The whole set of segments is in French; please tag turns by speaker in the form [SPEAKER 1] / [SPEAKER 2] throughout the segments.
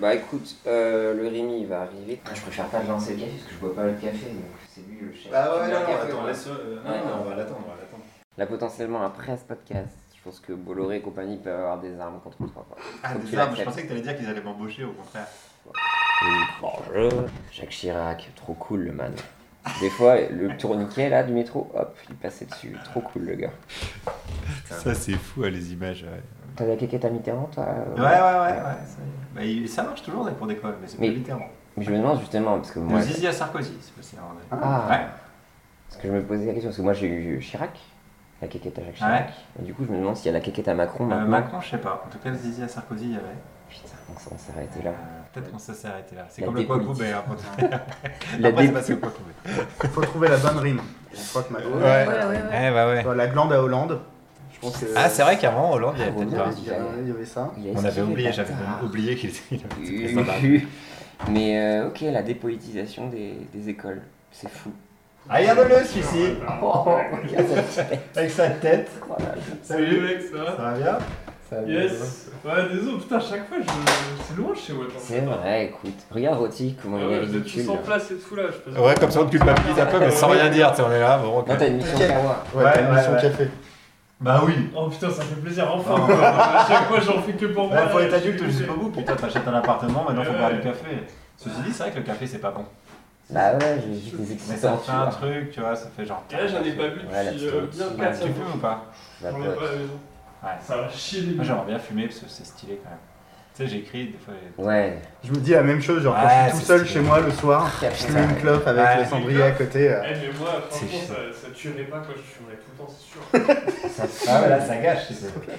[SPEAKER 1] Bah écoute, euh, le Rémi il va arriver. Ah, je préfère pas le lancer le café parce que je bois pas le café, donc c'est lui le chef.
[SPEAKER 2] Bah ouais,
[SPEAKER 1] Tu bois
[SPEAKER 2] non, non,
[SPEAKER 1] le café,
[SPEAKER 2] attends,
[SPEAKER 1] ouais.
[SPEAKER 2] laisse, euh, non,
[SPEAKER 1] Ouais,
[SPEAKER 2] non,
[SPEAKER 1] non.
[SPEAKER 2] on va l'attendre, on va l'attendre.
[SPEAKER 1] Là potentiellement après ce podcast, je pense que Bolloré et compagnie peuvent avoir des armes contre toi. Quoi.
[SPEAKER 2] Ah,
[SPEAKER 1] Faut que tu
[SPEAKER 2] des armes, je
[SPEAKER 1] l'acceptes.
[SPEAKER 2] pensais que t'allais dire qu'ils allaient m'embaucher, au contraire.
[SPEAKER 1] Oui, bonjour. Jacques Chirac, trop cool le man.
[SPEAKER 2] Ah.
[SPEAKER 1] Des fois, le tourniquet là du métro, hop, il passait dessus. Trop cool le gars.
[SPEAKER 2] Ça, c'est fou, hein, les images. Ouais,
[SPEAKER 1] T'as la quéquette à Mitterrand toi euh,
[SPEAKER 2] ouais, ouais. ouais, ça, y est. Bah, il- ça marche toujours, les cours d'école, mais c'est pas
[SPEAKER 1] Mais-
[SPEAKER 2] littéralement.
[SPEAKER 1] Mais je me demande justement, parce que
[SPEAKER 2] Le
[SPEAKER 1] moi,
[SPEAKER 2] Zizi à Sarkozy, c'est possible. hein, on est-
[SPEAKER 1] Ah.
[SPEAKER 2] Ouais.
[SPEAKER 1] parce que je me posais la question, parce que moi j'ai eu Chirac, la quéquette à Jacques Chirac. Et du coup, je me demande s'il y a la quéquette à Macron
[SPEAKER 2] Euh,
[SPEAKER 1] maintenant.
[SPEAKER 2] Macron, je sais pas. En tout cas, le Zizi à Sarkozy, il y avait.
[SPEAKER 1] Putain, on s'en s'est arrêté là.
[SPEAKER 2] Euh, Peut-être qu'on s'est arrêté là. C'est
[SPEAKER 1] La
[SPEAKER 2] comme le
[SPEAKER 1] dépolitique.
[SPEAKER 2] Kwaku d'ailleurs. quand on-
[SPEAKER 1] La
[SPEAKER 2] Après, c'est
[SPEAKER 1] dé-
[SPEAKER 2] passé au Kwaku.
[SPEAKER 3] Faut trouver la bonne rime. Je crois que ma...
[SPEAKER 2] Ouais, Eh, bah ouais.
[SPEAKER 3] Voilà, La glande à Hollande. Je pense que...
[SPEAKER 2] Ah, c'est vrai qu'avant, en Hollande, il y avait
[SPEAKER 1] Ah,
[SPEAKER 2] peut-être
[SPEAKER 1] bon,
[SPEAKER 2] pas.
[SPEAKER 1] oui.
[SPEAKER 3] Il y avait- il y avait ça.
[SPEAKER 1] Il a
[SPEAKER 2] On avait
[SPEAKER 1] esquivé
[SPEAKER 2] oublié,
[SPEAKER 1] le
[SPEAKER 2] j'avais
[SPEAKER 1] bâtard.
[SPEAKER 2] même oublié qu'il était. il avait été très sympa.
[SPEAKER 1] Eu. Mais euh, ok, la dépolitisation des, des écoles, c'est fou.
[SPEAKER 2] Ah, Regarde-le, celui-ci,
[SPEAKER 1] Oh, regarde cette tête.
[SPEAKER 2] avec sa tête.
[SPEAKER 1] Oh là là.
[SPEAKER 4] Salut mec, ça
[SPEAKER 2] Ça
[SPEAKER 4] va
[SPEAKER 2] va bien
[SPEAKER 3] euh,
[SPEAKER 4] Yes Ouais, désolé, putain, à chaque fois, je... c'est loin chez moi. attends.
[SPEAKER 1] C'est vrai, écoute. Regarde Roti, comment
[SPEAKER 4] Ah
[SPEAKER 1] il est
[SPEAKER 4] ouais, vous êtes
[SPEAKER 1] ridicule.
[SPEAKER 4] tous en place et tout là, je pense.
[SPEAKER 2] Ouais, comme ça on te culpabilise un peu, mais sans rien dire, tu sais, on est là, bon, ok.
[SPEAKER 1] Non, t'as une mission
[SPEAKER 3] Ok.
[SPEAKER 1] Kawa.
[SPEAKER 2] Ouais, t'as une mission
[SPEAKER 3] café.
[SPEAKER 2] Bah oui
[SPEAKER 4] Oh putain, ça fait plaisir,
[SPEAKER 2] Ah,
[SPEAKER 4] enfin quoi. À chaque fois, j'en fais que pour moi.
[SPEAKER 2] Bah, faut
[SPEAKER 4] là,
[SPEAKER 2] être
[SPEAKER 4] je
[SPEAKER 2] adulte
[SPEAKER 4] suis
[SPEAKER 2] jusqu'au bout, pour toi t'achètes un appartement, maintenant faut
[SPEAKER 4] Ouais.
[SPEAKER 2] boire du café. Ceci dit, c'est vrai que le café c'est pas bon.
[SPEAKER 1] Bah ouais, j'ai juste des
[SPEAKER 2] Mais ça
[SPEAKER 1] excitants,
[SPEAKER 2] fait
[SPEAKER 1] tu
[SPEAKER 2] un
[SPEAKER 1] vois.
[SPEAKER 2] truc, tu vois, ça fait genre.
[SPEAKER 4] Et Là, j'en ai pas bu
[SPEAKER 1] Ouais, la
[SPEAKER 4] depuis euh, bien
[SPEAKER 1] petite
[SPEAKER 4] 4
[SPEAKER 2] Tu
[SPEAKER 4] ans.
[SPEAKER 2] fumes ou pas
[SPEAKER 1] La
[SPEAKER 4] J'en ai
[SPEAKER 1] pote.
[SPEAKER 4] pas à la maison.
[SPEAKER 2] Ouais.
[SPEAKER 4] Ça va chier les
[SPEAKER 2] Moi
[SPEAKER 4] gars.
[SPEAKER 2] j'aimerais bien fumer parce que c'est stylé quand même. Tu sais, j'écris des fois. et-
[SPEAKER 1] Ouais.
[SPEAKER 3] Je me dis la même chose, genre quand
[SPEAKER 2] Ouais,
[SPEAKER 3] je suis tout
[SPEAKER 2] c'est
[SPEAKER 3] seul
[SPEAKER 2] stylé.
[SPEAKER 3] chez moi le soir,
[SPEAKER 1] Ah,
[SPEAKER 3] je
[SPEAKER 1] putain.
[SPEAKER 3] fume une clope avec
[SPEAKER 2] Ouais.
[SPEAKER 3] le cendrier à côté. euh.
[SPEAKER 4] Eh, mais moi,
[SPEAKER 2] C'est
[SPEAKER 4] franchement,
[SPEAKER 2] chiant.
[SPEAKER 4] ça, ça tuerait pas quoi, je fumerais tout le temps, c'est sûr.
[SPEAKER 1] Ça pue.
[SPEAKER 2] Ah ouais,
[SPEAKER 1] ouais,
[SPEAKER 2] là ça gâche, c'est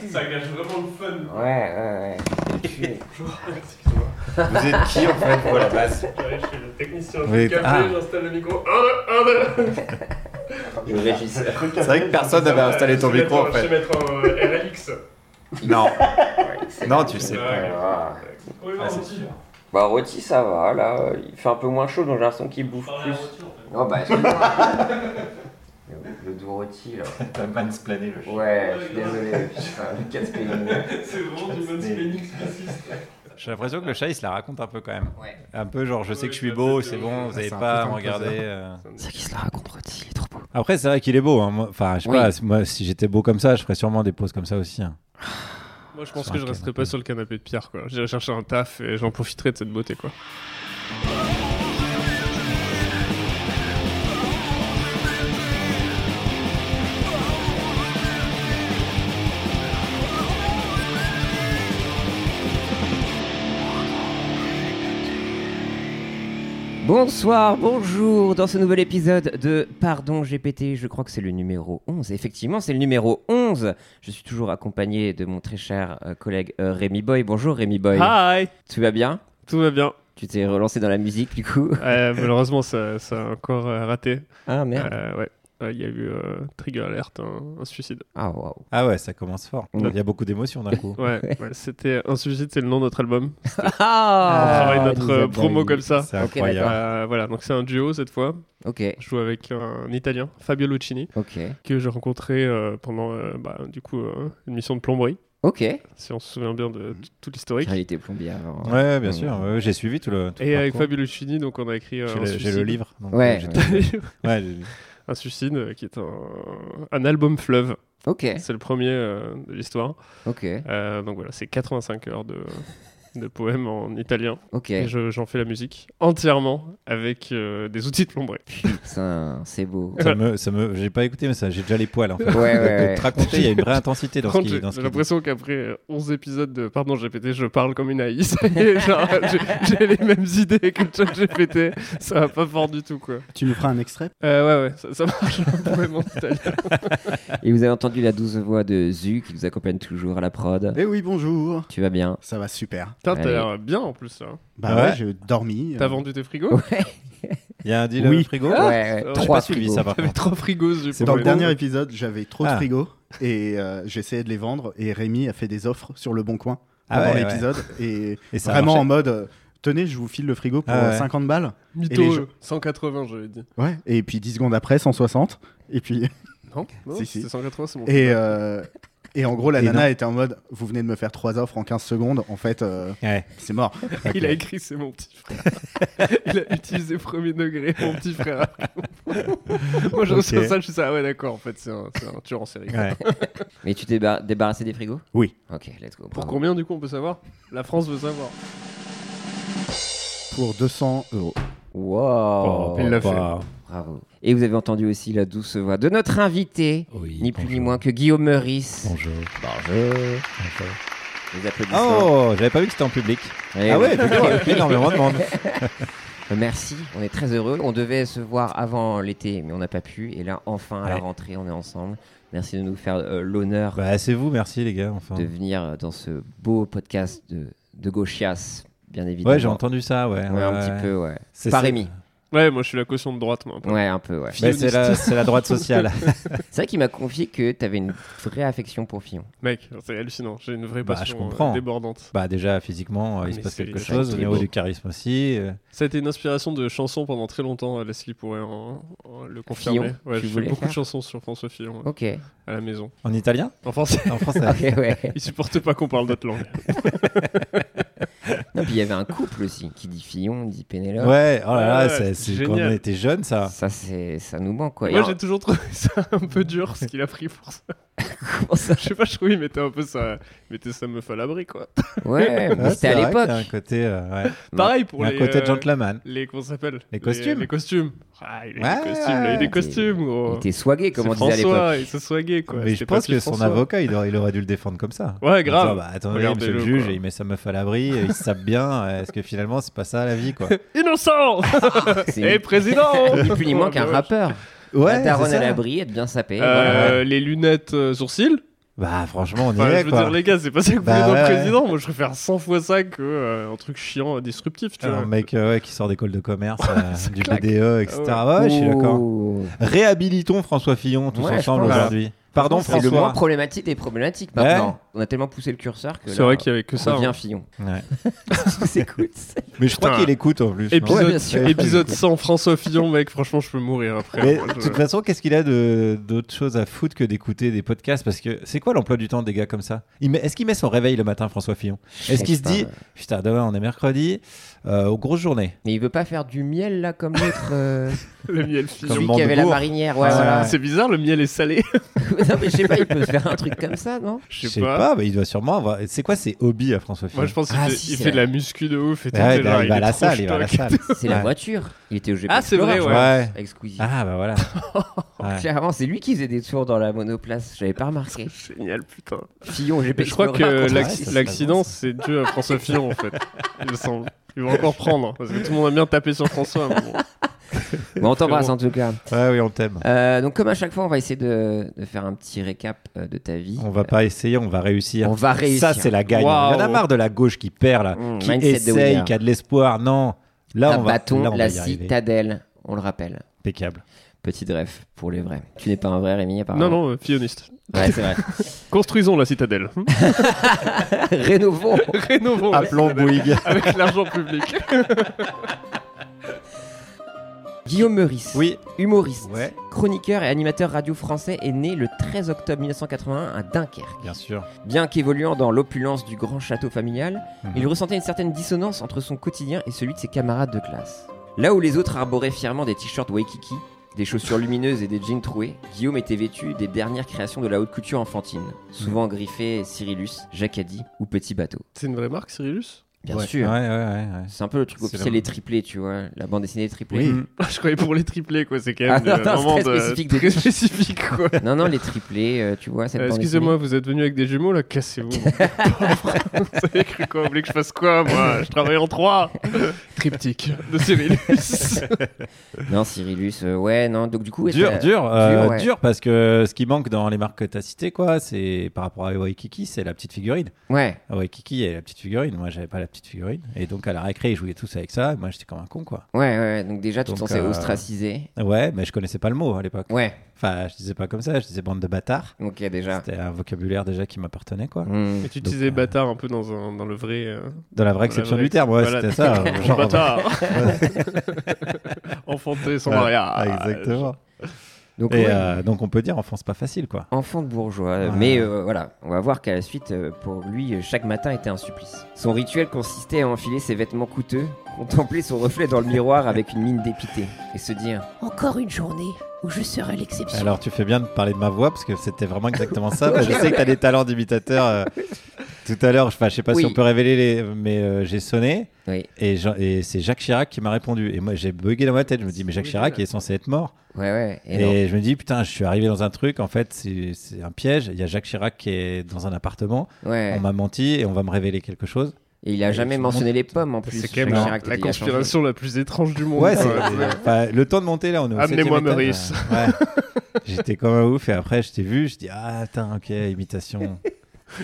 [SPEAKER 4] ça gâche vraiment le fun.
[SPEAKER 1] ouais, ouais. C'est tué.
[SPEAKER 4] Bonjour, excuse-moi.
[SPEAKER 2] Vous êtes qui en fait pour la place
[SPEAKER 4] Ouais, je suis le technicien
[SPEAKER 2] Oui,
[SPEAKER 4] du café,
[SPEAKER 2] ah.
[SPEAKER 4] j'installe le micro. ah, Un, un, un.
[SPEAKER 1] Le régisseur.
[SPEAKER 2] C'est vrai que personne n'avait
[SPEAKER 4] Ça va,
[SPEAKER 2] installé
[SPEAKER 4] je
[SPEAKER 2] ton
[SPEAKER 4] vais
[SPEAKER 2] micro en
[SPEAKER 4] mettre- Je
[SPEAKER 2] fait.
[SPEAKER 4] vais mettre en euh, RLX.
[SPEAKER 2] Non. Non, tu sais pas.
[SPEAKER 4] Ouais.
[SPEAKER 1] Ah.
[SPEAKER 4] On y va,
[SPEAKER 2] Ah, c'est
[SPEAKER 4] on dit.
[SPEAKER 2] sûr.
[SPEAKER 1] Bah, Roti, ça va, là. euh, Il fait un peu moins chaud, donc j'ai l'impression qu'il bouffe
[SPEAKER 4] Parler à
[SPEAKER 1] plus.
[SPEAKER 4] la voiture, en fait.
[SPEAKER 1] Oh bah, excuse-moi. le, le doux rôti, là.
[SPEAKER 2] T'as mansplainé le chien.
[SPEAKER 1] Ouais, je suis désolé. Putain, le casse-pénis.
[SPEAKER 4] C'est vraiment du mansplaining spéciste.
[SPEAKER 2] J'ai l'impression que le chat il se la raconte un peu quand même.
[SPEAKER 1] Ouais.
[SPEAKER 2] Un peu genre je sais
[SPEAKER 4] Ouais,
[SPEAKER 2] que je suis
[SPEAKER 4] ça,
[SPEAKER 2] beau,
[SPEAKER 4] c'est
[SPEAKER 2] c'est
[SPEAKER 4] ouf.
[SPEAKER 2] bon, vous
[SPEAKER 3] Ouais,
[SPEAKER 2] avez
[SPEAKER 3] c'est un
[SPEAKER 2] pas à me
[SPEAKER 3] peu comme ça.
[SPEAKER 2] regarder. euh.
[SPEAKER 1] C'est qui se la raconte, Roti, il est trop beau.
[SPEAKER 2] Après c'est vrai qu'il est beau. hein. Moi- Enfin je sais
[SPEAKER 1] Oui.
[SPEAKER 2] pas, moi si j'étais beau comme ça, je ferais sûrement des poses comme ça aussi. hein.
[SPEAKER 4] Moi, je
[SPEAKER 2] pense Sur que un je resterai canapé. pas
[SPEAKER 4] sur le canapé de Pierre, quoi. J'irai chercher un taf et j'en profiterai de cette beauté, quoi.
[SPEAKER 1] Bonsoir, bonjour, dans ce nouvel épisode de Pardon GPT, je crois que c'est le numéro 11. Effectivement, c'est le numéro 11. Je suis toujours accompagné de mon très cher euh, collègue euh, Rémi Boy. Bonjour Rémi Boy.
[SPEAKER 4] Hi
[SPEAKER 1] Tu vas bien
[SPEAKER 4] Tout va bien.
[SPEAKER 1] Tu t'es relancé dans la musique du coup
[SPEAKER 4] Euh, malheureusement, ça, ça a encore euh, raté.
[SPEAKER 1] Ah merde.
[SPEAKER 4] Euh, ouais. Ouais, Il y a eu euh, Trigger Alert, un, un suicide.
[SPEAKER 1] Ah waouh.
[SPEAKER 2] Ah ouais, ça commence fort.
[SPEAKER 1] Mm.
[SPEAKER 2] Il y a beaucoup d'émotions d'un coup.
[SPEAKER 4] Ouais, ouais, c'était un suicide, c'est le nom de notre album. On
[SPEAKER 1] Ah,
[SPEAKER 4] travaille notre euh,
[SPEAKER 1] Elisabeth
[SPEAKER 4] promo
[SPEAKER 1] David.
[SPEAKER 4] comme ça.
[SPEAKER 2] C'est
[SPEAKER 1] Ok,
[SPEAKER 2] incroyable.
[SPEAKER 4] Euh, voilà, donc c'est un duo cette fois.
[SPEAKER 1] Ok,
[SPEAKER 4] Je joue avec un Italien, Fabio Lucini,
[SPEAKER 1] ok,
[SPEAKER 4] que j'ai rencontré euh, pendant euh, bah, du coup euh, une mission de plomberie,
[SPEAKER 1] ok.
[SPEAKER 4] si on se souvient bien de t- tout l'historique.
[SPEAKER 1] J'en étais plombier avant.
[SPEAKER 2] Ouais, ouais, bien sûr.
[SPEAKER 1] Mm.
[SPEAKER 2] ouais, ouais, J'ai suivi tout le. tout le
[SPEAKER 4] Et avec
[SPEAKER 2] parcours.
[SPEAKER 4] Fabio Lucini, donc on a écrit euh,
[SPEAKER 2] J'ai
[SPEAKER 4] un,
[SPEAKER 2] le- J'ai
[SPEAKER 4] suicide,
[SPEAKER 2] le livre. donc,
[SPEAKER 1] Ouais,
[SPEAKER 2] euh, j'ai
[SPEAKER 1] ouais.
[SPEAKER 2] tout- ouais, j'ai-
[SPEAKER 4] un suicide, euh, qui est un, un album fleuve.
[SPEAKER 1] Ok,
[SPEAKER 4] C'est le premier euh, de l'histoire.
[SPEAKER 1] ok.
[SPEAKER 4] Euh, donc voilà, c'est 85 heures de, de poèmes en italien.
[SPEAKER 1] Ok,
[SPEAKER 4] Et je- j'en fais la musique entièrement avec euh, des outils de plomberie.
[SPEAKER 1] putain, c'est beau.
[SPEAKER 2] Ça me, ça me, j'ai pas écouté, mais ça, j'ai déjà les poils. En fait.
[SPEAKER 1] Ouais, ouais,
[SPEAKER 2] De
[SPEAKER 1] ouais.
[SPEAKER 2] te raconter, il y a une vraie intensité dans
[SPEAKER 4] Par
[SPEAKER 2] ce
[SPEAKER 4] contre,
[SPEAKER 2] qui,
[SPEAKER 4] j'ai
[SPEAKER 2] dans ce
[SPEAKER 4] j'ai
[SPEAKER 2] qui est dit.
[SPEAKER 4] l'impression qu'après euh, 11 épisodes de Pardon GPT, je parle comme une AI. Ça y est, genre, j'ai- j'ai les mêmes idées que GPT. Ça va pas fort du tout, quoi.
[SPEAKER 3] Tu nous feras un extrait
[SPEAKER 4] Euh, ouais, ouais, ça, ça marche. un poème en italien.
[SPEAKER 1] Et vous avez entendu la douce voix de Zu qui nous accompagne toujours à la prod.
[SPEAKER 3] Eh oui, bonjour.
[SPEAKER 1] Tu vas bien
[SPEAKER 3] Ça va super.
[SPEAKER 4] Putain,
[SPEAKER 1] Allez.
[SPEAKER 4] t'as l'air bien en plus. Hein.
[SPEAKER 3] Bah
[SPEAKER 2] Ouais.
[SPEAKER 3] ouais, j'ai dormi. euh,
[SPEAKER 4] T'as vendu tes frigos
[SPEAKER 1] Ouais,
[SPEAKER 2] Il y a un deal
[SPEAKER 3] Oui.
[SPEAKER 2] au frigo.
[SPEAKER 1] ouais, ouais.
[SPEAKER 4] j'ai
[SPEAKER 1] Ah, Trois
[SPEAKER 2] pas suivi,
[SPEAKER 1] frigos.
[SPEAKER 2] ça va.
[SPEAKER 4] T'avais trois frigos. du
[SPEAKER 2] C'est
[SPEAKER 4] coup.
[SPEAKER 3] Dans le
[SPEAKER 2] bon.
[SPEAKER 3] dernier épisode, j'avais trop
[SPEAKER 2] Ah.
[SPEAKER 3] de frigo et euh, j'essayais de les vendre. Et Rémi a fait des offres sur le Bon Coin
[SPEAKER 2] Ah
[SPEAKER 3] avant
[SPEAKER 2] ouais, ouais.
[SPEAKER 3] l'épisode. Et
[SPEAKER 2] Et ça a
[SPEAKER 3] vraiment
[SPEAKER 2] marché.
[SPEAKER 3] en mode euh, tenez, je vous file le frigo pour
[SPEAKER 2] Ah ouais.
[SPEAKER 3] euh, 50 balles. Et les
[SPEAKER 4] Mytho,
[SPEAKER 3] gens-
[SPEAKER 4] 180, j'avais dit.
[SPEAKER 3] Ouais. Et puis 10 secondes après, 160. Et puis.
[SPEAKER 4] Non, non
[SPEAKER 3] Si, si.
[SPEAKER 4] c'était 180, c'est bon.
[SPEAKER 3] Et, euh, et en gros, la
[SPEAKER 2] Et
[SPEAKER 3] nana était en mode vous venez de me faire trois offres en 15 secondes. En fait, euh,
[SPEAKER 2] Ouais.
[SPEAKER 3] c'est mort.
[SPEAKER 4] Il a écrit c'est mon petit frère. Il a utilisé premier degré mon petit frère. Moi je reçois
[SPEAKER 2] Ok.
[SPEAKER 4] ça, je suis ça. Ah ouais d'accord en fait c'est un, c'est un tueur en série.
[SPEAKER 2] Ouais.
[SPEAKER 1] Mais tu t'es bar- débarrassé des frigos
[SPEAKER 3] Oui.
[SPEAKER 1] Ok, let's go.
[SPEAKER 4] Pour
[SPEAKER 1] bravo.
[SPEAKER 4] combien du coup on peut savoir La France veut savoir.
[SPEAKER 3] Pour 200 euros.
[SPEAKER 1] Wow.
[SPEAKER 4] il l'a
[SPEAKER 2] bah,
[SPEAKER 1] Bravo. Et vous avez entendu aussi la douce voix de notre invité,
[SPEAKER 2] Oui,
[SPEAKER 1] ni plus ni
[SPEAKER 2] bonjour.
[SPEAKER 1] moins que Guillaume Meurice.
[SPEAKER 2] Bonjour.
[SPEAKER 1] Bonjour. Les applaudissements.
[SPEAKER 2] Oh, j'avais pas vu que c'était en public.
[SPEAKER 1] Eh
[SPEAKER 2] ah
[SPEAKER 1] oui.
[SPEAKER 2] ouais, d'accord, énormément de monde.
[SPEAKER 1] Euh, Merci, on est très heureux. On devait se voir avant l'été, mais on n'a pas pu. Et là, enfin, à la
[SPEAKER 2] Ouais.
[SPEAKER 1] rentrée, on est ensemble. Merci de nous faire euh, l'honneur
[SPEAKER 2] Bah, c'est vous, merci les gars. Enfin.
[SPEAKER 1] de venir euh, dans ce beau podcast de, de Gauchias, bien évidemment.
[SPEAKER 2] Ouais, j'ai entendu ça, ouais.
[SPEAKER 1] Ouais,
[SPEAKER 2] ouais,
[SPEAKER 1] un
[SPEAKER 2] ouais.
[SPEAKER 1] petit peu, ouais.
[SPEAKER 2] C'est
[SPEAKER 1] Pas
[SPEAKER 2] ça.
[SPEAKER 1] Rémi.
[SPEAKER 4] Ouais moi je suis la caution de droite moi.
[SPEAKER 1] Ouais, un peu, ouais.
[SPEAKER 2] Bah, c'est la, c'est la droite sociale.
[SPEAKER 1] C'est vrai qu'il m'a confié que t'avais une vraie affection pour Fillon.
[SPEAKER 4] Mec c'est hallucinant, j'ai une vraie
[SPEAKER 2] Bah,
[SPEAKER 4] passion
[SPEAKER 2] je comprends.
[SPEAKER 4] euh, débordante.
[SPEAKER 2] bah, déjà, physiquement, euh, il
[SPEAKER 4] Mais
[SPEAKER 2] se passe
[SPEAKER 4] c'est-
[SPEAKER 2] quelque
[SPEAKER 4] c'est
[SPEAKER 2] chose. Au
[SPEAKER 4] très
[SPEAKER 2] niveau
[SPEAKER 4] beau.
[SPEAKER 2] du charisme aussi. euh.
[SPEAKER 4] Ça a été une inspiration de chansons pendant très longtemps, euh, Leslie pourrait en- en le confirmer.
[SPEAKER 1] Fillon,
[SPEAKER 4] ouais,
[SPEAKER 1] tu
[SPEAKER 4] je fais
[SPEAKER 1] voulais
[SPEAKER 4] beaucoup
[SPEAKER 1] faire
[SPEAKER 4] de chansons sur François Fillon euh,
[SPEAKER 1] Ok.
[SPEAKER 2] Ah.
[SPEAKER 4] à la maison.
[SPEAKER 2] En italien
[SPEAKER 4] En français,
[SPEAKER 2] En français
[SPEAKER 1] Ok, ouais.
[SPEAKER 4] il supporte pas qu'on parle d'autres langues.
[SPEAKER 1] Non, puis il y avait un couple aussi qui dit Fillon, dit Pénélope.
[SPEAKER 2] Ouais, oh là là,
[SPEAKER 4] Ouais,
[SPEAKER 2] c'est- c'est quand
[SPEAKER 4] génial.
[SPEAKER 2] on était jeunes, ça.
[SPEAKER 1] Ça, c'est, ça nous manque, quoi. Et
[SPEAKER 4] Moi
[SPEAKER 1] alors-
[SPEAKER 4] j'ai toujours trouvé ça un peu dur ce qu'il a pris pour ça.
[SPEAKER 1] Comment ça
[SPEAKER 4] Je sais pas, je trouve il mettait un peu ça, il mettait sa meuf à l'abri quoi.
[SPEAKER 1] Ouais, mais
[SPEAKER 2] Ouais,
[SPEAKER 1] c'était à
[SPEAKER 2] Ah, c'est vrai que t'as
[SPEAKER 1] l'époque.
[SPEAKER 2] Un côté, euh, ouais.
[SPEAKER 4] Pareil pour
[SPEAKER 2] Un
[SPEAKER 4] les.
[SPEAKER 2] côté
[SPEAKER 4] euh,
[SPEAKER 2] gentleman.
[SPEAKER 4] les comment ça s'appelle
[SPEAKER 2] Les costumes.
[SPEAKER 4] Les, costumes. Ah, il a
[SPEAKER 2] Ouais.
[SPEAKER 4] des costumes, il a des costumes
[SPEAKER 1] Il
[SPEAKER 4] gros.
[SPEAKER 1] était swagué, comme on
[SPEAKER 4] C'est
[SPEAKER 1] disait à
[SPEAKER 4] François,
[SPEAKER 1] l'époque.
[SPEAKER 4] il se soignait quoi.
[SPEAKER 2] mais je
[SPEAKER 4] C'était
[SPEAKER 2] pense
[SPEAKER 4] Papy
[SPEAKER 2] que son
[SPEAKER 4] François.
[SPEAKER 2] avocat, il aurait, il aurait dû le défendre comme ça.
[SPEAKER 4] Ouais,
[SPEAKER 2] En disant,
[SPEAKER 4] grave.
[SPEAKER 2] bah, attendez, monsieur le
[SPEAKER 4] Regardez-le,
[SPEAKER 2] juge,
[SPEAKER 4] quoi.
[SPEAKER 2] et il met sa meuf à l'abri, et il se sape bien. euh, Est-ce que finalement, c'est pas ça la vie, quoi
[SPEAKER 4] Innocent
[SPEAKER 2] Ah,
[SPEAKER 1] C'est
[SPEAKER 4] Et président
[SPEAKER 1] ni plus ni moins qu'un
[SPEAKER 4] Oh, la vache.
[SPEAKER 1] rappeur.
[SPEAKER 2] Ouais,
[SPEAKER 1] La daronne
[SPEAKER 2] c'est
[SPEAKER 1] à
[SPEAKER 2] ça.
[SPEAKER 1] l'abri, être bien sapé. voilà.
[SPEAKER 4] Euh, Les lunettes euh, sourcils.
[SPEAKER 2] Bah, franchement, on y
[SPEAKER 4] Enfin,
[SPEAKER 2] est,
[SPEAKER 4] je veux
[SPEAKER 2] quoi.
[SPEAKER 4] dire, les gars, c'est pas ça que vous
[SPEAKER 2] Bah,
[SPEAKER 4] voulez dans le
[SPEAKER 2] ouais, ouais.
[SPEAKER 4] président. Moi, je préfère 100 fois ça que euh, un truc chiant, euh, disruptif, tu vois.
[SPEAKER 2] Un mec euh, ouais, qui sort d'école de commerce, euh, du
[SPEAKER 4] claque.
[SPEAKER 2] BDE, etc.
[SPEAKER 4] Ah
[SPEAKER 2] Ouais, je suis d'accord.
[SPEAKER 1] Ouh.
[SPEAKER 2] Réhabilitons François Fillon tous
[SPEAKER 1] Ouais, je
[SPEAKER 2] ensemble
[SPEAKER 1] pense.
[SPEAKER 2] aujourd'hui. Pardon,
[SPEAKER 1] C'est le moins
[SPEAKER 2] François.
[SPEAKER 1] problématique des problématiques
[SPEAKER 2] Ouais.
[SPEAKER 1] maintenant. On a tellement poussé le curseur que.
[SPEAKER 4] C'est
[SPEAKER 1] là,
[SPEAKER 4] vrai qu'il y avait que ça.
[SPEAKER 1] revient
[SPEAKER 4] hein.
[SPEAKER 1] Fillon.
[SPEAKER 2] Ouais.
[SPEAKER 1] S'écoute.
[SPEAKER 2] Mais je crois
[SPEAKER 4] Putain.
[SPEAKER 2] qu'il écoute en plus. non
[SPEAKER 1] Ouais,
[SPEAKER 4] Épisode,
[SPEAKER 1] bien sûr.
[SPEAKER 4] épisode 100, François Fillon, mec, franchement, je peux mourir après.
[SPEAKER 2] Mais
[SPEAKER 4] Moi,
[SPEAKER 2] de
[SPEAKER 4] je-
[SPEAKER 2] toute façon, qu'est-ce qu'il a de- d'autre chose à foutre que d'écouter des podcasts Parce que c'est quoi l'emploi du temps des gars comme ça Il met- Est-ce qu'il met son réveil le matin, François Fillon Est-ce qu'il se dit, putain, demain on est mercredi, euh, grosse journée
[SPEAKER 1] Mais il veut pas faire du miel là comme l'autre. euh,
[SPEAKER 4] Le miel Fillon.
[SPEAKER 1] Celui
[SPEAKER 2] Mandebourg.
[SPEAKER 1] qui avait la marinière. Ouais,
[SPEAKER 2] Ah,
[SPEAKER 1] voilà.
[SPEAKER 4] C'est bizarre, le miel est salé.
[SPEAKER 1] non, mais je sais pas, il peut faire un truc comme ça, non
[SPEAKER 4] Je sais pas.
[SPEAKER 2] mais il doit sûrement avoir. C'est quoi ses hobbies à François Fillon
[SPEAKER 4] Moi, je pense qu'il
[SPEAKER 1] Ah,
[SPEAKER 4] fait,
[SPEAKER 1] si,
[SPEAKER 4] il
[SPEAKER 1] c'est
[SPEAKER 4] fait de
[SPEAKER 1] vrai.
[SPEAKER 4] la muscu de ouf et tout.
[SPEAKER 2] Ouais, bah,
[SPEAKER 4] t'es
[SPEAKER 2] il,
[SPEAKER 4] genre,
[SPEAKER 2] va- il va à
[SPEAKER 4] est
[SPEAKER 2] la
[SPEAKER 4] trop
[SPEAKER 2] salle, il va à la
[SPEAKER 4] stock.
[SPEAKER 2] salle.
[SPEAKER 1] C'est la
[SPEAKER 2] Ouais.
[SPEAKER 1] voiture. Il était obligé
[SPEAKER 4] Ah, c'est vrai, ouais.
[SPEAKER 2] Ouais.
[SPEAKER 1] Avec Squeezie.
[SPEAKER 2] Ah, bah voilà. Ouais.
[SPEAKER 1] Clairement, c'est lui qui faisait des tours dans la monoplace. J'avais pas remarqué.
[SPEAKER 4] Génial, putain.
[SPEAKER 1] Fillon, j'ai
[SPEAKER 4] Mais je crois que
[SPEAKER 2] contre-
[SPEAKER 4] l'acc-
[SPEAKER 2] Ouais, ça, c'est
[SPEAKER 4] l'accident,
[SPEAKER 2] pas
[SPEAKER 4] c'est dû à François Fillon, en fait. Il me semble. Ils vont encore prendre. Parce que tout le monde a bien tapé sur François. mais bon.
[SPEAKER 1] on t'embrasse
[SPEAKER 4] Frérot.
[SPEAKER 1] en tout cas.
[SPEAKER 2] Ouais, oui, on t'aime.
[SPEAKER 1] Euh, donc, comme à chaque fois, on va essayer de, de faire un petit récap euh, de ta vie.
[SPEAKER 2] On va pas essayer, on va réussir.
[SPEAKER 1] On va réussir.
[SPEAKER 2] Ça, c'est la gagne.
[SPEAKER 4] Waouh.
[SPEAKER 2] Il y en a marre de la gauche qui perd, là.
[SPEAKER 1] Mmh,
[SPEAKER 2] qui
[SPEAKER 1] mindset de
[SPEAKER 2] essaye,
[SPEAKER 1] winner.
[SPEAKER 2] qui a de l'espoir. Non. Là,
[SPEAKER 1] Un
[SPEAKER 2] on va,
[SPEAKER 1] bâton,
[SPEAKER 2] là, on
[SPEAKER 1] la
[SPEAKER 2] va y arriver.
[SPEAKER 1] citadelle, on le rappelle.
[SPEAKER 2] Impeccable.
[SPEAKER 1] Petit ref pour les vrais. Tu n'es pas un vrai Rémi, apparemment.
[SPEAKER 4] Non, non, euh, filloniste.
[SPEAKER 1] Ouais, c'est vrai.
[SPEAKER 4] Construisons la citadelle.
[SPEAKER 1] Rénovons.
[SPEAKER 4] Rénovons
[SPEAKER 3] Oh,
[SPEAKER 4] la
[SPEAKER 2] Appelons
[SPEAKER 4] citadelle.
[SPEAKER 2] Bouygues.
[SPEAKER 4] Avec l'argent public.
[SPEAKER 1] Guillaume Meurice,
[SPEAKER 2] Oui.
[SPEAKER 1] humoriste,
[SPEAKER 2] Ouais.
[SPEAKER 1] chroniqueur et animateur radio français, est né le 13 octobre 1981 à Dunkerque.
[SPEAKER 2] Bien sûr.
[SPEAKER 1] Bien qu'évoluant dans l'opulence du grand château familial,
[SPEAKER 2] Mhm.
[SPEAKER 1] il ressentait une certaine dissonance entre son quotidien et celui de ses camarades de classe. Là où les autres arboraient fièrement des t-shirts Waikiki, des chaussures lumineuses et des jeans troués, Guillaume était vêtu des dernières créations de la haute couture enfantine, souvent griffées Cyrillus, Jacadi ou Petit Bateau.
[SPEAKER 4] C'est une vraie marque, Cyrillus
[SPEAKER 1] Bien
[SPEAKER 3] Ouais.
[SPEAKER 2] Ouais,
[SPEAKER 1] sûr.
[SPEAKER 2] ouais, ouais. ouais.
[SPEAKER 1] C'est un peu le truc
[SPEAKER 2] C'est
[SPEAKER 1] officiel
[SPEAKER 2] le-
[SPEAKER 1] des triplés, tu vois. La bande dessinée des triplés.
[SPEAKER 3] Oui.
[SPEAKER 4] Ah, Je croyais pour les triplés, quoi. C'est quand même
[SPEAKER 1] Ah, non,
[SPEAKER 4] euh,
[SPEAKER 1] non,
[SPEAKER 4] un
[SPEAKER 1] c'est
[SPEAKER 4] moment
[SPEAKER 1] très
[SPEAKER 4] de-
[SPEAKER 1] spécifique des-
[SPEAKER 4] très spécifique, quoi.
[SPEAKER 2] Ah,
[SPEAKER 1] Non, non, les triplés, euh, tu vois. cette
[SPEAKER 4] Euh,
[SPEAKER 1] bande
[SPEAKER 4] Excusez-moi, vous êtes venu avec des jumeaux là Cassez-vous. mon pauvre. vous avez cru quoi Vous voulez que je fasse quoi Moi, je travaille en trois. Triptyque de Cyrillus.
[SPEAKER 1] dessinée. Non, Cyrillus, euh, ouais, non. Donc, du coup, est-ce
[SPEAKER 2] Dur,
[SPEAKER 1] que-
[SPEAKER 2] dur, euh,
[SPEAKER 1] dur, ouais.
[SPEAKER 2] dur, parce que ce qui manque dans les marques que tu as citées, quoi, c'est par rapport à Waikiki, c'est la petite figurine.
[SPEAKER 1] Ouais.
[SPEAKER 2] Ah ouais, Kiki et la petite figurine. Moi, j'avais pas la petite figurine. Et donc, à la récré, ils jouaient tous avec ça. Et moi, j'étais comme un con, quoi.
[SPEAKER 1] Ouais, ouais, donc déjà, tu
[SPEAKER 2] Donc,
[SPEAKER 1] t'en sais
[SPEAKER 2] euh,
[SPEAKER 1] ostracisé.
[SPEAKER 2] Ouais, mais je connaissais pas le mot hein, à l'époque.
[SPEAKER 1] Ouais,
[SPEAKER 2] Enfin, je disais pas comme ça. Je disais bande de bâtards.
[SPEAKER 1] ok, déjà.
[SPEAKER 2] C'était un vocabulaire déjà qui m'appartenait, quoi.
[SPEAKER 1] Hmm.
[SPEAKER 4] Et tu utilisais bâtard un peu dans, un- dans le vrai. euh,
[SPEAKER 2] Dans la vraie
[SPEAKER 4] dans la
[SPEAKER 2] exception
[SPEAKER 4] vraie-
[SPEAKER 2] du terme, ouais,
[SPEAKER 4] Voilà.
[SPEAKER 2] c'était ça. euh, genre-
[SPEAKER 4] bâtard. Enfanté sans
[SPEAKER 2] Ouais,
[SPEAKER 4] mariage.
[SPEAKER 2] exactement.
[SPEAKER 1] Donc,
[SPEAKER 2] Et
[SPEAKER 1] ouais,
[SPEAKER 2] euh, donc, on peut dire, enfance pas facile, quoi.
[SPEAKER 1] enfant de bourgeois.
[SPEAKER 2] Voilà.
[SPEAKER 1] Mais euh, voilà, on va voir qu'à la suite, euh, pour lui, euh, chaque matin était un supplice. Son rituel consistait à enfiler ses vêtements coûteux, contempler son reflet dans le miroir avec une mine dépitée, et se dire
[SPEAKER 5] Encore une journée où je serai l'exception.
[SPEAKER 2] Alors, tu fais bien de parler de ma voix parce que c'était vraiment exactement ça. Parce que je sais que tu as des talents d'imitateur. euh, tout à l'heure, je enfin, je sais pas
[SPEAKER 1] Oui.
[SPEAKER 2] si on peut révéler, les... mais euh, j'ai sonné
[SPEAKER 1] Oui,
[SPEAKER 2] et, Jean- et c'est Jacques Chirac qui m'a répondu. Et moi, j'ai bugué dans ma tête. Je me dis, mais Jacques Chirac, il est censé être mort.
[SPEAKER 1] ouais, ouais. Et, non.
[SPEAKER 2] Et je me dis, putain, je suis arrivé dans un truc. En fait, c'est c'est un piège. Il y a Jacques Chirac qui est dans un appartement.
[SPEAKER 1] Ouais.
[SPEAKER 2] On m'a menti et on va me révéler quelque chose.
[SPEAKER 1] Et il a
[SPEAKER 2] Et
[SPEAKER 1] jamais
[SPEAKER 2] je
[SPEAKER 1] mentionné
[SPEAKER 2] monte-
[SPEAKER 1] les pommes en plus.
[SPEAKER 4] C'est quand même
[SPEAKER 1] Jacques
[SPEAKER 4] la-
[SPEAKER 1] Chirac, t'as
[SPEAKER 4] la
[SPEAKER 1] dit, il a changé.
[SPEAKER 4] conspiration la plus étrange du monde.
[SPEAKER 2] Ouais, c'est-
[SPEAKER 4] quoi.
[SPEAKER 2] enfin, le temps de monter là, on est au
[SPEAKER 4] Amenez-moi
[SPEAKER 2] septième étage.
[SPEAKER 4] Maurice.
[SPEAKER 2] Ouais. J'étais comme un ouf et après, je t'ai vu. Je dis, ah, putain, ok, imitation.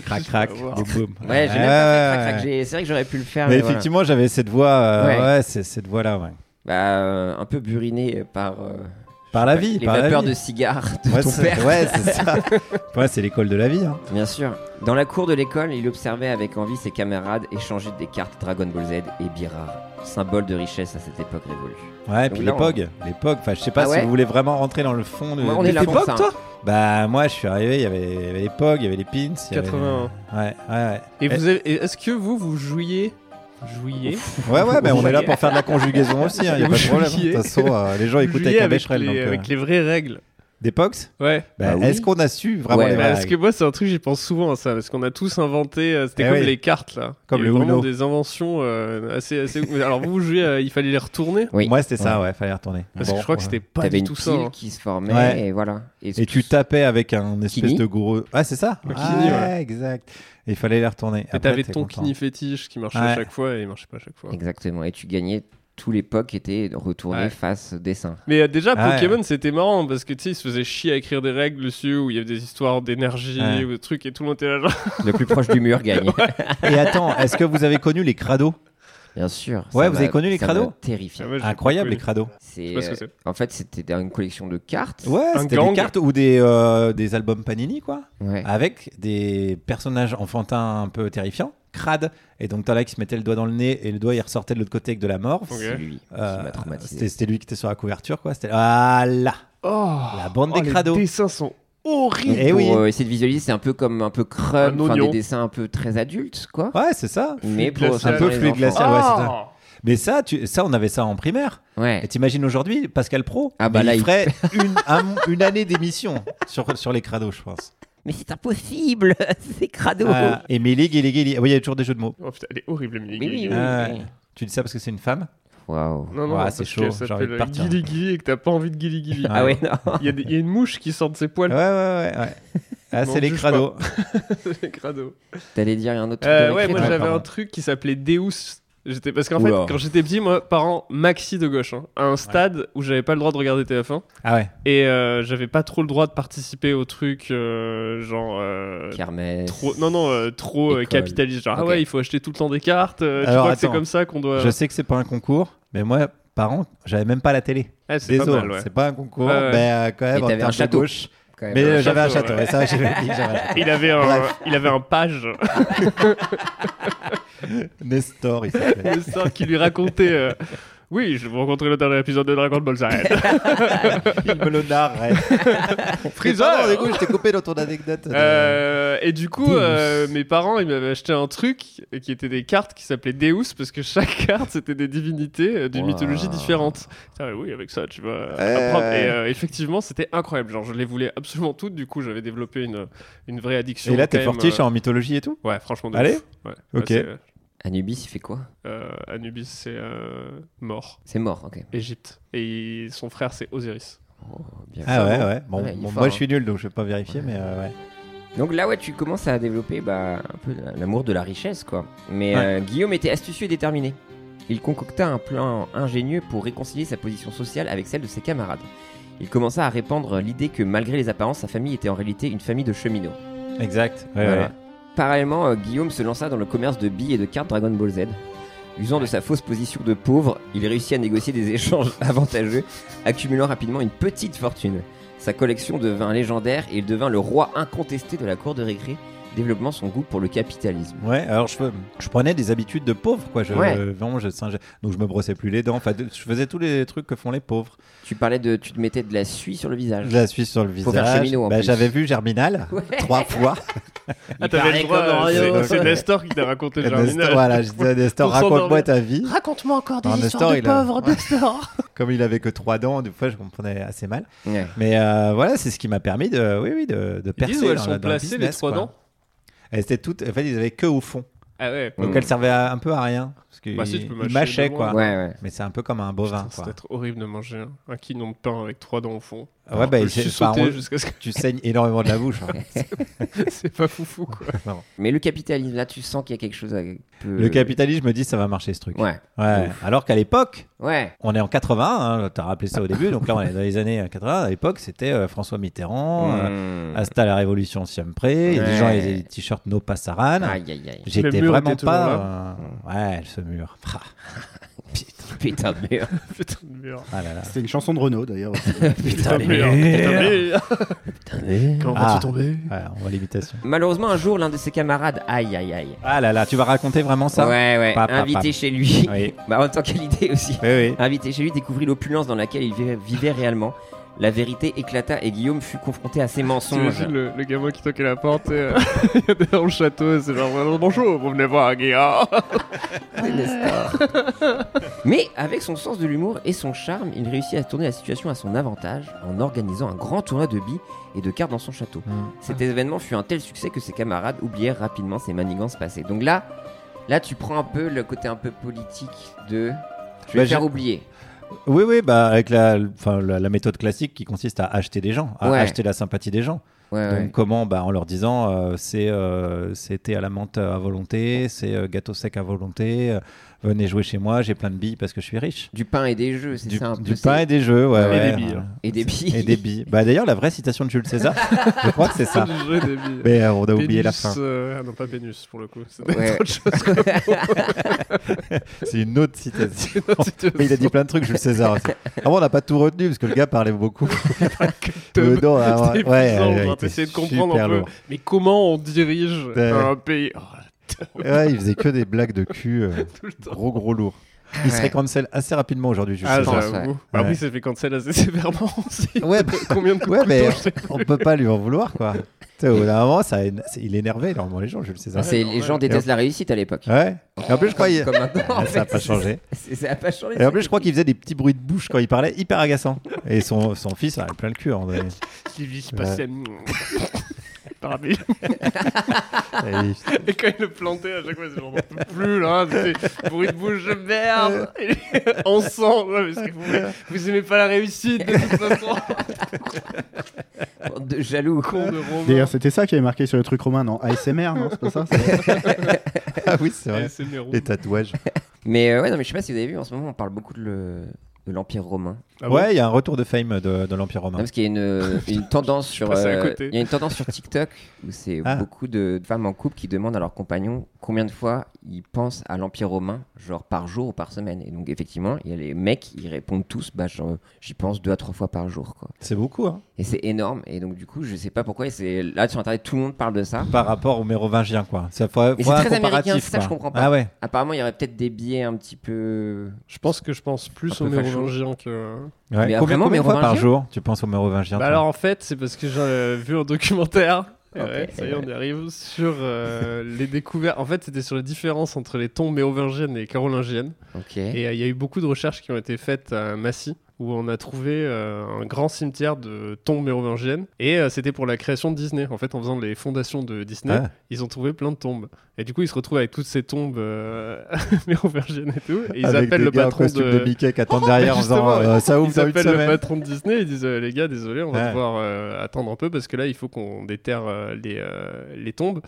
[SPEAKER 2] crac, crac.
[SPEAKER 4] Juste pour
[SPEAKER 2] boum, boum.
[SPEAKER 1] Ouais, j'ai même pas fait crac, crac, j'ai- C'est vrai que j'aurais pu le faire.
[SPEAKER 2] Mais
[SPEAKER 1] voilà.
[SPEAKER 2] effectivement, j'avais cette voix, euh,
[SPEAKER 1] Ouais.
[SPEAKER 2] ouais, c'est- cette voix-là, ouais.
[SPEAKER 1] Bah, euh, un peu buriné par euh,
[SPEAKER 2] Par la vie,
[SPEAKER 1] les
[SPEAKER 2] Ah par la
[SPEAKER 1] vapeurs
[SPEAKER 2] vie.
[SPEAKER 1] de cigares de
[SPEAKER 2] ouais,
[SPEAKER 1] ton
[SPEAKER 2] c'est-
[SPEAKER 1] père.
[SPEAKER 2] Ouais, c'est ça. ouais, c'est l'école de la vie. hein.
[SPEAKER 1] Bien sûr. Dans la cour de l'école, il observait avec envie ses camarades échanger des cartes Dragon Ball Z et Birard, symbole de richesse à cette époque révolue.
[SPEAKER 2] Ouais, et
[SPEAKER 1] Donc
[SPEAKER 2] puis
[SPEAKER 1] là,
[SPEAKER 2] les
[SPEAKER 1] on-
[SPEAKER 2] POG. Les POG, enfin, je sais pas
[SPEAKER 1] Ah ouais
[SPEAKER 2] si vous voulez vraiment rentrer dans le fond de.
[SPEAKER 1] Ouais, on
[SPEAKER 2] Mais
[SPEAKER 1] est là
[SPEAKER 2] t'es
[SPEAKER 1] pour
[SPEAKER 2] POG,
[SPEAKER 1] ça, hein.
[SPEAKER 2] Euh, toi Bah, moi, je suis arrivé, il y avait il y avait les POG, il y avait les pins. il y avait-
[SPEAKER 4] 81.
[SPEAKER 2] Ouais, ouais,
[SPEAKER 4] Et, vous avez- et est-ce que vous, vous jouiez Jouiez
[SPEAKER 2] ouais. Ouais, ouais, mais on
[SPEAKER 4] Vous
[SPEAKER 2] est là
[SPEAKER 4] jouiez.
[SPEAKER 2] pour faire de la conjugaison aussi, il y a
[SPEAKER 4] Vous
[SPEAKER 2] pas de problème. hein. De
[SPEAKER 4] jouiez.
[SPEAKER 2] toute façon, euh, les gens
[SPEAKER 4] Vous
[SPEAKER 2] écoutent
[SPEAKER 4] jouiez
[SPEAKER 2] avec la
[SPEAKER 4] avec,
[SPEAKER 2] Becherel.
[SPEAKER 4] les,
[SPEAKER 2] donc, euh,
[SPEAKER 4] avec les vraies règles.
[SPEAKER 2] Des POGs
[SPEAKER 4] Ouais.
[SPEAKER 2] Bah,
[SPEAKER 1] Bah oui.
[SPEAKER 2] Est-ce qu'on a su vraiment
[SPEAKER 1] Ouais,
[SPEAKER 2] les
[SPEAKER 1] bah,
[SPEAKER 2] vraies
[SPEAKER 4] Parce que
[SPEAKER 2] règles
[SPEAKER 4] moi, c'est un truc, j'y pense souvent à ça, parce qu'on a tous inventé, euh, c'était
[SPEAKER 2] Eh
[SPEAKER 4] comme
[SPEAKER 2] oui.
[SPEAKER 4] les cartes là.
[SPEAKER 2] Comme
[SPEAKER 4] Il y a
[SPEAKER 2] le
[SPEAKER 4] eu vraiment
[SPEAKER 2] Uno.
[SPEAKER 4] des inventions euh, assez, assez. Alors vous, vous jouez, euh, il fallait les retourner.
[SPEAKER 1] Oui.
[SPEAKER 2] Moi, c'était ça, ouais, fallait retourner.
[SPEAKER 4] Parce
[SPEAKER 2] Bon,
[SPEAKER 4] que je crois que
[SPEAKER 2] ouais.
[SPEAKER 4] c'était pas
[SPEAKER 1] T'avais
[SPEAKER 4] du
[SPEAKER 1] une
[SPEAKER 4] tout
[SPEAKER 1] pile
[SPEAKER 4] ça. hein.
[SPEAKER 1] qui se formait
[SPEAKER 2] Ouais.
[SPEAKER 1] et voilà.
[SPEAKER 2] Et tu tapais avec un espèce
[SPEAKER 1] Kini
[SPEAKER 2] de gros. Ah, c'est ça
[SPEAKER 4] Le
[SPEAKER 2] Ah,
[SPEAKER 4] kini, ouais.
[SPEAKER 2] exact. Et il fallait les retourner.
[SPEAKER 4] Et
[SPEAKER 2] Après,
[SPEAKER 4] t'avais
[SPEAKER 2] t'es
[SPEAKER 4] ton
[SPEAKER 2] content.
[SPEAKER 4] kini fétiche qui marchait
[SPEAKER 2] Ouais.
[SPEAKER 4] à chaque fois et il marchait pas à chaque fois.
[SPEAKER 1] Exactement. Et tu gagnais tous les pocs qui étaient retournés
[SPEAKER 4] Ouais.
[SPEAKER 1] face dessin.
[SPEAKER 4] Mais euh, déjà,
[SPEAKER 2] Ah ouais.
[SPEAKER 4] Pokémon, c'était marrant parce que tu sais, ils se faisaient chier à écrire des règles dessus où il y avait des histoires d'énergie
[SPEAKER 2] Ouais.
[SPEAKER 4] ou des trucs et tout le monde était là. genre,
[SPEAKER 1] Le plus proche du mur gagne.
[SPEAKER 2] Et attends, est-ce que vous avez connu les crados
[SPEAKER 1] Bien sûr.
[SPEAKER 2] Ouais,
[SPEAKER 1] ça
[SPEAKER 2] vous
[SPEAKER 1] m'a-
[SPEAKER 2] avez connu les
[SPEAKER 1] ça m'a
[SPEAKER 2] crados
[SPEAKER 1] Terrifié.
[SPEAKER 4] Ah ouais, j'ai
[SPEAKER 2] Incroyable,
[SPEAKER 4] compris.
[SPEAKER 2] les crados.
[SPEAKER 1] C'est,
[SPEAKER 4] Je sais pas ce que
[SPEAKER 1] euh, en fait, c'était une collection de cartes.
[SPEAKER 2] Ouais,
[SPEAKER 4] Un
[SPEAKER 2] c'était des
[SPEAKER 4] gang.
[SPEAKER 2] cartes ou des, euh, des albums Panini, quoi.
[SPEAKER 1] Ouais.
[SPEAKER 4] Ah,
[SPEAKER 2] Avec des personnages enfantins un peu terrifiants, crades. Et donc, t'en as qui se mettait le doigt dans le nez et le doigt, il ressortait de l'autre côté avec de la mort.
[SPEAKER 4] Ok.
[SPEAKER 1] C'est lui qui m'a
[SPEAKER 2] Euh, c'était,
[SPEAKER 1] traumatisé.
[SPEAKER 2] c'était lui qui était sur la couverture, quoi. C'était ah là,
[SPEAKER 4] Oh,
[SPEAKER 2] la bande
[SPEAKER 4] oh,
[SPEAKER 2] des
[SPEAKER 4] les
[SPEAKER 2] crados.
[SPEAKER 4] dessins sont
[SPEAKER 1] Donc,
[SPEAKER 4] horribles.
[SPEAKER 2] Eh
[SPEAKER 1] pour
[SPEAKER 2] oui.
[SPEAKER 1] euh, essayer de visualiser, c'est un peu comme un peu creux,
[SPEAKER 4] Un
[SPEAKER 1] enfin des
[SPEAKER 4] oignon.
[SPEAKER 1] dessins un peu très adultes, quoi.
[SPEAKER 2] Ouais, c'est ça.
[SPEAKER 1] Mais pour
[SPEAKER 4] glacial.
[SPEAKER 1] ça,
[SPEAKER 2] Un peu
[SPEAKER 1] les
[SPEAKER 2] fluide
[SPEAKER 1] enfants.
[SPEAKER 2] glacial, ouais, c'est ça.
[SPEAKER 4] Ah
[SPEAKER 2] Mais ça, tu, ça, on avait ça en primaire.
[SPEAKER 1] Ouais.
[SPEAKER 2] Et t'imagines aujourd'hui, Pascal Pro,
[SPEAKER 1] Ah bah
[SPEAKER 2] mais
[SPEAKER 1] là,
[SPEAKER 2] il
[SPEAKER 1] il-
[SPEAKER 2] ferait une, un- une année d'émission sur, sur les crados, je pense.
[SPEAKER 1] Mais c'est impossible, c'est crado.
[SPEAKER 2] Ah, et Mélie, Guélie, Guélie. Oui, il y a toujours des jeux de mots.
[SPEAKER 4] Oh putain, elle est horrible, la
[SPEAKER 1] Oui, oui,
[SPEAKER 4] mini
[SPEAKER 1] oui.
[SPEAKER 2] Ah,
[SPEAKER 1] oui.
[SPEAKER 2] Tu dis ça parce que c'est une femme
[SPEAKER 1] Waouh.
[SPEAKER 4] Non, non,
[SPEAKER 2] Ouah,
[SPEAKER 4] parce
[SPEAKER 2] c'est chaud,
[SPEAKER 4] qu'elle
[SPEAKER 2] j'ai envie de
[SPEAKER 4] s'appelle
[SPEAKER 2] partir.
[SPEAKER 4] Guili Guili et que t'as pas envie de Guili Guili.
[SPEAKER 1] Ah ouais, non.
[SPEAKER 4] Il y, a des- il y a une mouche qui sort de ses poils.
[SPEAKER 2] Ouais, ouais, ouais. ouais. Ah,
[SPEAKER 4] Non,
[SPEAKER 2] c'est les
[SPEAKER 4] juge
[SPEAKER 2] crados. Ah.
[SPEAKER 4] les crados.
[SPEAKER 1] T'allais dire un autre truc.
[SPEAKER 4] Euh,
[SPEAKER 1] de
[SPEAKER 4] ouais,
[SPEAKER 1] récré,
[SPEAKER 4] moi
[SPEAKER 1] toi.
[SPEAKER 4] j'avais
[SPEAKER 2] pardon.
[SPEAKER 4] un truc qui s'appelait Deus. J'étais parce qu'en fait
[SPEAKER 1] Oula.
[SPEAKER 4] quand j'étais petit, moi parents maxi de gauche, hein, à un stade où j'avais pas le droit de regarder TF1
[SPEAKER 2] Ah ouais.
[SPEAKER 4] et euh, j'avais pas trop le droit de participer aux trucs euh, genre euh,
[SPEAKER 1] Kermesse.
[SPEAKER 4] trop non non euh, trop euh,
[SPEAKER 1] École.
[SPEAKER 4] capitaliste genre ah
[SPEAKER 1] Ok.
[SPEAKER 4] ouais il faut acheter tout le temps des cartes. euh, tu
[SPEAKER 2] Alors,
[SPEAKER 4] crois que c'est
[SPEAKER 2] attends.
[SPEAKER 4] comme ça qu'on doit.
[SPEAKER 2] Je sais que c'est pas un concours, mais moi, parent, j'avais même pas la télé.
[SPEAKER 4] Ah, c'est pas
[SPEAKER 2] Désolé,
[SPEAKER 4] mal, ouais.
[SPEAKER 2] c'est pas un concours.
[SPEAKER 4] Ouais, ouais.
[SPEAKER 2] Mais euh, quand
[SPEAKER 1] Mais
[SPEAKER 2] même, en
[SPEAKER 1] t'avais
[SPEAKER 2] termes
[SPEAKER 1] un
[SPEAKER 2] de
[SPEAKER 1] château.
[SPEAKER 2] gauche.
[SPEAKER 1] quand même.
[SPEAKER 2] Mais euh,
[SPEAKER 4] un
[SPEAKER 2] j'avais un
[SPEAKER 4] château,
[SPEAKER 2] château,
[SPEAKER 4] ouais.
[SPEAKER 2] et ça, j'avais dit que j'avais un château.
[SPEAKER 4] Il avait un il avait un page
[SPEAKER 2] Nestor, il s'appelait.
[SPEAKER 4] le sort qui lui racontait. euh, oui, je vous rencontrais le dernier épisode de Dragon Ball Z.
[SPEAKER 2] Il me le narre.
[SPEAKER 4] Freezer
[SPEAKER 2] Du coup, je t'ai coupé dans ton anecdote. de-
[SPEAKER 4] Euh, et du coup,
[SPEAKER 2] Deus.
[SPEAKER 4] euh, mes parents, ils m'avaient acheté un truc qui était des cartes qui s'appelaient Deus, parce que chaque carte, c'était des divinités euh, d'une
[SPEAKER 1] Wow.
[SPEAKER 4] mythologie différente. Putain, Ah, mais oui, avec ça, tu vas euh,
[SPEAKER 2] Euh.
[SPEAKER 4] apprendre. Et euh, effectivement, c'était incroyable. Genre, je les voulais absolument toutes. Du coup, j'avais développé une, une vraie addiction.
[SPEAKER 2] Et là,
[SPEAKER 4] quand
[SPEAKER 2] t'es
[SPEAKER 4] même,
[SPEAKER 2] fortiche
[SPEAKER 4] euh,
[SPEAKER 2] en mythologie et tout
[SPEAKER 4] Ouais, franchement. de
[SPEAKER 2] Allez.
[SPEAKER 4] ouf. Ouais.
[SPEAKER 2] Ok.
[SPEAKER 4] Ouais, c'est-
[SPEAKER 1] Anubis, il fait quoi
[SPEAKER 4] Euh, Anubis, c'est euh, mort.
[SPEAKER 1] C'est mort, ok. Oh,
[SPEAKER 4] Égypte. Et il- son frère, c'est Osiris.
[SPEAKER 1] Bien
[SPEAKER 2] Ah
[SPEAKER 1] sûr.
[SPEAKER 2] ouais, ouais. Bon,
[SPEAKER 1] Ouais, il est
[SPEAKER 2] bon,
[SPEAKER 1] fort,
[SPEAKER 2] moi
[SPEAKER 1] hein.
[SPEAKER 2] je suis nul donc je vais pas vérifier, mais euh, ouais.
[SPEAKER 1] Donc là, ouais, tu commences à développer bah, un peu la- l'amour de la richesse, quoi. Mais
[SPEAKER 2] Ouais.
[SPEAKER 1] euh, Guillaume était astucieux et déterminé. Il concocta un plan ingénieux pour réconcilier sa position sociale avec celle de ses camarades. Il commença à répandre l'idée que malgré les apparences, sa famille était en réalité une famille de cheminots.
[SPEAKER 2] Exact. Ouais,
[SPEAKER 1] Voilà.
[SPEAKER 2] ouais.
[SPEAKER 1] Parallèlement, euh, Guillaume se lança dans le commerce de billes et de cartes Dragon Ball Z. Usant de sa fausse position de pauvre, il réussit à négocier des échanges avantageux, accumulant rapidement une petite fortune. Sa collection devint légendaire et il devint le roi incontesté de la cour de récré, développant son goût pour le capitalisme.
[SPEAKER 2] Ouais, alors je, je prenais des habitudes de pauvre, quoi. Je,
[SPEAKER 1] Ouais.
[SPEAKER 2] euh, vraiment, je singeais. Donc je me brossais plus les dents. Enfin, de- je faisais tous les trucs que font les pauvres.
[SPEAKER 1] Tu parlais de. Tu te mettais de la suie sur le visage.
[SPEAKER 2] Je la suis sur le
[SPEAKER 1] Faut faire
[SPEAKER 2] visage. Bah,
[SPEAKER 1] cheminot, en plus.
[SPEAKER 2] J'avais vu Germinal trois fois.
[SPEAKER 4] Ah, t'avais
[SPEAKER 1] paraît
[SPEAKER 4] le droit.
[SPEAKER 1] comme Mario.
[SPEAKER 4] euh, C'est c'est Nestor qui t'a raconté
[SPEAKER 2] Et
[SPEAKER 4] Germinal.
[SPEAKER 2] Nestor, voilà, je disais Nestor,
[SPEAKER 4] Pour s'endormir.
[SPEAKER 2] raconte-moi ta vie.
[SPEAKER 5] Raconte-moi encore des
[SPEAKER 2] Alors,
[SPEAKER 5] histoires
[SPEAKER 2] Nestor,
[SPEAKER 5] de
[SPEAKER 2] il a-
[SPEAKER 5] pauvres,
[SPEAKER 2] ouais.
[SPEAKER 5] Nestor.
[SPEAKER 2] Comme il avait que trois dents, des fois je comprenais assez mal.
[SPEAKER 1] Ouais.
[SPEAKER 2] Mais euh, voilà, c'est ce qui m'a permis de, oui, oui, de, de
[SPEAKER 4] Ils
[SPEAKER 2] percer
[SPEAKER 4] disent où elles
[SPEAKER 2] dans
[SPEAKER 4] sont
[SPEAKER 2] la- dans le
[SPEAKER 4] placées, les
[SPEAKER 2] business,
[SPEAKER 4] trois
[SPEAKER 2] quoi.
[SPEAKER 4] dents
[SPEAKER 2] Elles étaient toutes, en fait, ils avaient que au fond.
[SPEAKER 4] Ah ouais.
[SPEAKER 2] Donc
[SPEAKER 1] Mm.
[SPEAKER 2] elles servaient à- un peu à rien. Parce qu'ils
[SPEAKER 4] Bah si, tu peux mâcher
[SPEAKER 2] mâchaient,
[SPEAKER 4] de
[SPEAKER 2] quoi.
[SPEAKER 4] loin.
[SPEAKER 1] Ouais, ouais.
[SPEAKER 2] Mais c'est un peu comme un
[SPEAKER 4] Putain,
[SPEAKER 2] bovin,
[SPEAKER 4] ça
[SPEAKER 2] quoi.
[SPEAKER 4] doit être horrible de manger un, un quinon de pain avec trois dents au fond.
[SPEAKER 2] Ouais, bah,
[SPEAKER 4] je
[SPEAKER 2] c'est-
[SPEAKER 4] suis
[SPEAKER 2] enfin,
[SPEAKER 4] sauté
[SPEAKER 2] on-
[SPEAKER 4] jusqu'à ce que
[SPEAKER 2] Tu saignes énormément de la bouche. hein.
[SPEAKER 4] c'est pas foufou quoi.
[SPEAKER 2] Non.
[SPEAKER 1] Mais le capitalisme, là, tu sens qu'il y a quelque chose à. peu-
[SPEAKER 2] Le capitalisme, je me dis, ça va marcher ce truc.
[SPEAKER 1] Ouais.
[SPEAKER 2] Ouais. Alors qu'à l'époque,
[SPEAKER 1] Ouais.
[SPEAKER 2] on est en 80, hein, t'as rappelé ça au début, donc là on est dans les années 80, à l'époque c'était euh, François Mitterrand, euh,
[SPEAKER 1] Mmh.
[SPEAKER 2] Hasta la Révolution Siam Pré, il y a des
[SPEAKER 1] Ouais. Ah,
[SPEAKER 2] gens avaient des t-shirts No Passaran.
[SPEAKER 1] Aïe, aïe, aïe.
[SPEAKER 2] J'étais
[SPEAKER 4] Le mur
[SPEAKER 2] vraiment
[SPEAKER 4] était
[SPEAKER 2] pas. euh, Ouais, ce mur. Ah,
[SPEAKER 1] Putain de merde.
[SPEAKER 4] Putain de merde.
[SPEAKER 2] ah là là.
[SPEAKER 3] C'était une chanson de Renaud d'ailleurs.
[SPEAKER 2] Putain, Ah. les
[SPEAKER 4] merde.
[SPEAKER 2] murs.
[SPEAKER 4] Quand
[SPEAKER 2] Ah.
[SPEAKER 4] vas-tu tomber
[SPEAKER 2] Voilà, on voit l'imitation.
[SPEAKER 1] Malheureusement, un jour, l'un de ses camarades, aïe aïe aïe,
[SPEAKER 2] Ah là là, tu vas raconter vraiment ça
[SPEAKER 1] ouais, ouais,
[SPEAKER 2] Pam, pam,
[SPEAKER 1] invité
[SPEAKER 2] pam.
[SPEAKER 1] chez lui,
[SPEAKER 2] Oui.
[SPEAKER 1] bah, en tant qu'idée aussi,
[SPEAKER 2] Oui, oui.
[SPEAKER 1] invité chez lui, découvrit l'opulence dans laquelle il vivait, vivait réellement. La vérité éclata et Guillaume fut confronté à ses mensonges.
[SPEAKER 4] T'imagines le, le gamin qui toquait la porte et euh, il y a des gens au château et c'est genre vraiment, bonjour, vous venez voir Guillaume.
[SPEAKER 1] Mais avec son sens de l'humour et son charme, il réussit à tourner la situation à son avantage en organisant un grand tournoi de billes et de cartes dans son château.
[SPEAKER 2] Mmh. Ah.
[SPEAKER 1] Cet événement fut un tel succès que ses camarades oublièrent rapidement ses manigances passées. Donc là, là tu prends un peu le côté un peu politique de... Je vais
[SPEAKER 2] Bah,
[SPEAKER 1] le faire
[SPEAKER 2] j'ai-
[SPEAKER 1] oublier.
[SPEAKER 2] Oui, oui, bah, avec la, enfin, la, la méthode classique qui consiste à acheter des gens, à
[SPEAKER 1] Ouais.
[SPEAKER 2] acheter la sympathie des gens.
[SPEAKER 1] Ouais,
[SPEAKER 2] Donc,
[SPEAKER 1] ouais.
[SPEAKER 2] comment bah, En leur disant euh, c'est euh, c'est thé à la menthe à volonté, c'est euh, gâteau sec à volonté, euh, venez jouer chez moi, j'ai plein de billes parce que je suis riche.
[SPEAKER 1] Du pain et des jeux, c'est
[SPEAKER 2] Du,
[SPEAKER 1] ça un peu,
[SPEAKER 2] du
[SPEAKER 1] c'est-
[SPEAKER 2] pain et des jeux, ouais.
[SPEAKER 4] Et
[SPEAKER 2] ouais,
[SPEAKER 4] des billes, hein.
[SPEAKER 1] et des billes.
[SPEAKER 2] Et des billes. Bah, D'ailleurs, la vraie citation de Jules César, je crois que c'est ça.
[SPEAKER 4] Du jeu des billes.
[SPEAKER 2] Mais euh, on a oublié la
[SPEAKER 4] Pénus,
[SPEAKER 2] fin.
[SPEAKER 4] euh, ah non, pas pénus pour le coup. C'est
[SPEAKER 1] Ouais.
[SPEAKER 4] autre chose.
[SPEAKER 2] C'est une autre citation.
[SPEAKER 4] Une autre citation.
[SPEAKER 2] Mais il a dit plein de trucs, Jules César. aussi. Avant, on n'a pas tout retenu parce que le gars parlait beaucoup.
[SPEAKER 4] C'était
[SPEAKER 2] Euh, non, alors, ouais,
[SPEAKER 4] épuisant,
[SPEAKER 2] ouais,
[SPEAKER 4] genre,
[SPEAKER 2] ouais, il était
[SPEAKER 4] t'essayais de comprendre
[SPEAKER 2] super
[SPEAKER 4] un peu.
[SPEAKER 2] lourd.
[SPEAKER 4] Mais comment on dirige
[SPEAKER 2] Ouais.
[SPEAKER 4] un pays Oh,
[SPEAKER 2] Ouais, il faisait que des blagues de cul. euh,
[SPEAKER 4] tout le temps.
[SPEAKER 2] gros, gros lourd. Il serait
[SPEAKER 1] Ouais.
[SPEAKER 2] cancel assez rapidement aujourd'hui, Jules
[SPEAKER 4] Ah,
[SPEAKER 2] César.
[SPEAKER 1] pense,
[SPEAKER 4] j'avoue.
[SPEAKER 1] ouais.
[SPEAKER 4] Bah
[SPEAKER 2] Ouais.
[SPEAKER 4] oui, ça fait cancel assez sévèrement aussi.
[SPEAKER 2] Ouais, bah,
[SPEAKER 4] Combien de coups
[SPEAKER 2] ouais,
[SPEAKER 4] de
[SPEAKER 2] mais
[SPEAKER 4] couteau, je sais
[SPEAKER 2] on peut pas lui en vouloir, quoi. Tu sais, au bout d'un moment, ça, éne- c'est- il énervait énormément les gens, Jules César.
[SPEAKER 1] Ah, C'est- les gens détestent la réussite à l'époque.
[SPEAKER 2] Ouais. Et en plus, je crois qu'il-
[SPEAKER 1] Comme maintenant, en
[SPEAKER 2] Ah,
[SPEAKER 1] fait,
[SPEAKER 2] ça a pas
[SPEAKER 1] c'est-
[SPEAKER 2] changé.
[SPEAKER 1] c'est- Ça a pas changé.
[SPEAKER 2] Et en plus, je crois qu'il faisait des petits bruits de bouche quand il parlait, hyper agaçant. Et son, son fils en avait plein le cul. hein, mais-
[SPEAKER 4] qui lui se passait. Parmi.
[SPEAKER 2] Et il-
[SPEAKER 4] Et quand il le plantait, à chaque fois, c'est genre, j'en peux plus, là, c'est bruit de bouche de merde, Et lui, en sang, ouais, parce que vous, vous aimez pas la réussite, de toute façon,
[SPEAKER 1] Bande De jaloux.
[SPEAKER 4] con de Romain.
[SPEAKER 3] D'ailleurs, c'était ça qui avait marqué sur le truc romain, non ASMR, non C'est pas ça c'est-
[SPEAKER 2] Ah oui, c'est
[SPEAKER 4] Ouais,
[SPEAKER 2] vrai.
[SPEAKER 4] c'est Néron.
[SPEAKER 2] Les tatouages.
[SPEAKER 1] Mais euh, ouais, non, mais je sais pas si vous avez vu, en ce moment, on parle beaucoup de le- de l'Empire romain.
[SPEAKER 4] Ah
[SPEAKER 2] ouais, il y a un retour de fame de, de l'Empire
[SPEAKER 1] Non,
[SPEAKER 2] romain.
[SPEAKER 1] parce qu'il y a une, une tendance sur
[SPEAKER 4] passé à
[SPEAKER 1] euh,
[SPEAKER 4] côté.
[SPEAKER 1] il y a une tendance sur TikTok où c'est
[SPEAKER 2] Ah.
[SPEAKER 1] beaucoup de femmes en couple qui demandent à leurs compagnons combien de fois ils pensent à l'Empire romain, genre par jour ou par semaine. Et donc effectivement, il y a les mecs, ils répondent tous, bah genre, j'y pense deux à trois fois par jour, quoi.
[SPEAKER 2] C'est beaucoup, hein.
[SPEAKER 1] Et c'est énorme. Et donc du coup, je sais pas pourquoi. et C'est là sur internet, tout le monde parle de ça.
[SPEAKER 2] Par rapport aux mérovingiens, quoi. Ça faut,
[SPEAKER 1] Mais
[SPEAKER 2] faut
[SPEAKER 1] c'est
[SPEAKER 2] un
[SPEAKER 1] très américain,
[SPEAKER 2] comparatif.
[SPEAKER 1] ça,
[SPEAKER 2] quoi.
[SPEAKER 1] je comprends pas.
[SPEAKER 2] Ah ouais.
[SPEAKER 1] Apparemment, il y aurait peut-être des biais un petit peu.
[SPEAKER 4] Je pense que je pense plus
[SPEAKER 1] Un
[SPEAKER 4] aux
[SPEAKER 1] peu facho.
[SPEAKER 4] Mérovingiens que. euh,
[SPEAKER 2] Ouais.
[SPEAKER 1] Mais ah,
[SPEAKER 2] combien
[SPEAKER 1] vraiment,
[SPEAKER 2] combien de fois par
[SPEAKER 1] mérovingiens
[SPEAKER 2] jour tu penses aux mérovingiens
[SPEAKER 4] Bah
[SPEAKER 2] toi
[SPEAKER 4] alors en fait, c'est parce que j'ai euh, vu un documentaire. Et
[SPEAKER 1] Ok.
[SPEAKER 4] ouais, ça y est, on y arrive sur euh, les découvertes. En fait, c'était sur les différences entre les tombes mérovingiennes et carolingiennes.
[SPEAKER 1] Ok.
[SPEAKER 4] Et euh, il y a eu beaucoup de recherches qui ont été faites à Massy, où on a trouvé euh, un grand cimetière de tombes mérovingiennes. Et euh, c'était pour la création de Disney. En fait, en faisant les fondations de Disney,
[SPEAKER 2] Ah.
[SPEAKER 4] ils ont trouvé plein de tombes. Et du coup, ils se retrouvent avec toutes ces tombes euh, mérovingiennes et tout. Et ils
[SPEAKER 2] Avec des
[SPEAKER 4] appellent le
[SPEAKER 2] Ah, gars en
[SPEAKER 4] patron
[SPEAKER 2] costume de Mickey qui attendent derrière en
[SPEAKER 4] Justement,
[SPEAKER 2] disant, euh, ça ouvre
[SPEAKER 4] ils
[SPEAKER 2] dans une
[SPEAKER 4] appellent le
[SPEAKER 2] semaine.
[SPEAKER 4] patron de Disney et ils disent euh, les gars désolé on va
[SPEAKER 2] Ouais.
[SPEAKER 4] devoir euh, attendre un peu parce que là il faut qu'on déterre euh, les, euh, les tombes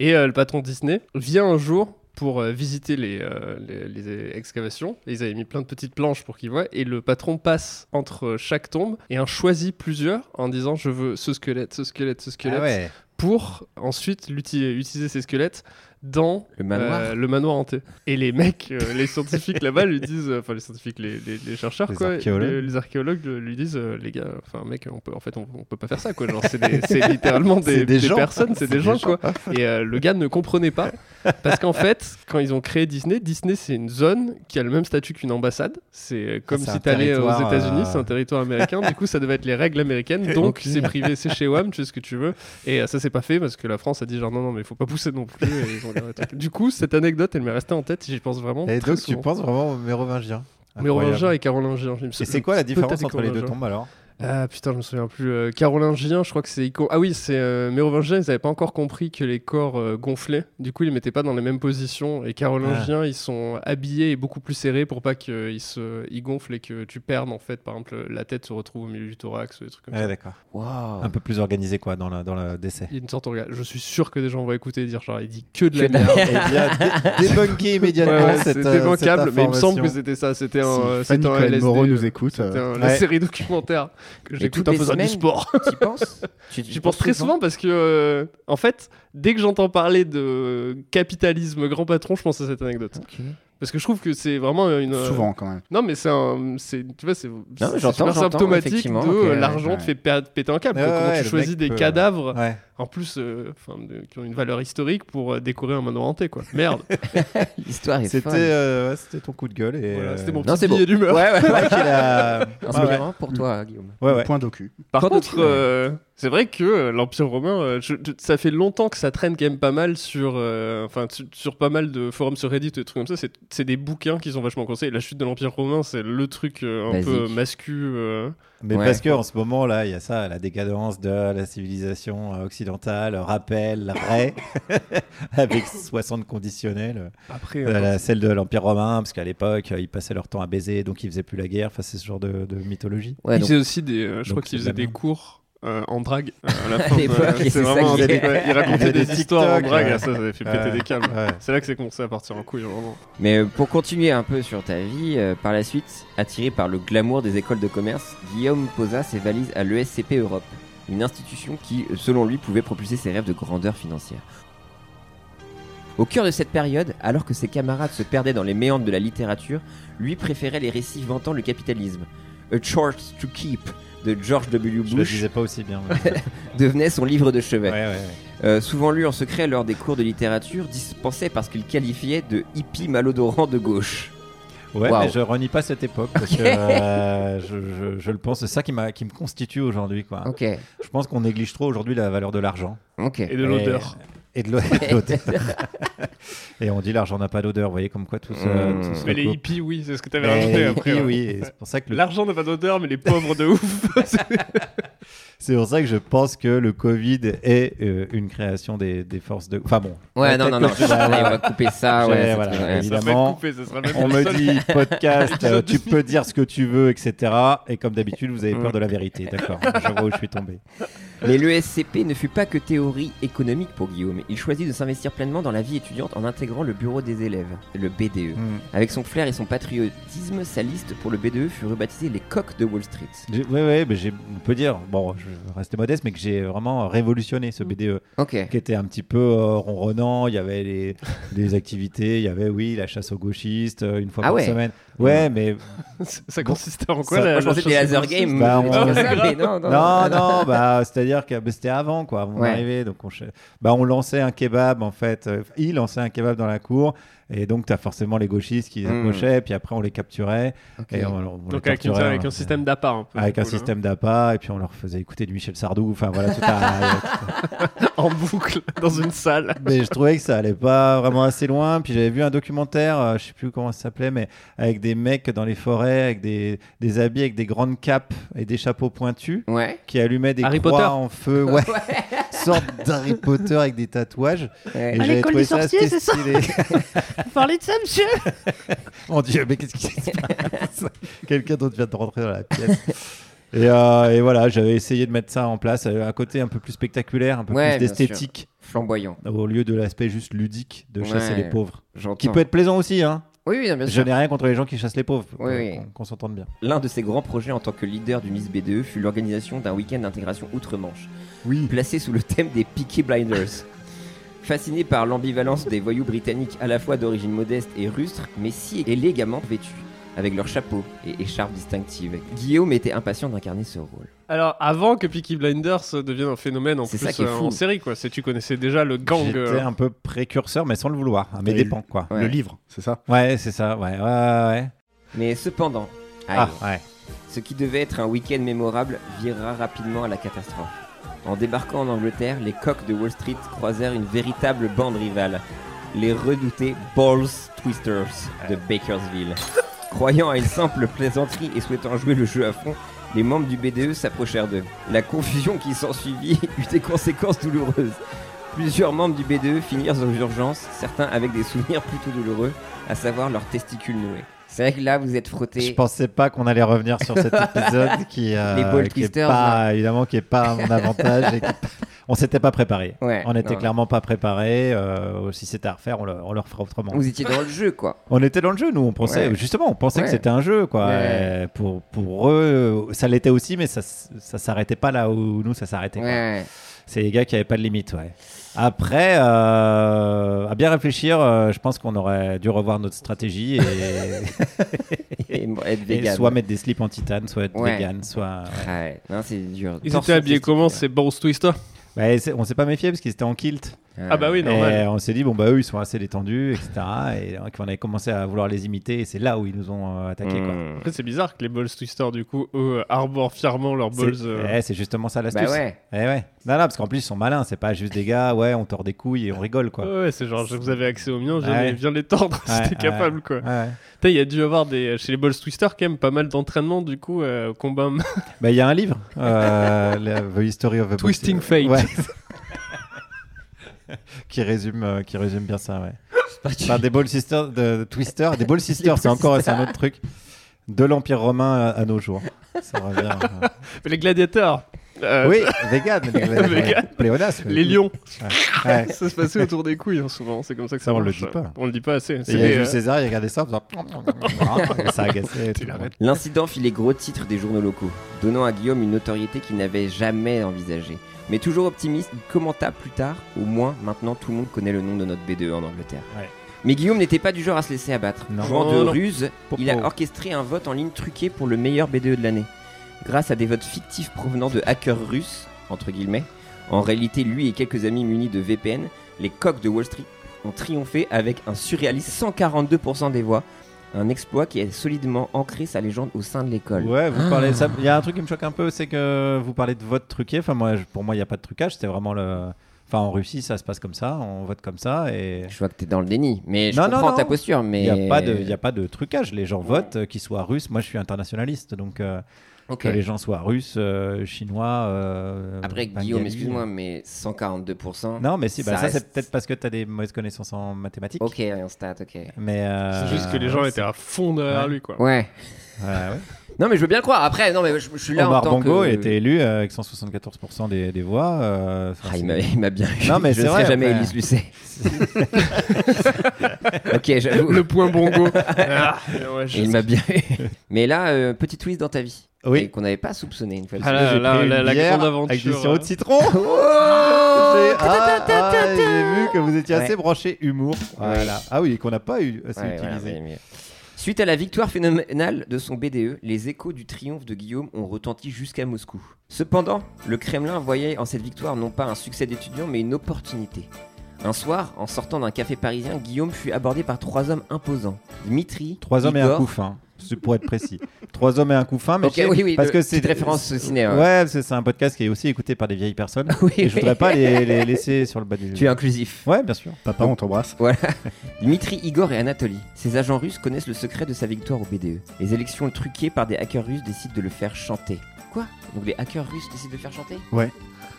[SPEAKER 4] et euh, le patron de Disney vient un jour pour euh, visiter les, euh, les, les excavations Et ils avaient mis plein de petites planches pour qu'ils voient et le patron passe entre chaque tombe et en choisit plusieurs en disant je veux ce squelette ce squelette ce squelette
[SPEAKER 2] Ah
[SPEAKER 4] pour ensuite l'uti- utiliser ces squelettes dans
[SPEAKER 1] Le manoir.
[SPEAKER 4] euh, le manoir hanté. Et les mecs, euh, les scientifiques là-bas lui disent, euh, enfin les scientifiques, les, les- les chercheurs,
[SPEAKER 2] Les
[SPEAKER 4] quoi,
[SPEAKER 2] archéologues.
[SPEAKER 4] les, les archéologues euh, lui disent, euh, les gars, enfin mec, on peut, en fait, on, on peut pas faire ça, quoi. Genre, c'est des- c'est littéralement des,
[SPEAKER 3] C'est des
[SPEAKER 4] des
[SPEAKER 3] gens.
[SPEAKER 4] personnes,
[SPEAKER 3] C'est
[SPEAKER 4] c'est des,
[SPEAKER 3] des
[SPEAKER 4] gens,
[SPEAKER 3] gens.
[SPEAKER 4] quoi. Et euh, le gars ne comprenait pas, parce qu'en fait, quand ils ont créé Disney, Disney c'est une zone qui a le même statut qu'une ambassade. C'est euh, comme
[SPEAKER 2] c'est
[SPEAKER 4] si
[SPEAKER 2] un
[SPEAKER 4] t'allais aux
[SPEAKER 2] territoire,
[SPEAKER 4] États-Unis,
[SPEAKER 2] euh,
[SPEAKER 4] c'est un territoire américain. du coup, ça devait être les règles américaines. Donc,
[SPEAKER 2] Ok.
[SPEAKER 4] c'est privé, c'est chez WAM, tu fais ce que tu veux. Et euh, ça, c'est pas fait parce que la France a dit genre non, non, mais faut pas pousser non plus. et ils ont regardé le truc. Du coup, cette anecdote, elle m'est restée en tête. J'y pense vraiment.
[SPEAKER 2] Et
[SPEAKER 4] très
[SPEAKER 2] donc, tu
[SPEAKER 4] souvent.
[SPEAKER 2] penses vraiment au mérovingien
[SPEAKER 4] Mérovingien
[SPEAKER 2] Incroyable.
[SPEAKER 4] et carolingien. il me
[SPEAKER 2] Et
[SPEAKER 4] semble.
[SPEAKER 2] c'est quoi la différence
[SPEAKER 4] Peut-être
[SPEAKER 2] entre les deux
[SPEAKER 4] carolingien.
[SPEAKER 2] tombes alors
[SPEAKER 4] Ah putain, je me souviens plus. Euh, Carolingien, je crois que c'est Ico. Ah oui, c'est euh, Mérovingien, ils n'avaient pas encore compris que les corps euh, gonflaient. Du coup, ils ne mettaient pas dans les mêmes positions. Et
[SPEAKER 2] Ah.
[SPEAKER 4] Carolingiens, ils sont habillés et beaucoup plus serrés pour pas qu'ils se... ils gonflent et que tu perdes, en fait. Par exemple, la tête se retrouve au milieu du thorax ou des trucs comme
[SPEAKER 2] Ouais,
[SPEAKER 4] ça.
[SPEAKER 2] d'accord.
[SPEAKER 1] Waouh.
[SPEAKER 2] Un
[SPEAKER 4] Ah.
[SPEAKER 2] peu plus organisé quoi dans la dans le décès.
[SPEAKER 4] Il y a une sorte de regard. Je suis sûr que des gens vont écouter et dire genre, il dit que de la
[SPEAKER 1] Que de la
[SPEAKER 4] merde.
[SPEAKER 2] Et bien, dé- débunké immédiatement
[SPEAKER 4] Ouais, ouais,
[SPEAKER 2] cette,
[SPEAKER 4] c'était
[SPEAKER 2] euh, cette
[SPEAKER 4] bancable, mais il me semble que
[SPEAKER 2] information.
[SPEAKER 4] c'était ça. C'était un,
[SPEAKER 3] Si
[SPEAKER 4] euh,
[SPEAKER 3] Fanny
[SPEAKER 4] c'était un
[SPEAKER 3] Cohen
[SPEAKER 4] LSD.
[SPEAKER 3] Moreau
[SPEAKER 4] euh,
[SPEAKER 3] nous écoute.
[SPEAKER 4] c'était
[SPEAKER 3] euh,
[SPEAKER 4] un-
[SPEAKER 2] Ouais.
[SPEAKER 4] La série documentaire que
[SPEAKER 1] Mais
[SPEAKER 4] j'écoute
[SPEAKER 1] toutes
[SPEAKER 4] en
[SPEAKER 1] les
[SPEAKER 4] faisant du
[SPEAKER 1] semaines,
[SPEAKER 4] sport.
[SPEAKER 1] T'y penses Tu- tu
[SPEAKER 4] J'y pense
[SPEAKER 1] penses
[SPEAKER 4] très souvent parce que, euh, en fait, dès que j'entends parler de capitalisme grand patron, je pense à cette anecdote.
[SPEAKER 1] Ok.
[SPEAKER 4] Parce que je trouve que c'est vraiment une. euh,
[SPEAKER 3] Souvent quand même.
[SPEAKER 4] Non, mais c'est un. c'est- Tu vois, c'est c'est
[SPEAKER 1] mais
[SPEAKER 4] super
[SPEAKER 1] j'entends, j'entends,
[SPEAKER 4] symptomatique de
[SPEAKER 1] effectivement,
[SPEAKER 4] euh,
[SPEAKER 1] ok, ouais,
[SPEAKER 4] l'argent
[SPEAKER 3] ouais.
[SPEAKER 4] te fait pa- péter un câble.
[SPEAKER 2] Ouais,
[SPEAKER 4] quoi. Comment
[SPEAKER 2] ouais,
[SPEAKER 4] tu
[SPEAKER 2] le
[SPEAKER 4] choisis
[SPEAKER 2] mec
[SPEAKER 4] des
[SPEAKER 2] peut-
[SPEAKER 4] cadavres,
[SPEAKER 2] Ouais.
[SPEAKER 4] en plus, euh, enfin, de- qui ont une valeur historique pour euh, décorer un manoir hanté, quoi. Merde.
[SPEAKER 1] L'histoire est
[SPEAKER 2] C'était
[SPEAKER 1] folle.
[SPEAKER 2] euh, ouais, c'était ton coup de gueule et
[SPEAKER 4] Voilà,
[SPEAKER 2] euh,
[SPEAKER 4] C'était mon
[SPEAKER 1] non,
[SPEAKER 4] petit
[SPEAKER 1] c'est beau.
[SPEAKER 4] billet d'humeur.
[SPEAKER 2] Ouais ouais. ouais, qu'il
[SPEAKER 1] Un
[SPEAKER 2] a- ouais, ouais.
[SPEAKER 1] sentiment pour toi, Guillaume.
[SPEAKER 2] Ouais, ouais.
[SPEAKER 3] Point docu.
[SPEAKER 4] Par
[SPEAKER 1] Quand
[SPEAKER 4] contre,
[SPEAKER 1] tu- ouais.
[SPEAKER 4] euh, c'est vrai que euh, l'Empire romain, euh, je- je- ça fait longtemps que ça traîne quand même pas mal sur, euh, enfin, su- sur pas mal de forums sur Reddit et des trucs comme ça. C'est- C'est des bouquins qui sont vachement conseillés. La chute de l'Empire romain, c'est le truc euh, un
[SPEAKER 1] Basique.
[SPEAKER 4] peu mascu. euh,
[SPEAKER 2] Mais
[SPEAKER 1] Ouais.
[SPEAKER 2] parce que en ce moment là, il y a ça, la décadence de la civilisation euh, occidentale, rappel, ray, avec 60 conditionnels.
[SPEAKER 4] Après,
[SPEAKER 2] Euh, la- celle de l'Empire romain, parce qu'à l'époque, euh, ils passaient leur temps à baiser, donc ils faisaient plus la guerre. Enfin, c'est ce genre de, de mythologie.
[SPEAKER 1] Ouais,
[SPEAKER 4] il
[SPEAKER 1] donc,
[SPEAKER 4] faisait aussi des, euh,
[SPEAKER 2] Donc,
[SPEAKER 4] je crois qu'il
[SPEAKER 2] c'est
[SPEAKER 4] faisait
[SPEAKER 2] de la
[SPEAKER 4] des
[SPEAKER 2] merde.
[SPEAKER 4] cours euh, en drague euh, à la fin.
[SPEAKER 1] l'époque,
[SPEAKER 4] euh,
[SPEAKER 1] et c'est ça
[SPEAKER 4] vraiment un
[SPEAKER 1] qui est-
[SPEAKER 4] truc, ouais. Il
[SPEAKER 2] Il y a
[SPEAKER 4] racontait
[SPEAKER 2] des
[SPEAKER 4] des, histoires en
[SPEAKER 2] TikTok,
[SPEAKER 4] drague,
[SPEAKER 2] ouais.
[SPEAKER 4] ah, ça, ça avait fait
[SPEAKER 2] Ouais.
[SPEAKER 4] péter des câbles.
[SPEAKER 2] Ouais.
[SPEAKER 4] C'est là que c'est commencé à partir en couille, vraiment.
[SPEAKER 1] mais euh, pour continuer un peu sur ta vie, euh, par la suite, attiré par le glamour des écoles de commerce, Guillaume posa ses valises à l'ESCP Europe, une institution qui, selon lui, pouvait propulser ses rêves de grandeur financière. Au cœur de cette période, alors que ses camarades se perdaient dans les méandres de la littérature, lui préférait les récits vantant le capitalisme. A Choice to Keep de George W.
[SPEAKER 2] Je le
[SPEAKER 1] Bush
[SPEAKER 2] disais pas aussi bien. mais-
[SPEAKER 1] devenait son livre de chevet.
[SPEAKER 2] Ouais, ouais, ouais.
[SPEAKER 1] Euh, souvent lu en secret lors des cours de littérature, dispensé parce qu'il qualifiait de hippie malodorant de gauche.
[SPEAKER 2] Ouais,
[SPEAKER 1] Waouh.
[SPEAKER 2] mais je renie pas cette époque parce que euh, je, je- je le pense. C'est ça qui, m'a- qui me constitue aujourd'hui. quoi.
[SPEAKER 1] Ok,
[SPEAKER 2] Je pense qu'on néglige trop aujourd'hui la valeur de l'argent.
[SPEAKER 1] ok.
[SPEAKER 4] Et de l'odeur.
[SPEAKER 2] Et de l'o- et de l'odeur. et on dit l'argent n'a pas d'odeur. Vous voyez comme quoi tout ça.
[SPEAKER 1] Mm.
[SPEAKER 2] tout se
[SPEAKER 4] Hmm. Mais les
[SPEAKER 2] recoupe.
[SPEAKER 4] hippies, oui, c'est ce que t'avais
[SPEAKER 2] Mais
[SPEAKER 4] rajouté
[SPEAKER 2] les
[SPEAKER 4] après. hein.
[SPEAKER 2] hippies,
[SPEAKER 4] ouais.
[SPEAKER 2] oui, et c'est pour ça que le
[SPEAKER 4] L'argent n'a pas d'odeur, mais les pauvres de ouf.
[SPEAKER 2] C'est pour ça que je pense que le Covid est euh, une création des, des forces de. Enfin bon.
[SPEAKER 1] Ouais, non, non, non.
[SPEAKER 2] Peut-être que-
[SPEAKER 1] Allez, on va couper ça.
[SPEAKER 2] Ouais,
[SPEAKER 1] ouais, c'est
[SPEAKER 2] voilà.
[SPEAKER 1] très bien.
[SPEAKER 2] Évidemment.
[SPEAKER 4] Ça va être coupé, ça sera même
[SPEAKER 2] On
[SPEAKER 4] le
[SPEAKER 2] me
[SPEAKER 4] seul
[SPEAKER 2] dit podcast, euh,
[SPEAKER 4] Épisode
[SPEAKER 2] tu peux dire ce que tu veux, etc. Et comme d'habitude, vous avez peur de la vérité. D'accord. Je vois où je suis tombé.
[SPEAKER 1] Mais l'ESCP ne fut pas que théorie économique pour Guillaume. Il choisit de s'investir pleinement dans la vie étudiante en intégrant le bureau des élèves, le BDE.
[SPEAKER 2] Hmm.
[SPEAKER 1] Avec son flair et son patriotisme, sa liste pour le BDE fut rebaptisée les coques de Wall Street.
[SPEAKER 2] J'ai- Ouais, ouais, mais j'ai- on peut dire, bon, je vais rester modeste, mais que j'ai vraiment révolutionné ce BDE,
[SPEAKER 1] Mm. Ok.
[SPEAKER 2] qui était un petit peu euh, ronronnant. Il y avait les, les activités, il y avait, oui, la chasse aux gauchistes, euh, une fois
[SPEAKER 1] Ah
[SPEAKER 2] par
[SPEAKER 1] ouais.
[SPEAKER 2] semaine. Ouais, mais
[SPEAKER 4] Ça consistait en quoi
[SPEAKER 2] Ça-
[SPEAKER 4] la,
[SPEAKER 1] Moi, je pensais que c'était laser game.
[SPEAKER 2] Bah, on-
[SPEAKER 1] des trucs comme ça, mais non, non,
[SPEAKER 2] Non,
[SPEAKER 1] non.
[SPEAKER 2] non, bah, c'est-à-dire que bah, c'était avant, quoi, avant mon
[SPEAKER 1] Ouais.
[SPEAKER 2] arrivée. Donc on, ch- bah, on lançait lançait un kebab, en fait. Euh, Il lançait un kebab dans la cour. Et donc, tu as forcément les gauchistes qui les
[SPEAKER 4] Mm.
[SPEAKER 2] approchaient. Puis après, on les capturait. Et on, on les
[SPEAKER 4] Donc avec, une-
[SPEAKER 2] torturait,
[SPEAKER 4] avec
[SPEAKER 2] hein.
[SPEAKER 4] un système d'appât un peu.
[SPEAKER 2] Avec
[SPEAKER 4] du
[SPEAKER 2] un
[SPEAKER 4] coup, là.
[SPEAKER 2] système d'appât. Et puis, on leur faisait écouter du Michel Sardou. Enfin, voilà, tout un-
[SPEAKER 4] en boucle dans une salle.
[SPEAKER 2] mais je trouvais que ça allait pas vraiment assez loin. Puis j'avais vu un documentaire, euh, je sais plus comment ça s'appelait, mais avec des mecs dans les forêts, avec des, des habits, avec des grandes capes et des chapeaux pointus,
[SPEAKER 1] Ouais.
[SPEAKER 2] qui allumaient des
[SPEAKER 1] Harry
[SPEAKER 2] croix
[SPEAKER 1] Potter.
[SPEAKER 2] en feu, ouais, sorte d'Harry Potter avec des tatouages.
[SPEAKER 1] Ouais.
[SPEAKER 2] Et
[SPEAKER 5] À
[SPEAKER 2] j'avais
[SPEAKER 5] l'école
[SPEAKER 2] trouvé
[SPEAKER 5] des sorciers,
[SPEAKER 2] assez
[SPEAKER 5] c'est ça
[SPEAKER 2] stylé.
[SPEAKER 5] Vous parlez de ça, monsieur
[SPEAKER 2] Mon Dieu, mais qu'est-ce qui se passe Quelqu'un d'autre vient de rentrer dans la pièce. Et, euh, et voilà, j'avais essayé de mettre ça en place, euh, un côté un peu plus spectaculaire, un peu
[SPEAKER 1] Ouais,
[SPEAKER 2] plus
[SPEAKER 1] bien sûr.
[SPEAKER 2] d'esthétique.
[SPEAKER 1] Flamboyant.
[SPEAKER 2] au lieu de l'aspect juste ludique de chasser
[SPEAKER 1] Ouais,
[SPEAKER 2] les pauvres.
[SPEAKER 1] j'entends.
[SPEAKER 2] Qui peut être plaisant aussi, hein
[SPEAKER 1] Oui, oui, non, bien
[SPEAKER 2] Je
[SPEAKER 1] sûr.
[SPEAKER 2] n'ai rien contre les gens qui chassent les pauvres. euh,
[SPEAKER 1] Oui, oui.
[SPEAKER 2] Qu'on- Qu'on s'entende bien.
[SPEAKER 1] L'un de ses grands projets en tant que leader du Miss B2 fut l'organisation d'un week-end d'intégration outre-Manche,
[SPEAKER 2] oui.
[SPEAKER 1] placé sous le thème des Peaky Blinders. Fasciné par l'ambivalence des voyous britanniques à la fois d'origine modeste et rustre, mais si élégamment vêtus, avec leurs chapeaux et écharpes distinctives, Guillaume était impatient d'incarner ce rôle.
[SPEAKER 4] Alors avant que Peaky Blinders euh, devienne un phénomène en
[SPEAKER 1] C'est
[SPEAKER 4] plus
[SPEAKER 1] ça qui est
[SPEAKER 4] euh,
[SPEAKER 1] fou.
[SPEAKER 4] en série quoi, c'est tu connaissais déjà le gang.
[SPEAKER 2] J'étais
[SPEAKER 4] euh,
[SPEAKER 2] un peu précurseur, mais sans le vouloir, à mes
[SPEAKER 3] Et le-
[SPEAKER 2] dépens, quoi.
[SPEAKER 1] Ouais.
[SPEAKER 3] Le livre, c'est ça
[SPEAKER 2] Ouais, c'est ça, ouais, ouais, ouais.
[SPEAKER 1] Mais cependant,
[SPEAKER 2] Ah,
[SPEAKER 1] aïe,
[SPEAKER 2] ouais.
[SPEAKER 1] ce qui devait être un week-end mémorable vira rapidement à la catastrophe. En débarquant en Angleterre, les coqs de Wall Street croisèrent une véritable bande rivale, les redoutés Balls Twisters de Bakersville. Croyant à une simple plaisanterie et souhaitant jouer le jeu à fond, les membres du BDE s'approchèrent d'eux. La confusion qui s'ensuivit eut des conséquences douloureuses. Plusieurs membres du BDE finirent aux urgences, certains avec des souvenirs plutôt douloureux, à savoir leurs testicules noués. C'est vrai que là, vous êtes frottés.
[SPEAKER 2] Je pensais pas qu'on allait revenir sur cet épisode qui, euh,
[SPEAKER 1] Les ball
[SPEAKER 2] qui est
[SPEAKER 1] twisters,
[SPEAKER 2] pas, évidemment, qui est pas à mon avantage. et qui- On s'était pas préparé.
[SPEAKER 1] Ouais,
[SPEAKER 2] on n'était
[SPEAKER 1] non.
[SPEAKER 2] clairement pas préparé. euh, si c'était à refaire, on le, on le refera autrement.
[SPEAKER 1] Vous étiez dans le jeu, quoi.
[SPEAKER 2] On était dans le jeu, nous. On pensait,
[SPEAKER 1] Ouais.
[SPEAKER 2] justement, on pensait
[SPEAKER 1] Ouais.
[SPEAKER 2] que c'était un jeu, quoi.
[SPEAKER 1] Ouais.
[SPEAKER 2] Et Pour, pour eux, ça l'était aussi, mais ça, s- ça s'arrêtait pas là où nous, ça s'arrêtait. quoi.
[SPEAKER 1] Ouais.
[SPEAKER 2] C'est les gars qui avaient pas de limite, ouais. Après, euh, à bien réfléchir, euh, je pense qu'on aurait dû revoir notre stratégie et,
[SPEAKER 1] Et mo- être
[SPEAKER 2] et
[SPEAKER 1] vegan.
[SPEAKER 2] soit mettre des slips en titane, soit être
[SPEAKER 1] Ouais.
[SPEAKER 2] vegan, soit. ouais.
[SPEAKER 1] Ouais, non, c'est dur.
[SPEAKER 4] Ils
[SPEAKER 1] Torse
[SPEAKER 4] étaient habillés
[SPEAKER 1] testicule.
[SPEAKER 4] comment ces Balls Twister
[SPEAKER 2] Bah, c'est- on s'est pas méfié parce qu'ils étaient en kilt.
[SPEAKER 1] Ouais.
[SPEAKER 4] Ah bah oui normal.
[SPEAKER 2] Et on s'est dit, bon, bah eux, ils sont assez détendus, etc. Et euh, qu'on avait commencé à vouloir les imiter, et c'est là où ils nous ont euh, attaqués, quoi.
[SPEAKER 1] Mmh.
[SPEAKER 4] Après c'est bizarre que les Balls Twister du coup eux euh, arborent fièrement leurs balls.
[SPEAKER 2] C'est
[SPEAKER 4] euh,
[SPEAKER 2] eh, c'est justement ça l'astuce.
[SPEAKER 1] Bah ouais.
[SPEAKER 2] Eh ouais. Non, non, parce qu'en plus, ils sont malins. C'est pas juste des gars, ouais, on tord des couilles et on rigole, quoi.
[SPEAKER 4] Ouais, c'est genre, je- vous avez accès aux miens, viens,
[SPEAKER 2] Ouais.
[SPEAKER 4] les, viens les tordre si
[SPEAKER 2] Ouais,
[SPEAKER 4] t'es
[SPEAKER 2] ouais.
[SPEAKER 4] capable, quoi.
[SPEAKER 2] Ouais, ouais.
[SPEAKER 4] Putain, il y a dû avoir des, euh, chez les Balls Twister quand même pas mal d'entraînement, du coup, euh, au combat.
[SPEAKER 2] Bah, il y a un livre, euh, le- The History of a
[SPEAKER 4] Twisting
[SPEAKER 2] Boxing.
[SPEAKER 4] Fate.
[SPEAKER 2] Ouais. qui, résume, euh, qui résume bien ça, ouais. Enfin, des Ball Sisters, de, de Twister, des Ball Sisters, c'est encore c'est un autre truc. De l'Empire romain à, à nos jours. Ça revient. euh.
[SPEAKER 4] Mais les gladiateurs euh,
[SPEAKER 2] Oui, vegan. les- les-
[SPEAKER 4] Vegan.
[SPEAKER 2] Pléonasme.
[SPEAKER 4] Les lions,
[SPEAKER 2] Ouais.
[SPEAKER 4] ça se passait autour des couilles, hein, souvent, c'est comme ça que ça,
[SPEAKER 2] Ça, on le
[SPEAKER 4] marche.
[SPEAKER 2] dit pas.
[SPEAKER 4] On le dit pas assez.
[SPEAKER 2] Et
[SPEAKER 4] C'est
[SPEAKER 2] il y a
[SPEAKER 4] des,
[SPEAKER 2] Jules
[SPEAKER 4] euh,
[SPEAKER 2] César, il regardait ça en faisant. Ah, ça agaçait. tout le monde.
[SPEAKER 4] l'arrêtes.
[SPEAKER 1] L'incident fit les gros titres des journaux locaux, donnant à Guillaume une notoriété qu'il n'avait jamais envisagée. Mais toujours optimiste, il commenta plus tard, au moins maintenant tout le monde connaît le nom de notre B2 en Angleterre.
[SPEAKER 2] Ouais.
[SPEAKER 1] Mais Guillaume n'était pas du genre à se laisser abattre.
[SPEAKER 2] Non.
[SPEAKER 1] Jouant
[SPEAKER 4] Non,
[SPEAKER 1] de
[SPEAKER 4] non.
[SPEAKER 1] ruse,
[SPEAKER 2] Popo.
[SPEAKER 1] il a orchestré un vote en ligne truqué pour le meilleur B2 de l'année. Grâce à des votes fictifs provenant de hackers russes, entre guillemets, en réalité lui et quelques amis munis de VPN, les coqs de Wall Street ont triomphé avec un surréaliste 142% des voix, un exploit qui a solidement ancré sa légende au sein de l'école.
[SPEAKER 2] Ouais, vous parlez de ça. Il y a un truc qui me choque un peu, c'est que vous parlez de vote truqué. Enfin, moi, je- pour moi, il n'y a pas de trucage. C'était vraiment le. Enfin, en Russie, ça se passe comme ça. On vote comme ça. Et
[SPEAKER 1] Je vois que t'es dans le déni, mais je
[SPEAKER 2] Non, non,
[SPEAKER 1] comprends
[SPEAKER 2] non.
[SPEAKER 1] ta posture, mais...
[SPEAKER 2] il n'y a, pas de- il y a pas de trucage. Les gens votent, euh, qu'ils soient russes. Moi, je suis internationaliste. Donc, euh,
[SPEAKER 1] Ok.
[SPEAKER 2] que les gens soient russes, euh, chinois. euh,
[SPEAKER 1] Après,
[SPEAKER 2] bengali.
[SPEAKER 1] Guillaume, excuse-moi, mais 142%...
[SPEAKER 2] hein. Non, mais si, bah,
[SPEAKER 1] Ça
[SPEAKER 2] ça,
[SPEAKER 1] reste-
[SPEAKER 2] c'est peut-être parce que tu as des mauvaises connaissances en mathématiques.
[SPEAKER 1] Ok, en stat, ok.
[SPEAKER 2] Mais euh,
[SPEAKER 4] C'est juste que les gens étaient à fond derrière lui, quoi.
[SPEAKER 1] Ouais.
[SPEAKER 2] ouais, ouais.
[SPEAKER 1] Non, mais je veux bien le croire. Après, non, mais je, je suis là
[SPEAKER 2] Omar
[SPEAKER 1] en tant
[SPEAKER 2] Bongo
[SPEAKER 1] que...
[SPEAKER 2] a été élu euh, avec 174% des, des voix. euh, enfin,
[SPEAKER 1] Ah, il
[SPEAKER 2] c'est-
[SPEAKER 1] m'a- il m'a bien eu.
[SPEAKER 2] Non, mais
[SPEAKER 1] je
[SPEAKER 2] c'est
[SPEAKER 1] ne serai
[SPEAKER 2] vrai,
[SPEAKER 1] jamais
[SPEAKER 2] après.
[SPEAKER 1] Élise Lucet. ok, j'avoue.
[SPEAKER 4] Le point bongo. Ah, ouais, je-
[SPEAKER 1] Il m'a bien eu. Mais là, euh, petit twist dans ta vie.
[SPEAKER 2] Oui.
[SPEAKER 1] Et qu'on n'avait pas soupçonné une fois de
[SPEAKER 4] Ah
[SPEAKER 1] plus.
[SPEAKER 4] là
[SPEAKER 2] J'ai
[SPEAKER 4] là,
[SPEAKER 2] pris
[SPEAKER 4] la-
[SPEAKER 2] une
[SPEAKER 4] la
[SPEAKER 2] bière
[SPEAKER 4] grande aventure,
[SPEAKER 2] Avec du
[SPEAKER 1] hein.
[SPEAKER 2] sirop
[SPEAKER 4] euh.
[SPEAKER 2] de citron. J'ai- Oh ah, ah, j'ai vu que vous étiez assez
[SPEAKER 1] Ouais.
[SPEAKER 2] branché humour. Voilà. Ah oui, qu'on n'a pas eu assez
[SPEAKER 1] Ouais, voilà,
[SPEAKER 2] utilisé.
[SPEAKER 1] mais- mais- Suite à la victoire phénoménale de son BDE, les échos du triomphe de Guillaume ont retenti jusqu'à Moscou. Cependant, le Kremlin voyait en cette victoire non pas un succès d'étudiant, mais une opportunité. Un soir, en sortant d'un café parisien, Guillaume fut abordé par trois hommes imposants. Dimitri,
[SPEAKER 2] Trois hommes et un
[SPEAKER 1] Igor-
[SPEAKER 2] couffin, hein. c'est pour être précis. Trois hommes et un couffin, mais
[SPEAKER 1] Ok,
[SPEAKER 2] je-
[SPEAKER 1] oui, oui,
[SPEAKER 2] parce
[SPEAKER 1] le-
[SPEAKER 2] que c'est
[SPEAKER 1] petite référence au ciné, ouais.
[SPEAKER 2] Ouais, parce que c'est un podcast qui est aussi écouté par des vieilles personnes. et je
[SPEAKER 1] oui.
[SPEAKER 2] voudrais pas les, les laisser sur le bas du.
[SPEAKER 1] Tu es inclusif.
[SPEAKER 2] Ouais, bien sûr.
[SPEAKER 3] Papa, on t'embrasse.
[SPEAKER 1] Voilà. Dimitri, Igor et Anatoly. Ces agents russes connaissent le secret de sa victoire au BDE. Les élections truquées par des hackers russes décident de le faire chanter. Quoi Donc les hackers russes décident de faire chanter
[SPEAKER 3] Ouais,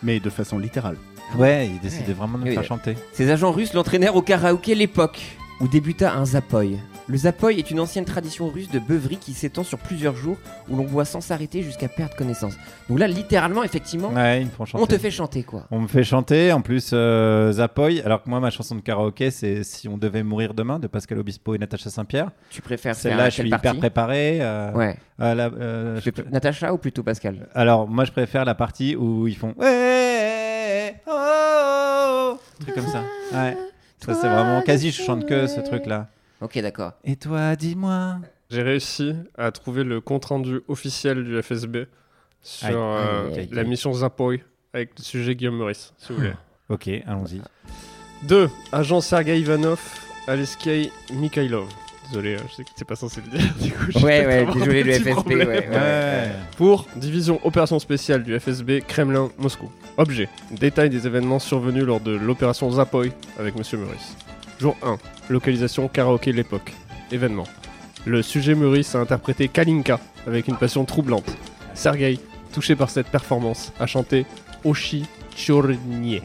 [SPEAKER 3] mais de façon littérale.
[SPEAKER 2] Ouais, ils décidaient
[SPEAKER 1] Ouais.
[SPEAKER 2] vraiment de me
[SPEAKER 1] Oui, euh,
[SPEAKER 2] faire
[SPEAKER 1] oui.
[SPEAKER 2] chanter.
[SPEAKER 1] Ces agents russes l'entraînèrent au karaoké l'époque, où débuta un zapoy. Le zapoy est une ancienne tradition russe de beuverie qui s'étend sur plusieurs jours, où l'on boit sans s'arrêter jusqu'à perdre connaissance. Donc là, littéralement, effectivement,
[SPEAKER 2] Ouais, ils me font chanter.
[SPEAKER 1] on te fait chanter quoi.
[SPEAKER 2] On me fait chanter, en plus euh, Zapoy, alors que moi ma chanson de karaoké c'est Si on devait mourir demain de Pascal Obispo et Natacha Saint-Pierre.
[SPEAKER 1] Tu préfères faire
[SPEAKER 2] Celle-là je
[SPEAKER 1] quelle
[SPEAKER 2] suis
[SPEAKER 1] partie
[SPEAKER 2] hyper préparé. euh,
[SPEAKER 1] Ouais.
[SPEAKER 2] euh, la- euh, je-
[SPEAKER 1] Natacha ou plutôt Pascal
[SPEAKER 2] Alors moi je préfère la partie où ils font Ouais, oh, oh, oh un truc comme ça. Ouais. Ça c'est vraiment quasi je chante que ce truc là.
[SPEAKER 1] Ok, d'accord.
[SPEAKER 2] Et toi dis-moi.
[SPEAKER 4] J'ai réussi à trouver le compte-rendu officiel du FSB sur
[SPEAKER 2] Aïe.
[SPEAKER 4] euh,
[SPEAKER 2] Aïe, aïe,
[SPEAKER 4] la
[SPEAKER 2] aïe. Ah.
[SPEAKER 4] mission Zapoy avec le sujet Guillaume Maurice, si vous voulez.
[SPEAKER 2] Ok, allons-y.
[SPEAKER 4] 2. Agent Sergei Ivanov, Alexei Mikhailov. Désolé, euh, je sais que c'est pas censé le dire. Du coup, je
[SPEAKER 1] Ouais,
[SPEAKER 4] vais
[SPEAKER 1] ouais,
[SPEAKER 4] avoir
[SPEAKER 1] désolé,
[SPEAKER 4] des
[SPEAKER 1] le
[SPEAKER 4] petits
[SPEAKER 1] FSB,
[SPEAKER 4] problèmes.
[SPEAKER 1] ouais, ouais.
[SPEAKER 2] Ouais.
[SPEAKER 4] Pour Division Opération Spéciale du FSB Kremlin Moscou. Objet. Détail des événements survenus lors de l'opération Zapoy avec Monsieur Meurice. Jour 1. Localisation karaoké l'époque. Événement. Le sujet Meurice a interprété Kalinka avec une passion troublante. Sergei, touché par cette performance, a chanté Oshi Chornie.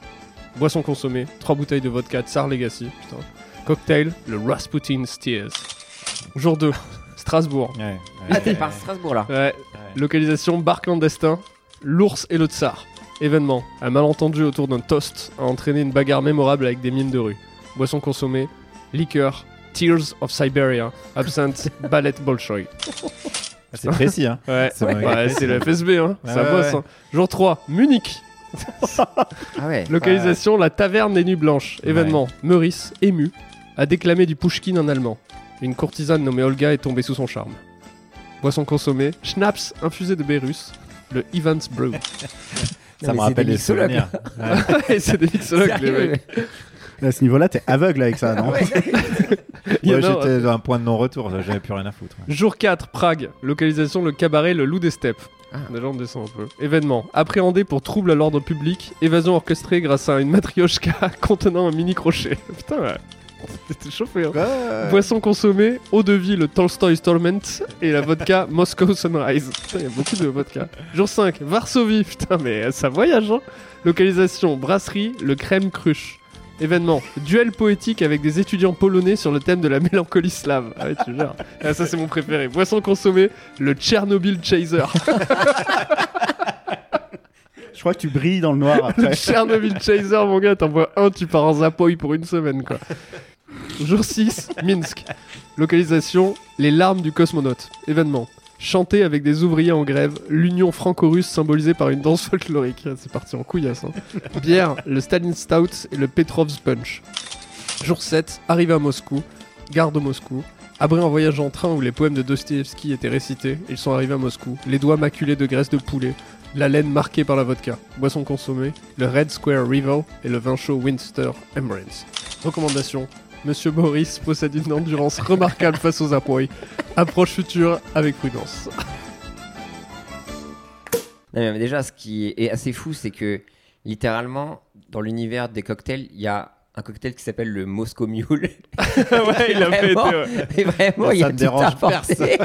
[SPEAKER 4] Boisson consommée, 3 bouteilles de vodka Tsar Legacy, putain. Cocktail, le Rasputin Steers. Jour 2. Strasbourg.
[SPEAKER 2] Ouais, ouais,
[SPEAKER 1] Ah, t'es
[SPEAKER 2] ouais.
[SPEAKER 1] par Strasbourg là
[SPEAKER 4] Ouais, Localisation bar clandestin, l'ours et le tsar. Événement, un malentendu autour d'un toast a entraîné une bagarre mémorable avec des mimes de rue. Boissons consommées, liqueur, Tears of Siberia, absinthe, ballet Bolshoi.
[SPEAKER 2] C'est précis hein.
[SPEAKER 4] Ouais,
[SPEAKER 2] C'est vrai.
[SPEAKER 4] Ouais, c'est le FSB, hein.
[SPEAKER 2] Ouais,
[SPEAKER 4] ça
[SPEAKER 2] ouais,
[SPEAKER 4] bosse.
[SPEAKER 2] ouais.
[SPEAKER 4] hein. Jour 3, Munich.
[SPEAKER 1] Ah ouais.
[SPEAKER 4] Localisation, la taverne des nuits blanches. Événement, Meurice, ému, a déclamé du Pushkin en allemand. Une courtisane nommée Olga est tombée sous son charme. Boisson consommée, schnapps infusé de baie russe, le Evans Brew.
[SPEAKER 2] Ça
[SPEAKER 1] mais
[SPEAKER 2] me
[SPEAKER 1] c'est
[SPEAKER 2] rappelle
[SPEAKER 1] des
[SPEAKER 2] les
[SPEAKER 1] mixologues.
[SPEAKER 2] souvenirs. Ouais.
[SPEAKER 4] Ouais, c'est des mixologues, les
[SPEAKER 1] Sérieux
[SPEAKER 4] mecs.
[SPEAKER 3] À ce niveau-là, t'es aveugle avec ça, non
[SPEAKER 4] Il y en
[SPEAKER 2] Ouais,
[SPEAKER 4] a-
[SPEAKER 2] J'étais à un point de non-retour, là, j'avais plus rien à foutre.
[SPEAKER 4] Jour 4, Prague. Localisation, le cabaret Le Loup des Steppes.
[SPEAKER 1] Ah.
[SPEAKER 4] Déjà, on descend un peu. Événement. Appréhendé pour trouble à l'ordre public. Évasion orchestrée grâce à une matrioshka contenant un mini crochet. Putain, ouais. t'es chauffé. Hein. Boisson consommée, eau de vie, le Tolstoy's Torment et la vodka Moscow Sunrise. Putain, il y a beaucoup de vodka. Jour 5, Varsovie. Putain, mais euh, ça voyage, hein. Localisation, brasserie, le crème cruche. Événement, duel poétique avec des étudiants polonais sur le thème de la mélancolie slave. Ah ouais, tu gères. Ah, ça, c'est mon préféré. Boisson consommée, le Tchernobyl Chaser.
[SPEAKER 3] Je crois que tu brilles dans le noir
[SPEAKER 4] le
[SPEAKER 3] après.
[SPEAKER 4] Tchernobyl Chaser, mon gars, t'en vois un, tu pars en Zapoy pour une semaine, quoi. Jour 6, Minsk. Localisation, les larmes du cosmonaute. Événement. Chanté avec des ouvriers en grève, l'union franco-russe symbolisée par une danse folklorique. Ah, C'est parti en couillasse. Hein. Bière, le Stalin Stout et le Petrov's Punch. Jour 7, arrivé à Moscou, gare de Moscou. Après un voyage en train où les poèmes de Dostoevsky étaient récités, ils sont arrivés à Moscou, les doigts maculés de graisse de poulet, la laine marquée par la vodka, boisson consommée, le Red Square River et le vin chaud Winster Emirates. Recommandation Monsieur Boris possède une endurance remarquable face aux appoys. Approche future avec prudence.
[SPEAKER 1] Non, mais déjà, ce qui est assez fou, c'est que littéralement, dans l'univers des cocktails, il y a un cocktail qui s'appelle le Moscow Mule.
[SPEAKER 4] ouais, il a fait. euh,
[SPEAKER 1] Vraiment,
[SPEAKER 4] ouais.
[SPEAKER 1] Mais vraiment,
[SPEAKER 2] Ça
[SPEAKER 1] il y a
[SPEAKER 2] ne
[SPEAKER 1] tout
[SPEAKER 2] dérange
[SPEAKER 1] apporté.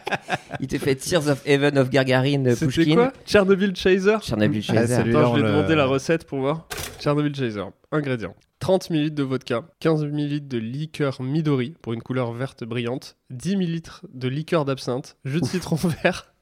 [SPEAKER 1] il te fait Tears of Heaven of Gargarine euh,
[SPEAKER 4] C'était
[SPEAKER 1] Pushkin.
[SPEAKER 4] quoi Chernobyl Chaser
[SPEAKER 1] Chernobyl
[SPEAKER 2] Ah,
[SPEAKER 1] Chaser.
[SPEAKER 2] celui-là,
[SPEAKER 4] Attends,
[SPEAKER 2] on
[SPEAKER 4] je vais
[SPEAKER 2] le-
[SPEAKER 4] demander la recette pour voir. Chernobyl Chaser. Ingrédients 30 ml de vodka, 15 ml de liqueur Midori pour une couleur verte brillante, 10 ml de liqueur d'absinthe, jus de citron vert,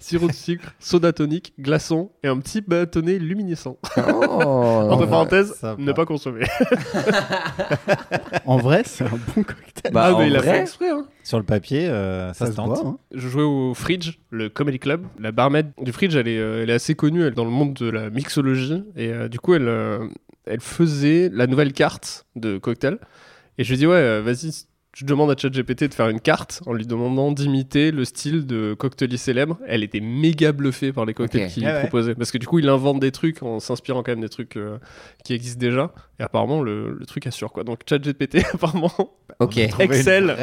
[SPEAKER 4] sirop de sucre, soda tonique, glaçon et un petit bâtonnet luminescent.
[SPEAKER 1] Oh,
[SPEAKER 4] Entre parenthèses,
[SPEAKER 2] ça
[SPEAKER 4] ne
[SPEAKER 2] va.
[SPEAKER 4] pas consommer.
[SPEAKER 3] En vrai, c'est un bon cocktail.
[SPEAKER 1] Bah, en
[SPEAKER 4] Ah, mais il a fait
[SPEAKER 1] vrai,
[SPEAKER 4] exprès. hein.
[SPEAKER 2] Sur le papier, euh, ça,
[SPEAKER 3] se
[SPEAKER 2] se tente.
[SPEAKER 3] voit, hein.
[SPEAKER 4] Je jouais au Fridge, le comedy club. La barmaid du Fridge, elle est, euh, elle est assez connue elle, dans le monde de la mixologie. Et euh, du coup, elle, euh, elle faisait la nouvelle carte de cocktail. Et je lui ai dit, ouais, euh, vas-y, Je demande à ChatGPT de faire une carte en lui demandant d'imiter le style de cocktailier célèbre. Elle était méga bluffée par les cocktails
[SPEAKER 2] Ok.
[SPEAKER 4] qu'il
[SPEAKER 2] Ah ouais.
[SPEAKER 4] proposait. Parce que du coup, il invente des trucs en s'inspirant quand même des trucs euh, qui existent déjà. Et apparemment, le, le truc assure quoi. Donc ChatGPT, apparemment,
[SPEAKER 1] Ok.
[SPEAKER 4] excelle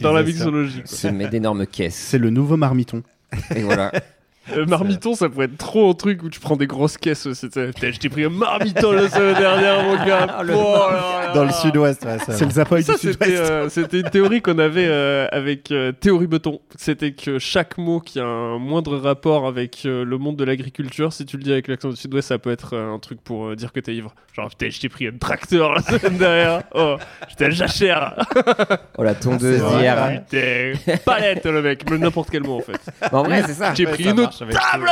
[SPEAKER 4] dans la mixologie.
[SPEAKER 1] Se met d'énormes caisses.
[SPEAKER 3] C'est le nouveau marmiton.
[SPEAKER 1] Et voilà.
[SPEAKER 4] Euh, marmiton, ça pourrait être trop un truc où tu prends des grosses caisses euh, aussi. tu sais. Putain, je t'ai pris un marmiton la semaine dernière, mon gars. Oh là là.
[SPEAKER 3] Dans le sud-ouest, ouais, ça. C'est le Zapoy du
[SPEAKER 4] Ça, c'était
[SPEAKER 3] sud-ouest.
[SPEAKER 4] euh, c'était une théorie qu'on avait euh, avec euh, Théorie Beton. C'était que chaque mot qui a un moindre rapport avec euh, le monde de l'agriculture, si tu le dis avec l'accent du sud-ouest, ça peut être euh, un truc pour euh, dire que t'es ivre. Genre, putain, je t'ai pris un tracteur la semaine dernière. Oh, j'étais à la jachère.
[SPEAKER 1] Oh
[SPEAKER 2] Ah,
[SPEAKER 1] la tondeuse
[SPEAKER 3] vrai,
[SPEAKER 1] d'hier.
[SPEAKER 3] ouais.
[SPEAKER 4] Putain, palette, le mec. Mais N'importe quel mot, en fait.
[SPEAKER 1] Bon, Bah, En vrai, c'est ça.
[SPEAKER 4] J'ai pris une autre table.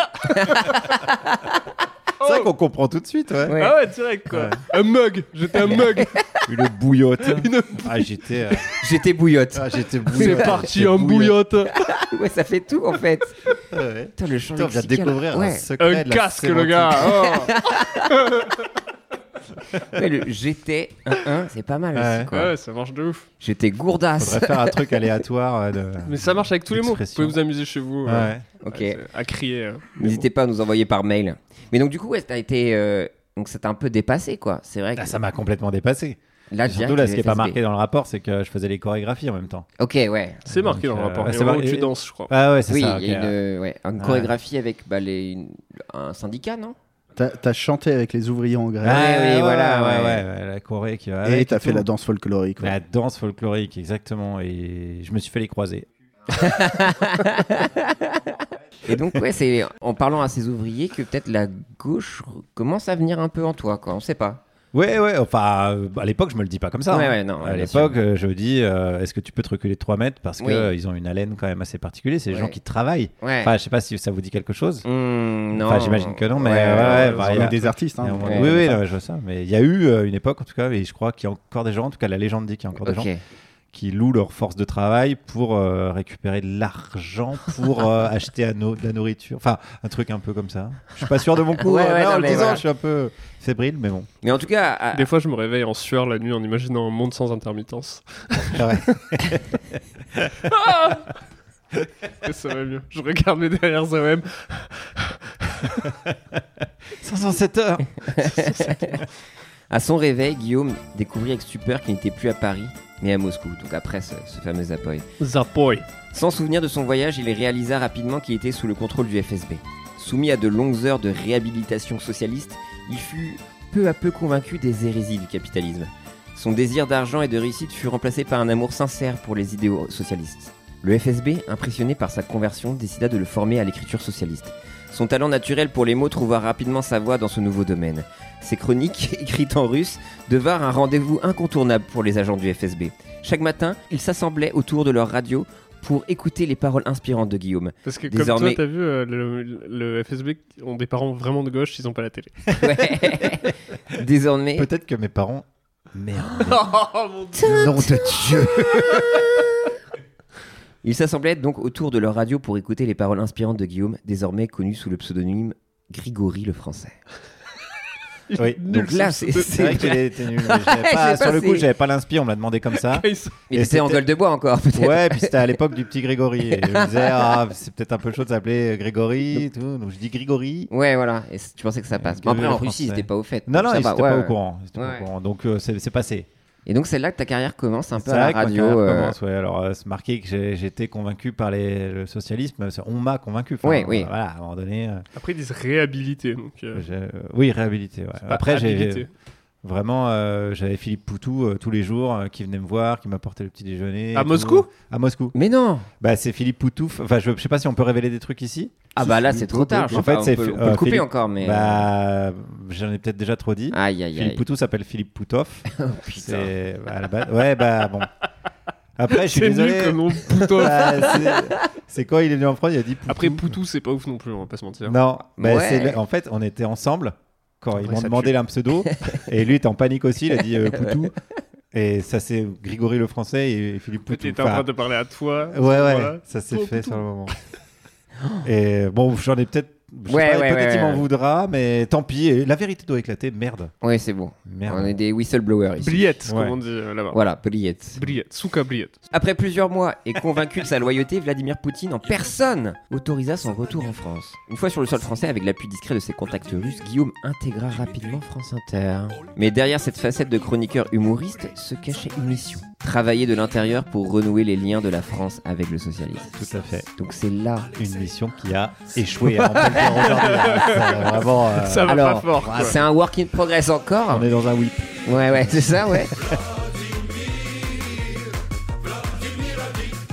[SPEAKER 3] C'est vrai qu'on comprend tout de suite, ouais.
[SPEAKER 1] Ouais.
[SPEAKER 4] Ah ouais, direct, quoi. Un mug. J'étais un mug.
[SPEAKER 3] Une bouillotte.
[SPEAKER 4] Une-
[SPEAKER 3] Ah, j'étais. euh,
[SPEAKER 1] J'étais bouillotte.
[SPEAKER 3] ah, j'étais
[SPEAKER 4] C'est
[SPEAKER 3] bouillotte.
[SPEAKER 4] parti
[SPEAKER 3] J'étais
[SPEAKER 4] en bouillotte.
[SPEAKER 1] Ouais, ça fait tout en fait.
[SPEAKER 3] Ouais, ouais.
[SPEAKER 1] Putain, le champ
[SPEAKER 3] Putain, on vient de
[SPEAKER 1] lexical.
[SPEAKER 3] découvrir un
[SPEAKER 1] Ouais.
[SPEAKER 3] secret.
[SPEAKER 4] Un
[SPEAKER 3] de la
[SPEAKER 4] casque, le
[SPEAKER 3] sémantique.
[SPEAKER 4] gars. Oh.
[SPEAKER 1] Ouais, le j'étais 1-1, c'est pas mal
[SPEAKER 3] Ouais.
[SPEAKER 1] aussi quoi.
[SPEAKER 4] Oh. Ouais, ça marche de ouf.
[SPEAKER 1] J'étais gourdasse.
[SPEAKER 3] Faudrait faire un truc aléatoire. euh, de-
[SPEAKER 4] Mais ça marche avec tous les mots. Vous
[SPEAKER 3] Expression.
[SPEAKER 4] pouvez vous amuser chez vous.
[SPEAKER 3] Ouais,
[SPEAKER 4] euh,
[SPEAKER 3] ouais.
[SPEAKER 1] Ok.
[SPEAKER 4] à- À crier. euh, les
[SPEAKER 1] N'hésitez pas à nous envoyer par mail. Mais donc du coup, ouais, t'as été euh, donc ça t'a un peu dépassé quoi. C'est vrai que
[SPEAKER 2] Ah, ça m'a complètement dépassé.
[SPEAKER 1] là,
[SPEAKER 2] Et Surtout là, ce qui n'est pas marqué dans le rapport, c'est que je faisais les chorégraphies en même temps.
[SPEAKER 1] Ok, ouais.
[SPEAKER 4] mots. C'est marqué dans le
[SPEAKER 2] euh,
[SPEAKER 4] rapport.
[SPEAKER 2] ouais,
[SPEAKER 4] Il y a
[SPEAKER 2] c'est
[SPEAKER 4] un moment où
[SPEAKER 2] marqué.
[SPEAKER 4] tu danses, je crois.
[SPEAKER 2] Ah ouais, c'est
[SPEAKER 1] Oui, il
[SPEAKER 2] ça.
[SPEAKER 1] y a
[SPEAKER 2] ok.
[SPEAKER 1] une, euh, ouais, une
[SPEAKER 2] Ouais.
[SPEAKER 1] chorégraphie avec bah, les, une- un syndicat, non
[SPEAKER 3] T'as t'as chanté avec les ouvriers en
[SPEAKER 2] Ah,
[SPEAKER 3] grève.
[SPEAKER 1] Ouais, oui,
[SPEAKER 2] ouais,
[SPEAKER 1] voilà,
[SPEAKER 2] ouais,
[SPEAKER 1] ouais.
[SPEAKER 2] ouais, ouais, la Corée qui va
[SPEAKER 3] et
[SPEAKER 2] avec
[SPEAKER 3] t'as fait
[SPEAKER 2] tout.
[SPEAKER 3] la danse folklorique. ouais.
[SPEAKER 2] La danse folklorique, exactement. Et je me suis fait les croiser.
[SPEAKER 1] Et donc, ouais, c'est en parlant à ces ouvriers que peut-être la gauche commence à venir un peu en toi, quoi. On sait pas.
[SPEAKER 2] Ouais, ouais, enfin, euh, à l'époque, je me le dis pas comme ça.
[SPEAKER 1] Ouais,
[SPEAKER 2] hein.
[SPEAKER 1] ouais, non, ouais,
[SPEAKER 2] à
[SPEAKER 1] bien
[SPEAKER 2] l'époque, euh, je dis, euh, est-ce que tu peux te reculer de 3 mètres Parce
[SPEAKER 1] Oui.
[SPEAKER 2] que euh, ils ont une haleine quand même assez particulière, c'est des
[SPEAKER 1] Ouais.
[SPEAKER 2] gens qui travaillent.
[SPEAKER 1] Ouais.
[SPEAKER 2] Enfin, je sais pas si ça vous dit quelque chose.
[SPEAKER 1] Hmm, non.
[SPEAKER 2] Enfin, j'imagine que non, mais ouais, ouais, bah,
[SPEAKER 3] On
[SPEAKER 2] il y a-
[SPEAKER 3] est des artistes. hein.
[SPEAKER 2] Et à un moment
[SPEAKER 1] Ouais.
[SPEAKER 2] donné- oui, oui, non, mais je vois ça. Mais il y a eu euh, une époque, en tout cas, et je crois qu'il y a encore des gens, en tout cas, la légende dit qu'il y a encore
[SPEAKER 1] Ok.
[SPEAKER 2] des gens qui louent leur force de travail pour euh, récupérer de l'argent pour euh, acheter à no- de la nourriture. Enfin, un truc un peu comme ça. Je suis pas sûr de mon coup.
[SPEAKER 1] Ouais,
[SPEAKER 2] euh,
[SPEAKER 1] ouais,
[SPEAKER 2] là,
[SPEAKER 1] non,
[SPEAKER 2] en le
[SPEAKER 1] mais
[SPEAKER 2] disant,
[SPEAKER 1] voilà.
[SPEAKER 2] je suis un peu fébrile, mais bon.
[SPEAKER 1] Mais en tout cas, à-
[SPEAKER 4] Des fois, je me réveille en sueur la nuit en imaginant un monde sans intermittence.
[SPEAKER 2] Ouais.
[SPEAKER 4] Et ça va mieux. Je regarde mes derrières OM.
[SPEAKER 2] 507 heures
[SPEAKER 1] à son réveil, Guillaume découvrit avec stupeur qu'il n'était plus à Paris, mais à Moscou, donc après ce, ce fameux Zapoy.
[SPEAKER 4] Zapoy.
[SPEAKER 1] Sans souvenir de son voyage, il réalisa rapidement qu'il était sous le contrôle du FSB. Soumis à de longues heures de réhabilitation socialiste, il fut peu à peu convaincu des hérésies du capitalisme. Son désir d'argent et de réussite fut remplacé par un amour sincère pour les idéaux socialistes. Le FSB, impressionné par sa conversion, décida de le former à l'écriture socialiste. Son talent naturel pour les mots trouva rapidement sa voie dans ce nouveau domaine. Ses chroniques, écrites en russe, devinrent un rendez-vous incontournable pour les agents du FSB. Chaque matin, ils s'assemblaient autour de leur radio pour écouter les paroles inspirantes de Guillaume.
[SPEAKER 4] Parce que
[SPEAKER 1] Désormais-
[SPEAKER 4] comme toi, t'as vu, euh, le, le FSB ont des parents vraiment de gauche, ils ont pas la télé.
[SPEAKER 1] Ouais. Désormais,
[SPEAKER 2] Peut-être que mes parents. Merde.
[SPEAKER 4] oh mon dieu.
[SPEAKER 2] Nom de Dieu
[SPEAKER 1] ils s'assemblaient donc autour de leur radio pour écouter les paroles inspirantes de Guillaume, désormais connu sous le pseudonyme Grigory le Français.
[SPEAKER 2] Oui,
[SPEAKER 4] Nul
[SPEAKER 1] donc là,
[SPEAKER 4] sens.
[SPEAKER 1] c'est-
[SPEAKER 2] C'est vrai qu'il était nul. mais j'avais
[SPEAKER 1] Je
[SPEAKER 2] pas-
[SPEAKER 1] sais pas,
[SPEAKER 2] sur le coup,
[SPEAKER 1] c'est-
[SPEAKER 2] j'avais pas l'inspire, on me l'a demandé comme ça.
[SPEAKER 1] Mais
[SPEAKER 2] Et
[SPEAKER 1] c'était en
[SPEAKER 2] c'était-
[SPEAKER 1] gueule de bois encore, peut-être.
[SPEAKER 2] Ouais, et puis c'était à l'époque du petit Grégory. Et je me disais, ah, c'est peut-être un peu chaud de s'appeler Grégory et tout. Donc je dis Grégory.
[SPEAKER 1] Ouais, voilà. Et c- tu pensais que ça passe. Mais
[SPEAKER 2] Grigory
[SPEAKER 1] après, en
[SPEAKER 2] le
[SPEAKER 1] Russie, ils
[SPEAKER 2] Français.
[SPEAKER 1] n'étaient pas au fait.
[SPEAKER 2] Non,
[SPEAKER 1] donc
[SPEAKER 2] non,
[SPEAKER 1] ça
[SPEAKER 2] ils
[SPEAKER 1] va,
[SPEAKER 2] étaient
[SPEAKER 1] ouais,
[SPEAKER 2] pas, au
[SPEAKER 1] ouais.
[SPEAKER 2] courant. Ils étaient pas
[SPEAKER 1] Ouais.
[SPEAKER 2] au courant. Donc euh, c'est c'est passé.
[SPEAKER 1] Et donc, c'est là que ta carrière commence un peu
[SPEAKER 2] C'est
[SPEAKER 1] à la
[SPEAKER 2] vrai que ma
[SPEAKER 1] radio.
[SPEAKER 2] carrière
[SPEAKER 1] euh,
[SPEAKER 2] commence, ouais. Alors, euh, c'est marqué que j'ai- j'étais convaincu par les- le socialisme. ça- On m'a convaincu. Enfin,
[SPEAKER 1] Oui, oui.
[SPEAKER 2] Voilà, à un moment donné, euh,
[SPEAKER 4] Après, ils disent réhabilité. Donc, euh,
[SPEAKER 2] j'ai- euh, oui, réhabilité. ouais.
[SPEAKER 4] pas
[SPEAKER 2] Après, j'ai
[SPEAKER 4] habilité.
[SPEAKER 2] vraiment, euh, j'avais Philippe Poutou euh, tous les jours euh, qui venait me voir, qui m'apportait le petit déjeuner.
[SPEAKER 4] À
[SPEAKER 2] et tout.
[SPEAKER 4] Moscou
[SPEAKER 2] À Moscou.
[SPEAKER 1] Mais non
[SPEAKER 2] Bah, c'est Philippe Poutou. Enfin, je, je sais pas si on peut révéler des trucs ici.
[SPEAKER 1] Ah bah là, c'est trop tard.
[SPEAKER 2] En
[SPEAKER 1] Enfin,
[SPEAKER 2] fait,
[SPEAKER 1] on
[SPEAKER 2] c'est
[SPEAKER 1] peut-
[SPEAKER 2] fi-
[SPEAKER 1] on peut
[SPEAKER 2] euh,
[SPEAKER 1] le couper
[SPEAKER 2] Philippe-
[SPEAKER 1] encore, mais... euh,
[SPEAKER 2] Bah, j'en ai peut-être déjà trop dit.
[SPEAKER 1] Aïe, aïe,
[SPEAKER 2] Philippe
[SPEAKER 1] aïe.
[SPEAKER 2] Poutou s'appelle Philippe Poutoff.
[SPEAKER 1] Oh, putain.
[SPEAKER 2] C'est bah, à la base. Ouais, bah bon. Après, je suis
[SPEAKER 4] C'est nul
[SPEAKER 2] désolé.
[SPEAKER 4] comme nom, Poutou.
[SPEAKER 2] Bah, c'est- c'est quand il est venu en France, il a dit Poutou.
[SPEAKER 4] Après, Poutou, c'est pas ouf non plus, on va pas se mentir.
[SPEAKER 2] Non, bah,
[SPEAKER 1] Ouais.
[SPEAKER 2] c'est le- en fait, on était ensemble quand ils
[SPEAKER 4] Après,
[SPEAKER 2] m'ont
[SPEAKER 4] ça
[SPEAKER 2] demandé
[SPEAKER 4] tue.
[SPEAKER 2] un pseudo. et lui était en panique aussi, il a dit euh, Poutou. Et ça, c'est Grégory le Français et Philippe Poutou.
[SPEAKER 4] T'étais en train
[SPEAKER 2] Enfin,
[SPEAKER 4] de parler à toi.
[SPEAKER 2] Ouais, ouais,
[SPEAKER 4] Voilà.
[SPEAKER 2] ça s'est
[SPEAKER 4] Toi,
[SPEAKER 2] fait
[SPEAKER 4] Poutou.
[SPEAKER 2] sur le moment. Et bon, j'en ai peut-être je sais
[SPEAKER 1] Ouais,
[SPEAKER 2] pas,
[SPEAKER 1] ouais,
[SPEAKER 2] peut-être
[SPEAKER 1] ouais,
[SPEAKER 2] il m'en
[SPEAKER 1] ouais.
[SPEAKER 2] voudra, mais tant pis. et la vérité doit éclater, merde.
[SPEAKER 1] Ouais, c'est bon.
[SPEAKER 2] Merde.
[SPEAKER 1] On est des whistleblowers ici.
[SPEAKER 4] Bliette,
[SPEAKER 2] Ouais.
[SPEAKER 4] comme on dit euh, là-bas.
[SPEAKER 1] Voilà, Bliette.
[SPEAKER 4] Bliette, Souka Bliette.
[SPEAKER 1] Après plusieurs mois et convaincu de sa loyauté, Vladimir Poutine en personne autorisa son retour en France. Une fois sur le sol français, avec l'appui discret de ses contacts russes, Guillaume intégra rapidement France Inter. Mais derrière cette facette de chroniqueur humoriste se cachait une mission. Travailler de l'intérieur pour renouer les liens de la France avec le socialisme.
[SPEAKER 2] Tout à fait.
[SPEAKER 1] Donc c'est là
[SPEAKER 2] Une mission qui a échoué. hein, on peut le dire aujourd'hui. Ça, Vraiment. euh,
[SPEAKER 4] Ça va
[SPEAKER 1] Alors,
[SPEAKER 4] pas fort. quoi.
[SPEAKER 1] Ah, c'est un work in progress encore.
[SPEAKER 2] On est dans un whip.
[SPEAKER 1] Ouais, ouais, c'est ça, ouais.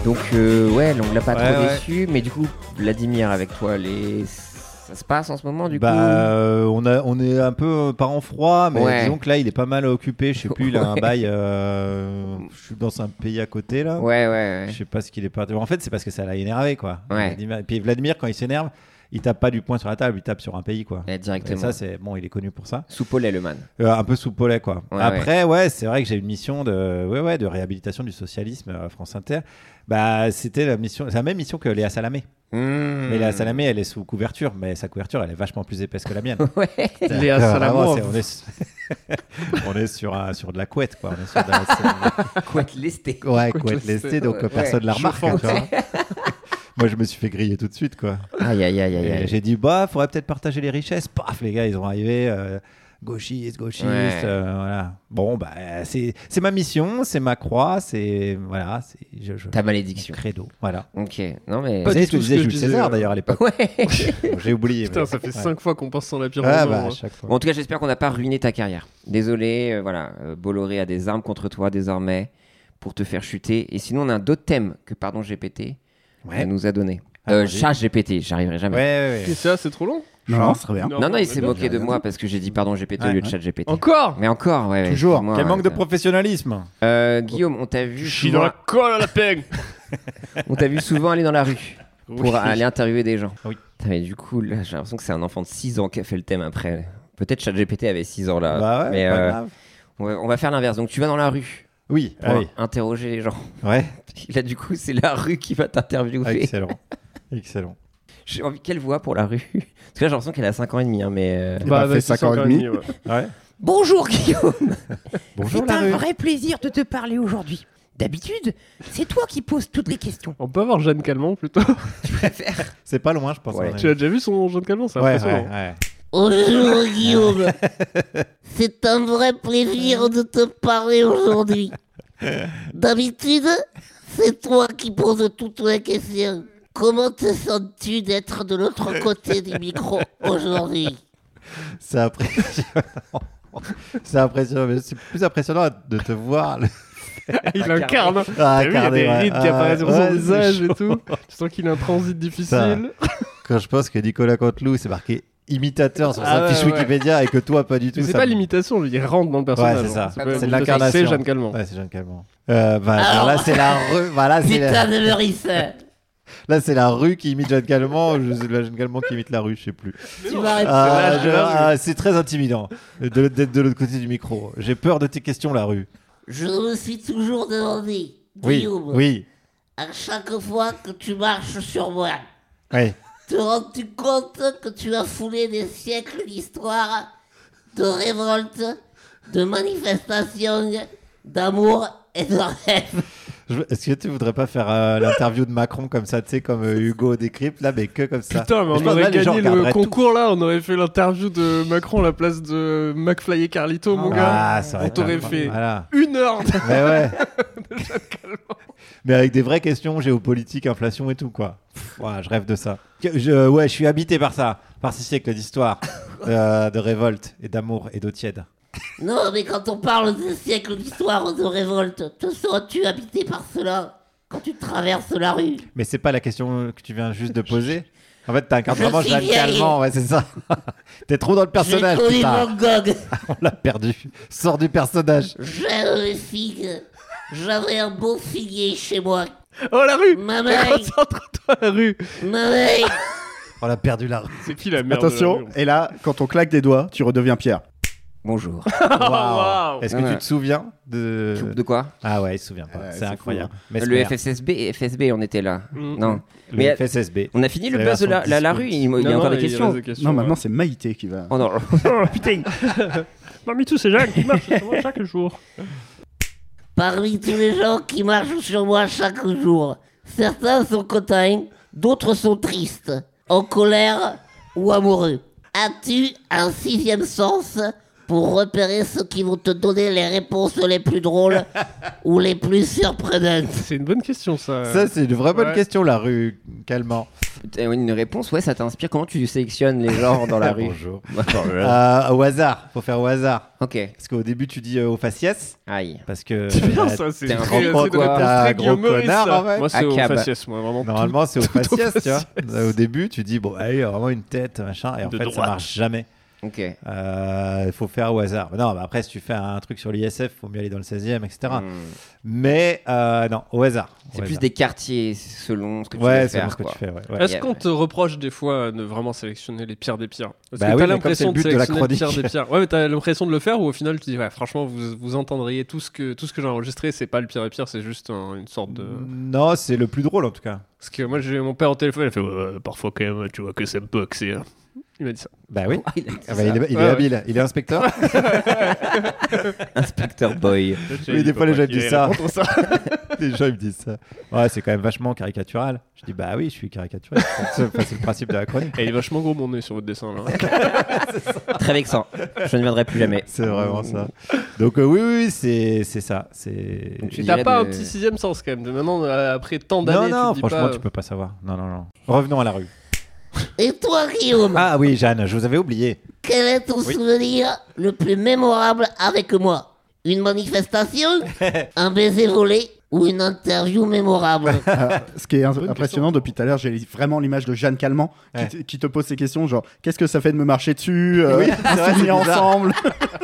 [SPEAKER 1] Donc, euh, ouais, on l'a pas
[SPEAKER 2] Ouais,
[SPEAKER 1] trop
[SPEAKER 2] ouais.
[SPEAKER 1] déçu, mais du coup, Vladimir avec toi, les... ça se passe en ce moment, du
[SPEAKER 2] bah, euh, on, a, on est un peu euh, pas en froid, mais
[SPEAKER 1] Ouais.
[SPEAKER 2] disons que là, il est pas mal occupé. Je sais plus, il a un
[SPEAKER 1] Ouais.
[SPEAKER 2] bail. euh, je suis dans un pays à côté, là.
[SPEAKER 1] coup. Ouais, ouais,
[SPEAKER 2] Je
[SPEAKER 1] ouais.
[SPEAKER 2] sais pas ce qu'il est parti. En fait, c'est parce que ça l'a énervé, quoi.
[SPEAKER 1] Ouais.
[SPEAKER 2] Vladimir- Et puis Vladimir, quand il s'énerve, il tape pas du poing sur la table, il tape sur un pays, quoi.
[SPEAKER 1] Ouais,
[SPEAKER 2] Et
[SPEAKER 1] directement.
[SPEAKER 2] ça, c'est bon, il est connu pour ça.
[SPEAKER 1] Sous Paul Elleman.
[SPEAKER 2] Euh, un peu sous Paulet, quoi.
[SPEAKER 1] Ouais,
[SPEAKER 2] Après, ouais, c'est vrai que j'ai une mission de, ouais, ouais, de réhabilitation du socialisme à France Inter. Bah, c'était la mission, la même mission que Léa Salamé.
[SPEAKER 1] Hmm.
[SPEAKER 2] Mais Léa Salamé, elle est sous couverture, mais sa couverture, elle est vachement plus épaisse que la mienne.
[SPEAKER 1] Ouais.
[SPEAKER 4] Léa
[SPEAKER 2] Vraiment,
[SPEAKER 4] Salamon.
[SPEAKER 2] c'est- on est, su- on est sur, un- sur de la couette, quoi. On est sur de la-
[SPEAKER 1] Quoi te lester.
[SPEAKER 2] c'est- ouais,
[SPEAKER 4] Couette
[SPEAKER 2] couette lestée,
[SPEAKER 4] lestée,
[SPEAKER 2] donc
[SPEAKER 1] ouais.
[SPEAKER 2] personne la remarque.
[SPEAKER 4] Chauffante.
[SPEAKER 2] tu vois. Moi, je me suis fait griller tout de suite, quoi.
[SPEAKER 1] Aïe, aïe, aïe, aïe.
[SPEAKER 2] Et
[SPEAKER 1] aïe.
[SPEAKER 2] J'ai dit, bah, faudrait peut-être partager les richesses. Paf, les gars, ils ont arrivé. euh, gauchistes, gauchistes.
[SPEAKER 1] Ouais.
[SPEAKER 2] euh, voilà. Bon, bah, c'est c'est ma mission, c'est ma croix, c'est. Voilà, c'est. Je, je...
[SPEAKER 1] Ta malédiction.
[SPEAKER 2] mon Credo. Voilà.
[SPEAKER 1] Ok, non mais.
[SPEAKER 4] Pas
[SPEAKER 2] Vous savez
[SPEAKER 4] du
[SPEAKER 2] ce que
[SPEAKER 4] tout ce
[SPEAKER 2] disait
[SPEAKER 4] que je
[SPEAKER 2] Jules
[SPEAKER 4] disais,
[SPEAKER 2] César
[SPEAKER 4] euh.
[SPEAKER 2] d'ailleurs à l'époque.
[SPEAKER 1] Ouais.
[SPEAKER 2] Bon, J'ai oublié.
[SPEAKER 4] Putain,
[SPEAKER 2] mais-
[SPEAKER 4] ça fait
[SPEAKER 2] Ouais.
[SPEAKER 4] 5 fois qu'on pense sur la pire
[SPEAKER 2] Ah,
[SPEAKER 4] en
[SPEAKER 2] bah,
[SPEAKER 4] an,
[SPEAKER 2] à
[SPEAKER 4] hein.
[SPEAKER 2] chaque fois.
[SPEAKER 1] Bon, en tout cas, j'espère qu'on n'a pas ruiné ta carrière. Désolé, euh, voilà, euh, Bolloré a des armes contre toi désormais pour te faire chuter. Et sinon, on a d'autres thèmes que Pardon GPT
[SPEAKER 2] Ouais.
[SPEAKER 1] euh, nous a donné.
[SPEAKER 2] Ah,
[SPEAKER 1] Euh,
[SPEAKER 2] vas-y.
[SPEAKER 1] Chat GPT, j'arriverrai
[SPEAKER 2] Ouais,
[SPEAKER 1] jamais.
[SPEAKER 2] ouais,
[SPEAKER 4] Qu'est-ce que
[SPEAKER 2] ouais.
[SPEAKER 4] c'est là, c'est trop long
[SPEAKER 3] Non, non, c'est rien.
[SPEAKER 1] Non, non, il s'est
[SPEAKER 4] mais-
[SPEAKER 1] moqué de moi parce que j'ai dit Pardon GPT au
[SPEAKER 2] Ouais,
[SPEAKER 1] lieu de Chat GPT.
[SPEAKER 4] Encore
[SPEAKER 1] Mais encore, ouais. ouais,
[SPEAKER 2] Toujours.
[SPEAKER 1] excuse-moi,
[SPEAKER 2] Quel
[SPEAKER 1] ouais,
[SPEAKER 2] manque de
[SPEAKER 1] ça-
[SPEAKER 2] professionnalisme.
[SPEAKER 1] Euh, Guillaume, on t'a vu,
[SPEAKER 4] Je suis dans la
[SPEAKER 1] souvent...
[SPEAKER 4] colle à la peigne
[SPEAKER 1] on t'a vu souvent aller dans la rue pour
[SPEAKER 4] Oui.
[SPEAKER 1] aller interviewer des gens.
[SPEAKER 2] Oui.
[SPEAKER 1] Putain, mais du coup, là, j'ai l'impression que c'est un enfant de 6 ans qui a fait le thème après. Peut-être Chat GPT avait 6 ans là.
[SPEAKER 2] Bah ouais,
[SPEAKER 1] mais
[SPEAKER 2] pas
[SPEAKER 1] euh,
[SPEAKER 2] grave.
[SPEAKER 1] ouais, on va faire l'inverse. Donc, tu vas dans la rue.
[SPEAKER 2] Oui,
[SPEAKER 1] pour
[SPEAKER 2] ah oui.
[SPEAKER 1] interroger les gens.
[SPEAKER 2] Ouais,
[SPEAKER 1] Là, du coup, c'est la rue qui va
[SPEAKER 2] Ah
[SPEAKER 1] t'interviewer.
[SPEAKER 2] excellent. Excellent.
[SPEAKER 1] J'ai envie qu'elle voix pour la rue. Parce que là, j'ai l'impression qu'elle a 5 ans et demi, hein, mais. euh,
[SPEAKER 3] Bah, fait cinq ans et demi.
[SPEAKER 2] Ouais.
[SPEAKER 6] Bonjour Guillaume
[SPEAKER 2] Bonjour
[SPEAKER 6] C'est
[SPEAKER 2] la
[SPEAKER 6] un
[SPEAKER 2] rue.
[SPEAKER 6] vrai plaisir de te parler aujourd'hui. D'habitude, c'est toi qui poses toutes les questions.
[SPEAKER 4] On peut avoir Jeanne Calment plutôt.
[SPEAKER 2] C'est pas loin, je pense.
[SPEAKER 1] Ouais.
[SPEAKER 2] on est-
[SPEAKER 4] Tu l'as déjà vu son Jeanne Calment C'est
[SPEAKER 2] Ouais,
[SPEAKER 4] impressionnant.
[SPEAKER 2] ouais, ouais.
[SPEAKER 7] Bonjour Guillaume. C'est un vrai plaisir de te parler aujourd'hui. D'habitude, c'est toi qui poses toutes les questions. Comment te sens-tu d'être de l'autre côté du micro aujourd'hui
[SPEAKER 2] C'est impressionnant. C'est impressionnant, mais c'est plus impressionnant de te voir. le-
[SPEAKER 4] Il incarne.
[SPEAKER 2] Ah,
[SPEAKER 4] T'as vu, il y a
[SPEAKER 2] incarné,
[SPEAKER 4] des
[SPEAKER 2] ouais.
[SPEAKER 4] rides qui
[SPEAKER 2] Ah,
[SPEAKER 4] apparaissent sur
[SPEAKER 2] ouais,
[SPEAKER 4] son
[SPEAKER 2] c'est
[SPEAKER 4] visage et
[SPEAKER 2] chaud.
[SPEAKER 4] tout. Tu sens qu'il a un transit difficile.
[SPEAKER 2] Quand je pense que Nicolas Canteloup, c'est marqué imitateur sur
[SPEAKER 4] Ah
[SPEAKER 2] sa
[SPEAKER 4] ouais,
[SPEAKER 2] fiche
[SPEAKER 4] ouais.
[SPEAKER 2] Wikipédia et que toi, pas du tout.
[SPEAKER 4] Mais c'est
[SPEAKER 2] ça
[SPEAKER 4] pas
[SPEAKER 2] me-
[SPEAKER 4] l'imitation, je veux dire, il rentre dans le personnage.
[SPEAKER 2] Ouais, c'est
[SPEAKER 4] hein.
[SPEAKER 2] ça. C'est de
[SPEAKER 4] pas une imitation,
[SPEAKER 2] l'incarnation.
[SPEAKER 4] C'est Jeanne Calment.
[SPEAKER 2] Ouais, c'est Jeanne Calment. Euh, bah,
[SPEAKER 7] Alors-
[SPEAKER 2] là, c'est la rue. Voilà, Ah, c'est
[SPEAKER 7] Putain
[SPEAKER 2] la...
[SPEAKER 7] de Meurice hein.
[SPEAKER 2] Là, c'est la rue qui imite Jeanne Calment. ou je- c'est la Jeanne Calment qui imite la rue, je sais plus.
[SPEAKER 7] Tu m'arrêtes
[SPEAKER 2] Ah,
[SPEAKER 4] là,
[SPEAKER 2] je-
[SPEAKER 4] je-
[SPEAKER 2] ah, c'est très intimidant de- d'être de l'autre côté du micro. J'ai peur de tes questions, la rue.
[SPEAKER 7] Je me suis toujours demandé,
[SPEAKER 2] Oui,
[SPEAKER 7] Guillaume,
[SPEAKER 2] oui,
[SPEAKER 7] à chaque fois que tu marches sur moi,
[SPEAKER 2] oui.
[SPEAKER 7] te rends-tu compte que tu as foulé des siècles d'histoire, de révolte, de manifestations, d'amour et de rêve
[SPEAKER 2] Je- Est-ce que tu voudrais pas faire euh, l'interview de Macron comme ça, tu sais, comme euh, Hugo décrypte là, mais que comme ça
[SPEAKER 4] Putain,
[SPEAKER 2] Je
[SPEAKER 4] mais on
[SPEAKER 2] pense que là,
[SPEAKER 4] aurait
[SPEAKER 2] les gens
[SPEAKER 4] gagné
[SPEAKER 2] regarderaient
[SPEAKER 4] le
[SPEAKER 2] tout.
[SPEAKER 4] concours là, on aurait fait l'interview de Macron à la place de McFly et Carlito, mon gars.
[SPEAKER 2] Ah, ça aurait
[SPEAKER 4] On
[SPEAKER 2] été
[SPEAKER 4] t'aurait
[SPEAKER 2] incroyable.
[SPEAKER 4] fait.
[SPEAKER 2] Voilà.
[SPEAKER 4] Une heure de-
[SPEAKER 2] Mais ouais. mais avec des vraies questions géopolitiques, inflation et tout, quoi. Pff, ouais, je rêve de ça. Que- Je, euh, ouais, je suis habité par ça, par ces siècles d'histoire, euh, de révolte et d'amour et d'eau tiède.
[SPEAKER 7] Non, mais quand on parle de siècles d'histoire de révolte, te seras-tu habité par cela quand tu traverses la rue
[SPEAKER 2] Mais c'est pas la question que tu viens juste de poser. En fait, t'incarnes
[SPEAKER 7] Je
[SPEAKER 2] vraiment
[SPEAKER 7] suis
[SPEAKER 2] Jeanne
[SPEAKER 7] vieille.
[SPEAKER 2] Calment, ouais, c'est ça. T'es trop dans le personnage,
[SPEAKER 7] J'ai connu
[SPEAKER 2] putain.
[SPEAKER 7] Van Gogh,
[SPEAKER 2] On l'a perdu. Sors du personnage.
[SPEAKER 7] j'aime les figues, j'avais un beau figuier chez moi.
[SPEAKER 4] Oh la rue
[SPEAKER 7] Ma mère,
[SPEAKER 4] Concentre-toi la rue
[SPEAKER 7] ma mère
[SPEAKER 2] On l'a perdu la rue.
[SPEAKER 4] C'est qui la merde de la
[SPEAKER 3] Attention,
[SPEAKER 4] rue
[SPEAKER 3] et là, quand on claque des doigts, tu redeviens Pierre.
[SPEAKER 1] Bonjour.
[SPEAKER 2] Waouh. Est-ce que tu te souviens de.
[SPEAKER 1] De quoi
[SPEAKER 2] Ah ouais, il se souvient pas.
[SPEAKER 1] Ouais,
[SPEAKER 2] c'est hein.
[SPEAKER 1] c'est
[SPEAKER 2] incroyable.
[SPEAKER 1] fou.
[SPEAKER 2] Mais
[SPEAKER 1] Le
[SPEAKER 2] c'est clair.
[SPEAKER 1] FSSB et FSB, on était là.
[SPEAKER 2] Mm.
[SPEAKER 1] Non.
[SPEAKER 2] Le
[SPEAKER 1] Mais-
[SPEAKER 2] FSSB.
[SPEAKER 1] On a fini le
[SPEAKER 2] C'est la
[SPEAKER 1] buzz de la,
[SPEAKER 2] version
[SPEAKER 1] la, la
[SPEAKER 2] disco.
[SPEAKER 1] rue. Il, me- il y a
[SPEAKER 2] Non,
[SPEAKER 1] encore
[SPEAKER 2] non,
[SPEAKER 1] des
[SPEAKER 2] il
[SPEAKER 1] questions.
[SPEAKER 2] reste des questions,
[SPEAKER 3] Non, maintenant c'est Maïté qui va.
[SPEAKER 1] Oh non. Putain.
[SPEAKER 4] Parmi tous ces gens qui marchent sur moi chaque jour.
[SPEAKER 7] Parmi tous les gens qui marchent sur moi chaque jour, certains sont contents, d'autres sont tristes, en colère ou amoureux. As-tu un sixième sens pour repérer ceux qui vont te donner les réponses les plus drôles ou les plus surprenantes
[SPEAKER 4] C'est une bonne question, ça.
[SPEAKER 2] Ça, c'est une vraie bonne
[SPEAKER 4] Ouais.
[SPEAKER 2] question, la rue, calmant.
[SPEAKER 1] T'as Une réponse, ouais, ça t'inspire. Comment tu sélectionnes les genres dans la rue
[SPEAKER 2] Bonjour.
[SPEAKER 1] Bonjour.
[SPEAKER 2] Euh, au hasard, faut faire au hasard.
[SPEAKER 1] Ok.
[SPEAKER 2] Parce qu'au début, tu dis euh, au faciès.
[SPEAKER 1] Aïe.
[SPEAKER 2] Parce que.
[SPEAKER 4] C'est bien,
[SPEAKER 2] euh,
[SPEAKER 4] ça, c'est
[SPEAKER 2] t'es un
[SPEAKER 4] très-
[SPEAKER 2] grand
[SPEAKER 4] c'est de-
[SPEAKER 2] connard, t'es
[SPEAKER 4] c'est
[SPEAKER 2] un
[SPEAKER 4] très
[SPEAKER 2] gros
[SPEAKER 4] Guillaume Meurice,
[SPEAKER 2] connard,
[SPEAKER 4] ça.
[SPEAKER 2] en fait.
[SPEAKER 4] Moi, c'est au Acab. faciès, moi, vraiment,
[SPEAKER 2] Normalement,
[SPEAKER 4] tout-
[SPEAKER 2] c'est au
[SPEAKER 4] tout au
[SPEAKER 2] faciès, tu vois.
[SPEAKER 4] faciès.
[SPEAKER 2] Au début, tu dis, bon, allez, vraiment une tête, machin. Et en
[SPEAKER 4] De
[SPEAKER 2] fait, ça
[SPEAKER 4] droite.
[SPEAKER 2] marche jamais.
[SPEAKER 1] Ok.
[SPEAKER 2] Il faut faire au hasard. Non, mais après, si tu fais un truc sur l'ISF, faut mieux aller dans le 16e, etc.
[SPEAKER 1] Mm. Hmm.
[SPEAKER 2] Mais euh, non, au hasard.
[SPEAKER 1] C'est
[SPEAKER 2] Au
[SPEAKER 1] plus
[SPEAKER 2] hasard.
[SPEAKER 1] des quartiers selon ce que tu
[SPEAKER 2] bah. Ouais,
[SPEAKER 1] veux
[SPEAKER 2] selon
[SPEAKER 1] faire.
[SPEAKER 2] ce que
[SPEAKER 1] quoi.
[SPEAKER 2] tu fais, ouais, ouais.
[SPEAKER 4] Est-ce qu'on te reproche des fois euh, de vraiment sélectionner les pires des pires Parce
[SPEAKER 2] Bah
[SPEAKER 4] que
[SPEAKER 2] oui,
[SPEAKER 4] t'as
[SPEAKER 2] mais comme c'est
[SPEAKER 4] l'impression
[SPEAKER 2] le
[SPEAKER 4] de
[SPEAKER 2] but de la
[SPEAKER 4] sélectionner les pires
[SPEAKER 2] chronique.
[SPEAKER 4] des pires. Ouais, mais t'as l'impression de le faire ou au final tu dis, ouais, franchement, vous, vous entendriez tout ce que, tout ce que j'ai enregistré, c'est pas le pire des pires, c'est juste un- une sorte de.
[SPEAKER 2] Mm. Non, c'est le plus drôle en tout cas.
[SPEAKER 4] Parce que moi, j'ai mon père au téléphone, il a fait, ouais, ouais, parfois quand même, tu vois que c'est un peu axé. hein. Il m'a dit ça.
[SPEAKER 2] Bah oui.
[SPEAKER 1] Ah, il a dit
[SPEAKER 2] Ah bah,
[SPEAKER 1] ça.
[SPEAKER 2] il est, il est
[SPEAKER 4] Ouais, ouais.
[SPEAKER 2] habile, il est inspecteur.
[SPEAKER 1] Inspecteur Boy.
[SPEAKER 2] oui, des fois les gens me disent ça.
[SPEAKER 4] ça.
[SPEAKER 2] les gens ils me disent ça. Ouais, c'est quand même vachement caricatural. Je dis bah oui, je suis caricatural. Enfin, c'est le principe de la chronique.
[SPEAKER 4] Et il est vachement gros mon nez sur votre dessin là.
[SPEAKER 1] Très vexant. Je ne viendrai plus jamais.
[SPEAKER 2] C'est vraiment ça. Donc euh, oui, oui, oui, c'est c'est ça. C'est.
[SPEAKER 1] Donc, tu
[SPEAKER 4] T'as
[SPEAKER 1] dirais
[SPEAKER 4] pas
[SPEAKER 1] de-
[SPEAKER 4] un petit sixième sens quand même. de Maintenant, euh, après tant
[SPEAKER 2] Non,
[SPEAKER 4] d'années,
[SPEAKER 2] non,
[SPEAKER 4] tu te dis
[SPEAKER 2] franchement,
[SPEAKER 4] pas,
[SPEAKER 2] tu peux pas savoir. Non, non, non. Revenons à la rue.
[SPEAKER 7] Et toi, Guillaume,
[SPEAKER 2] Ah oui, Jeanne, je vous avais oublié.
[SPEAKER 7] quel est ton souvenir le plus mémorable avec moi Une manifestation Un baiser volé ou une interview mémorable
[SPEAKER 3] Ah, Ce qui est im- impressionnant depuis tout à l'heure, j'ai vraiment l'image de Jeanne Calment qui,
[SPEAKER 2] Ouais.
[SPEAKER 3] te- qui te pose ces questions genre qu'est-ce que ça fait de me marcher dessus euh,
[SPEAKER 2] Oui, c'est vrai,
[SPEAKER 3] on s'est mis
[SPEAKER 2] c'est bizarre.
[SPEAKER 3] ensemble.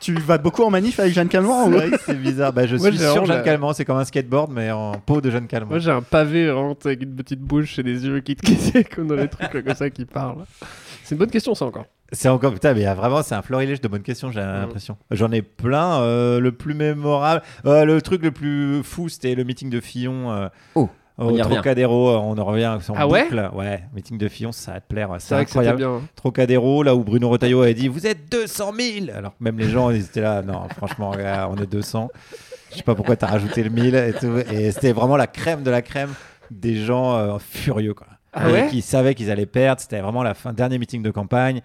[SPEAKER 3] tu vas beaucoup en manif avec Jeanne Calment
[SPEAKER 2] C'est
[SPEAKER 3] ou-
[SPEAKER 2] vrai que c'est bizarre. Bah, je
[SPEAKER 4] Moi,
[SPEAKER 2] suis
[SPEAKER 4] j'ai
[SPEAKER 2] sur
[SPEAKER 4] vraiment
[SPEAKER 2] Jeanne
[SPEAKER 4] la-
[SPEAKER 2] Calment. C'est comme un skateboard, mais en peau de Jeanne Calment.
[SPEAKER 4] Moi j'ai un pavé vraiment tu sais, avec une petite bouche et des yeux qui te cassaient comme dans les trucs là, comme ça qui parlent. C'est une bonne question ça encore.
[SPEAKER 2] C'est encore putain, mais il y a vraiment, c'est un florilège de bonnes questions, j'ai
[SPEAKER 4] Mm.
[SPEAKER 2] l'impression. J'en ai plein. euh, le plus mémorable, euh, le truc le plus fou, c'était le meeting de Fillon. euh,
[SPEAKER 1] Oh, on
[SPEAKER 2] au
[SPEAKER 1] y revient.
[SPEAKER 2] Trocadéro, euh, on en revient sur
[SPEAKER 4] Ah ouais
[SPEAKER 2] boucle. Ouais, meeting de Fillon, ça va te plaire.
[SPEAKER 4] C'est
[SPEAKER 2] C'est
[SPEAKER 4] vrai que c'était
[SPEAKER 2] incroyable.
[SPEAKER 4] bien. hein.
[SPEAKER 2] Trocadéro, là où Bruno Retailleau avait dit Vous êtes 200 000 Alors que même les gens, ils étaient là Non, franchement, gars, on est 200. Je sais pas pourquoi t'as rajouté le 1000 et tout. Et c'était vraiment la crème de la crème des gens euh, furieux, quoi.
[SPEAKER 4] Ah
[SPEAKER 2] Et
[SPEAKER 4] ouais
[SPEAKER 2] qui savaient qu'ils allaient perdre. C'était vraiment la fin, dernier meeting de campagne.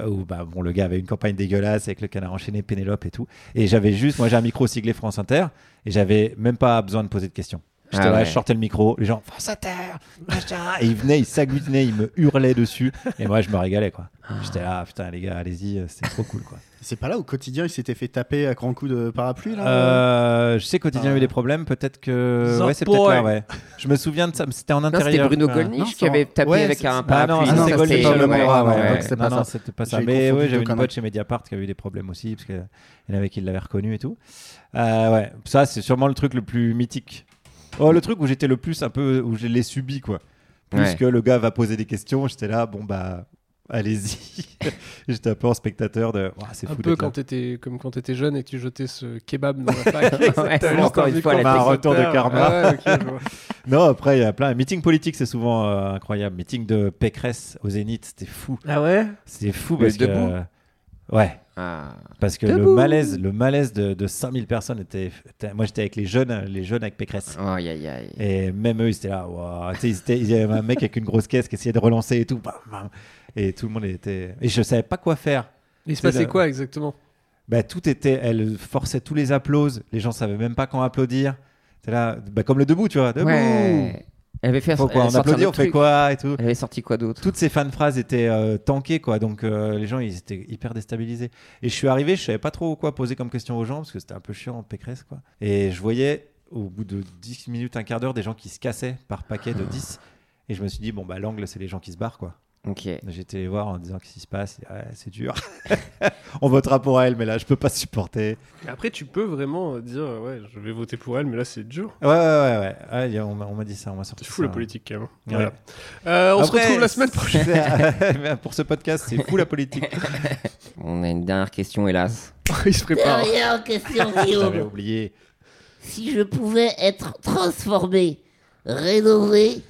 [SPEAKER 2] euh, Où bah, bon, le gars avait une campagne dégueulasse avec le canard enchaîné, Pénélope et tout. Et j'avais juste, moi j'ai un micro siglé France Inter et j'avais même pas besoin de poser de questions. J'étais
[SPEAKER 1] Ah
[SPEAKER 2] là,
[SPEAKER 1] ouais.
[SPEAKER 2] je sortais le micro, les gens France Inter, machin. Et ils venaient, ils s'agglutinaient, ils me hurlaient dessus. Et moi, je me régalais, quoi. J'étais là, putain, les gars, allez-y, c'était trop cool, quoi.
[SPEAKER 3] C'est pas là au quotidien il s'était fait taper à grands coups de parapluie là
[SPEAKER 2] Euh, je sais qu'Otidien a eu
[SPEAKER 3] Ah.
[SPEAKER 2] des problèmes, peut-être que.
[SPEAKER 4] The
[SPEAKER 2] Ouais, c'est peut-être là,
[SPEAKER 4] boy.
[SPEAKER 2] ouais. Je me souviens de ça, mais c'était en
[SPEAKER 1] Non,
[SPEAKER 2] intérieur.
[SPEAKER 1] c'était Bruno
[SPEAKER 2] Ah.
[SPEAKER 1] Gollnisch
[SPEAKER 3] non,
[SPEAKER 1] qui
[SPEAKER 3] c'est-
[SPEAKER 1] avait tapé
[SPEAKER 3] ouais,
[SPEAKER 1] avec
[SPEAKER 3] c'est-
[SPEAKER 1] un
[SPEAKER 2] Ah non,
[SPEAKER 1] parapluie.
[SPEAKER 2] ah
[SPEAKER 3] Bah non,
[SPEAKER 2] non,
[SPEAKER 3] ça,
[SPEAKER 2] c'est
[SPEAKER 3] c'était
[SPEAKER 2] Gollnisch,
[SPEAKER 3] pas
[SPEAKER 2] ouais,
[SPEAKER 3] le
[SPEAKER 2] ouais,
[SPEAKER 3] Morat,
[SPEAKER 2] ouais,
[SPEAKER 3] ouais,
[SPEAKER 2] Ah, ouais.
[SPEAKER 3] donc c'est
[SPEAKER 2] Non,
[SPEAKER 3] pas
[SPEAKER 2] non,
[SPEAKER 3] ça.
[SPEAKER 2] c'était pas ça.
[SPEAKER 3] J'ai
[SPEAKER 2] Mais
[SPEAKER 3] confondu
[SPEAKER 2] ouais, j'avais
[SPEAKER 3] deux
[SPEAKER 2] une
[SPEAKER 3] conneries.
[SPEAKER 2] pote chez Mediapart qui avait eu des problèmes aussi, parce qu'il y en avait qui l'avaient reconnu et tout. Euh, ouais, ça, c'est sûrement le truc le plus mythique. Oh, le truc où j'étais le plus un peu. où je l'ai subi, quoi. Plus
[SPEAKER 1] Ouais.
[SPEAKER 2] que le gars va poser des questions, j'étais là, bon bah. Allez-y. j'étais un peu en spectateur de. Ouah, c'est
[SPEAKER 4] Un
[SPEAKER 2] fou
[SPEAKER 4] peu
[SPEAKER 2] d'être là.
[SPEAKER 4] quand t'étais comme quand t'étais jeune et que tu jetais ce kebab dans la fac.
[SPEAKER 1] Ouais, c'est encore une fois la
[SPEAKER 2] comme un
[SPEAKER 1] technique.
[SPEAKER 2] retour de karma.
[SPEAKER 4] Ah ouais, ok, je vois.
[SPEAKER 2] Non, après, il y a plein. Meeting politique, c'est souvent euh, incroyable. Meeting de Pécresse au Zénith, c'était fou.
[SPEAKER 4] Ah ouais
[SPEAKER 2] C'était fou
[SPEAKER 1] Mais
[SPEAKER 2] parce que.
[SPEAKER 1] debout
[SPEAKER 2] ouais,
[SPEAKER 1] Ah.
[SPEAKER 2] parce que le
[SPEAKER 1] Debout.
[SPEAKER 2] malaise, le malaise de, de 5000 personnes était. était- Moi, j'étais avec les jeunes, hein, les jeunes avec Pécresse.
[SPEAKER 1] Oh, aïe, aïe, aïe.
[SPEAKER 2] Et même eux, ils étaient là. Ouah. Tu sais, ils étaient- il y avait un mec avec une grosse caisse qui essayait de relancer et tout. Bam, bam. Et tout le monde était. Et je savais pas quoi faire.
[SPEAKER 4] Il se
[SPEAKER 2] C'est
[SPEAKER 4] passait
[SPEAKER 2] le-
[SPEAKER 4] quoi exactement
[SPEAKER 2] Bah, tout était. Elle forçait tous les applauses. Les gens savaient même pas quand applaudir. C'est là, bah, comme le debout, tu vois. Debout.
[SPEAKER 1] Ouais. Elle avait fait
[SPEAKER 2] Faut
[SPEAKER 1] elle
[SPEAKER 2] quoi,
[SPEAKER 1] avait
[SPEAKER 2] on
[SPEAKER 1] sorti un
[SPEAKER 2] applaudit, on
[SPEAKER 1] autre
[SPEAKER 2] fait
[SPEAKER 1] truc.
[SPEAKER 2] quoi et tout.
[SPEAKER 1] Elle avait sorti quoi d'autre
[SPEAKER 2] toutes ces fan phrases étaient euh, tankées quoi donc euh, les gens ils étaient hyper déstabilisés et je suis arrivé je savais pas trop quoi poser comme question aux gens parce que c'était un peu chiant en pécresse quoi et je voyais au bout de 10 minutes un quart d'heure des gens qui se cassaient par paquet de 10 et je me suis dit bon bah l'angle c'est les gens qui se barrent quoi J'étais les voir en disant qu'est-ce qui se passe. Ouais, c'est dur. On votera pour elle, mais là, je peux pas supporter.
[SPEAKER 4] Après, tu peux vraiment euh, dire, euh, ouais, je vais voter pour elle, mais là, c'est dur.
[SPEAKER 2] Ouais, ouais, ouais. ouais. Ouais, y a- on m'a on m'a dit ça, on m'a sorti.
[SPEAKER 4] C'est fou,
[SPEAKER 2] ça.
[SPEAKER 4] la politique, quand même.
[SPEAKER 2] Ouais.
[SPEAKER 4] Voilà. Euh, on se
[SPEAKER 2] Après,
[SPEAKER 4] retrouve la semaine
[SPEAKER 2] c'est- mais pour ce podcast, c'est fou la politique.
[SPEAKER 1] On a une dernière question, hélas.
[SPEAKER 4] Il se
[SPEAKER 7] prépare. Dernière question, Guillaume.
[SPEAKER 2] J'avais oublié.
[SPEAKER 7] Si je pouvais être transformé, rénové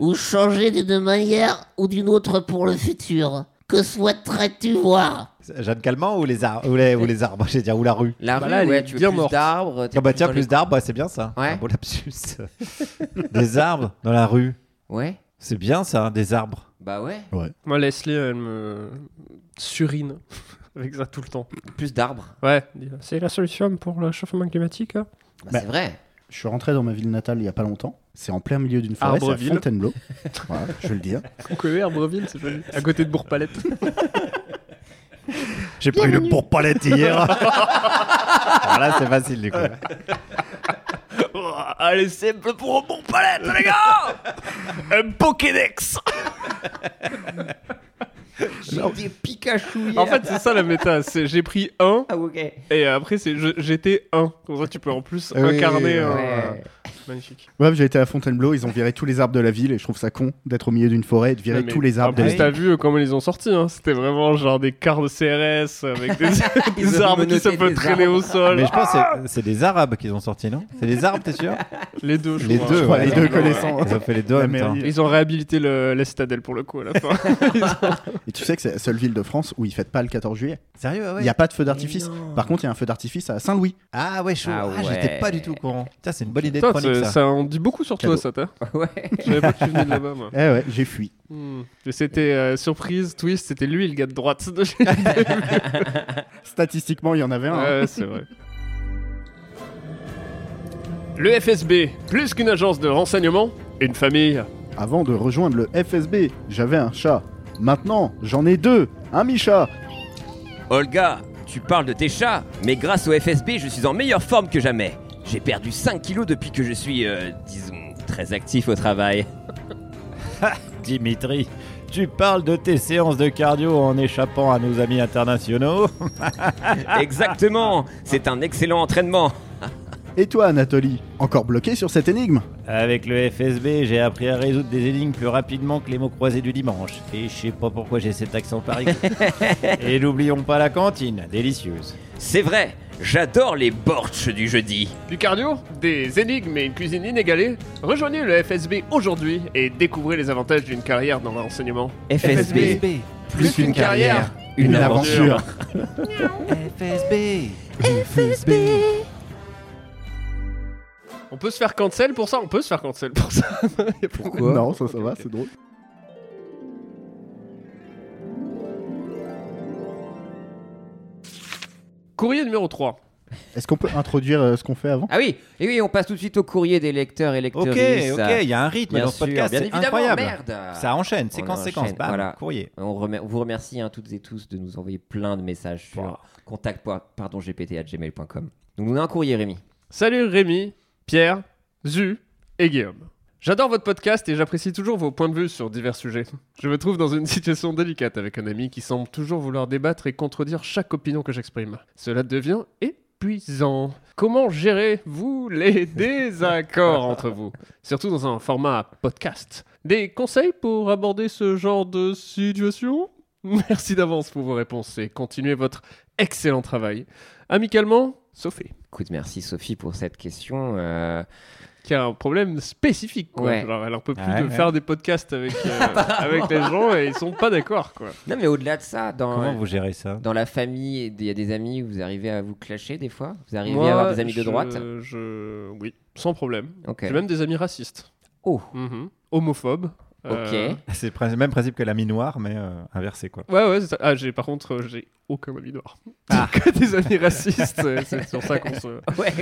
[SPEAKER 7] ou changé d'une manière ou d'une autre pour le futur, que souhaiterais-tu voir
[SPEAKER 2] Jeanne Calment ou les, ar- ou les, ou les arbres, j'allais dire, ou la rue
[SPEAKER 1] La Bah rue, là, elle ouais, est tu veux bien plus morte. d'arbres, t'es
[SPEAKER 2] Ah bah
[SPEAKER 1] plus
[SPEAKER 2] tiens,
[SPEAKER 1] dans
[SPEAKER 2] plus
[SPEAKER 1] les-
[SPEAKER 2] d'arbres, ouais, c'est bien ça.
[SPEAKER 1] Ouais.
[SPEAKER 2] Un beau lapsus. des arbres dans la rue.
[SPEAKER 1] Ouais.
[SPEAKER 2] C'est bien ça, hein, des arbres.
[SPEAKER 1] Bah ouais.
[SPEAKER 4] Moi, Leslie, elle me surine avec ça tout le temps.
[SPEAKER 1] Plus d'arbres.
[SPEAKER 4] Ouais. C'est la solution pour le chauffement climatique. hein.
[SPEAKER 7] Bah,
[SPEAKER 3] c'est
[SPEAKER 1] vrai.
[SPEAKER 3] Je suis rentré dans ma ville natale il y a pas longtemps. C'est en plein milieu d'une forêt, c'est à
[SPEAKER 4] Arbreville.
[SPEAKER 3] Fontainebleau. voilà, je vais le dire.
[SPEAKER 4] On connaît Arbreville, c'est joli. À côté de Bourg-Palette.
[SPEAKER 2] J'ai pris le bourg-palette hier. Alors là, c'est facile du coup.
[SPEAKER 8] allez, simple pour un bon palette, les gars Un Pokédex
[SPEAKER 1] J'ai des Pikachu
[SPEAKER 4] En fait, c'est ça la méta. c'est J'ai pris un.
[SPEAKER 1] Ah, ok.
[SPEAKER 4] Et après, c'est je- j'étais un. Comme ça, tu peux en plus
[SPEAKER 3] Oui,
[SPEAKER 4] incarner un. Ah,
[SPEAKER 3] ouais.
[SPEAKER 4] Magnifique.
[SPEAKER 3] Bref, j'ai été à Fontainebleau, ils ont viré tous les arbres de la ville et je trouve ça con d'être au milieu d'une forêt et de virer
[SPEAKER 4] Non, mais
[SPEAKER 3] tous les arbres
[SPEAKER 4] En
[SPEAKER 3] de la
[SPEAKER 4] plus,
[SPEAKER 3] ville.
[SPEAKER 4] t'as vu euh, comment ils ont sorti. hein, C'était vraiment genre des quarts de CRS avec des, des
[SPEAKER 3] Ils ont
[SPEAKER 4] arbres qui se
[SPEAKER 3] menotté
[SPEAKER 4] peuvent
[SPEAKER 3] des
[SPEAKER 4] traîner
[SPEAKER 3] arbres.
[SPEAKER 4] au sol.
[SPEAKER 2] Mais je pense que c'est- c'est des arabes qu'ils ont sorti, non C'est des arbres, t'es sûr
[SPEAKER 4] Les deux, je
[SPEAKER 2] Les
[SPEAKER 4] crois.
[SPEAKER 2] deux,
[SPEAKER 4] Je crois,
[SPEAKER 2] ouais,
[SPEAKER 4] les
[SPEAKER 2] les
[SPEAKER 4] deux,
[SPEAKER 2] deux
[SPEAKER 4] ouais.
[SPEAKER 2] connaissants. Ils ont fait les deux en
[SPEAKER 3] La
[SPEAKER 2] même temps.
[SPEAKER 3] mairie.
[SPEAKER 4] Ils ont réhabilité le, la citadelle pour le coup à la fin. Ils ont-
[SPEAKER 3] Et tu sais que c'est la seule ville de France où ils fêtent pas le 14 juillet.
[SPEAKER 2] Sérieux
[SPEAKER 3] Il n'y a pas de feu d'artifice. Par contre, il y a un feu d'artifice à Saint-Louis.
[SPEAKER 2] Ah ouais, chaud. Ah, j'étais pas du tout au courant. Putain, c'est une bonne idée
[SPEAKER 4] Putain,
[SPEAKER 2] de chronique
[SPEAKER 4] c'est-
[SPEAKER 2] ça.
[SPEAKER 4] ça en dit beaucoup sur toi,
[SPEAKER 2] Cadeau.
[SPEAKER 4] ça, t'as
[SPEAKER 1] Ouais.
[SPEAKER 4] Je savais pas que tu venais de là-bas, moi.
[SPEAKER 3] Eh ouais, j'ai fui.
[SPEAKER 4] Hmm. Et C'était euh, surprise, twist, c'était lui, le gars de droite. de chez-
[SPEAKER 3] Statistiquement, il y en avait un. hein.
[SPEAKER 4] Ouais, c'est vrai. Le FSB, plus qu'une agence de renseignement, une famille.
[SPEAKER 3] Avant de rejoindre le FSB, j'avais un chat. Maintenant, j'en ai deux. Un mi-chat.
[SPEAKER 1] Olga, tu parles de tes chats, mais grâce au FSB, je suis en meilleure forme que jamais. J'ai perdu 5 kilos depuis que je suis, euh, disons, très actif au travail.
[SPEAKER 2] Dimitri, tu parles de tes séances de cardio en échappant à nos amis internationaux
[SPEAKER 1] Ah. Exactement, c'est un excellent entraînement.
[SPEAKER 3] Et toi, Anatoly, encore bloqué sur cette énigme
[SPEAKER 2] Avec le FSB, j'ai appris à résoudre des énigmes plus rapidement que les mots croisés du dimanche. Et je sais pas pourquoi j'ai cet accent parisien. Et n'oublions pas la cantine, délicieuse.
[SPEAKER 1] C'est vrai, j'adore les borches du jeudi.
[SPEAKER 4] Du cardio, des énigmes et une cuisine inégalée. Rejoignez le FSB aujourd'hui et découvrez les avantages d'une carrière dans le renseignement.
[SPEAKER 1] FSB,
[SPEAKER 4] plus qu'une carrière,
[SPEAKER 3] une aventure.
[SPEAKER 2] FSB
[SPEAKER 4] FSB On peut se faire cancel pour ça On peut se faire cancel pour ça. Y a pas-
[SPEAKER 3] Non, ça, ça va, c'est drôle.
[SPEAKER 4] Courrier numéro 3.
[SPEAKER 3] Est-ce qu'on peut introduire euh, ce qu'on fait avant
[SPEAKER 1] Ah oui, et oui, on passe tout de suite au courrier des lecteurs et lectrices.
[SPEAKER 2] Ok, ok, il y a un rythme
[SPEAKER 1] Bien
[SPEAKER 2] dans ce
[SPEAKER 1] sûr,
[SPEAKER 2] podcast,
[SPEAKER 1] bien
[SPEAKER 2] c'est
[SPEAKER 1] évidemment,
[SPEAKER 2] incroyable.
[SPEAKER 1] merde.
[SPEAKER 2] Ça enchaîne,
[SPEAKER 1] On
[SPEAKER 2] séquence,
[SPEAKER 1] enchaîne,
[SPEAKER 2] séquence, bam,
[SPEAKER 1] voilà.
[SPEAKER 2] courrier.
[SPEAKER 1] On remer- vous remercie hein, toutes et tous de nous envoyer plein de messages sur contact point- pardon, gpt at gmail.com. Donc on a un courrier, Rémi.
[SPEAKER 4] Salut Rémi, Pierre, Zu et Guillaume. J'adore votre podcast et j'apprécie toujours vos points de vue sur divers sujets. Je me trouve dans une situation délicate avec un ami qui semble toujours vouloir débattre et contredire chaque opinion que j'exprime. Cela devient épuisant. Comment gérez-vous les désaccords entre vous Surtout dans un format podcast. Des conseils pour aborder ce genre de situation Merci d'avance pour vos réponses et continuez votre excellent travail. Amicalement, Sophie.
[SPEAKER 1] Écoute, merci Sophie pour cette question. euh,
[SPEAKER 4] qui a un problème spécifique. Quoi.
[SPEAKER 1] Ouais.
[SPEAKER 4] Genre, elle en peut plus
[SPEAKER 1] Ouais,
[SPEAKER 4] de
[SPEAKER 1] ouais.
[SPEAKER 4] faire des podcasts avec, euh, avec les gens et ils sont pas d'accord. quoi.
[SPEAKER 1] Non, mais au-delà de ça, dans,
[SPEAKER 4] Comment vous
[SPEAKER 2] gérez ça
[SPEAKER 1] Dans la famille, il y a des amis, où vous arrivez à vous clasher des fois Vous arrivez
[SPEAKER 4] Moi,
[SPEAKER 1] à avoir des amis de
[SPEAKER 4] je- euh,
[SPEAKER 1] droite
[SPEAKER 4] je... Oui, sans problème.
[SPEAKER 1] Ok.
[SPEAKER 4] J'ai même des amis racistes. Mhm.
[SPEAKER 1] Oh.
[SPEAKER 4] Homophobes. euh,
[SPEAKER 2] C'est le même principe que l'ami noir, mais euh, inversé quoi.
[SPEAKER 4] Ouais, ouais, c'est ça. Ah, j'ai, par contre, euh, j'ai aucun ami noir.
[SPEAKER 1] Ah.
[SPEAKER 4] que des amis racistes, euh, c'est sur ça qu'on se.
[SPEAKER 1] Ouais.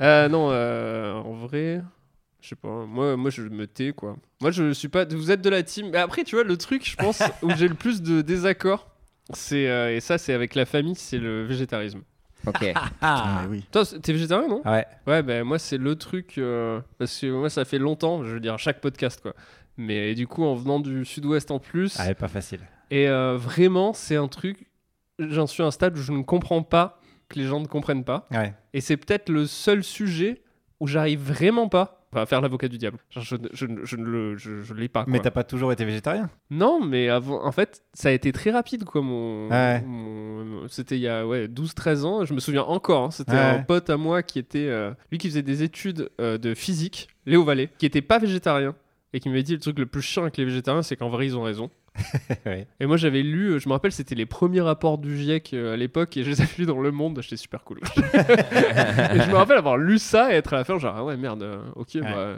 [SPEAKER 4] Euh, non, euh, en vrai, je sais pas. Moi, moi, je me tais, quoi. Moi, je suis pas. Vous êtes de la team. Mais après, tu vois, le truc, je pense, où j'ai le plus de désaccords, c'est. euh, et ça, c'est avec la famille, c'est le végétarisme.
[SPEAKER 1] Ok.
[SPEAKER 2] Ah,
[SPEAKER 4] Toi, c'est- t'es végétarien, non
[SPEAKER 2] Ouais.
[SPEAKER 4] Ouais, ben moi, c'est le truc. euh, parce que moi, ça fait longtemps, je veux dire, chaque podcast, quoi. Mais du coup, en venant du sud-ouest en plus.
[SPEAKER 2] Ah, ouais, pas facile.
[SPEAKER 4] Et euh, vraiment, c'est un truc. J'en suis à un stade où je ne comprends pas que les gens ne comprennent pas.
[SPEAKER 2] Ouais.
[SPEAKER 4] Et c'est peut-être le seul sujet où j'arrive vraiment pas à faire l'avocat du diable. Genre, je, ne- je ne- je ne le je, je l'ai pas.
[SPEAKER 2] Mais
[SPEAKER 4] quoi.
[SPEAKER 2] t'as pas toujours été végétarien
[SPEAKER 4] Non, mais avant, en fait, ça a été très rapide, quoi. Mon,
[SPEAKER 2] Ouais.
[SPEAKER 4] mon- c'était il y a ouais, 12-13 ans, je me souviens encore. hein, c'était
[SPEAKER 2] Ouais.
[SPEAKER 4] un pote à moi qui était. euh, lui qui faisait des études euh, de physique, Léo Vallée, qui était pas végétarien. Et qui m'avait dit le truc le plus chiant avec les végétariens, c'est qu'en vrai, ils ont raison.
[SPEAKER 2] Ouais.
[SPEAKER 4] Et moi, j'avais lu, euh, je me rappelle, c'était les premiers rapports du GIEC euh, à l'époque, et je les avais lus dans Le Monde, j'étais super cool. et je me rappelle avoir lu ça et être à la fin, genre, ah ouais, merde, euh, ok, bah,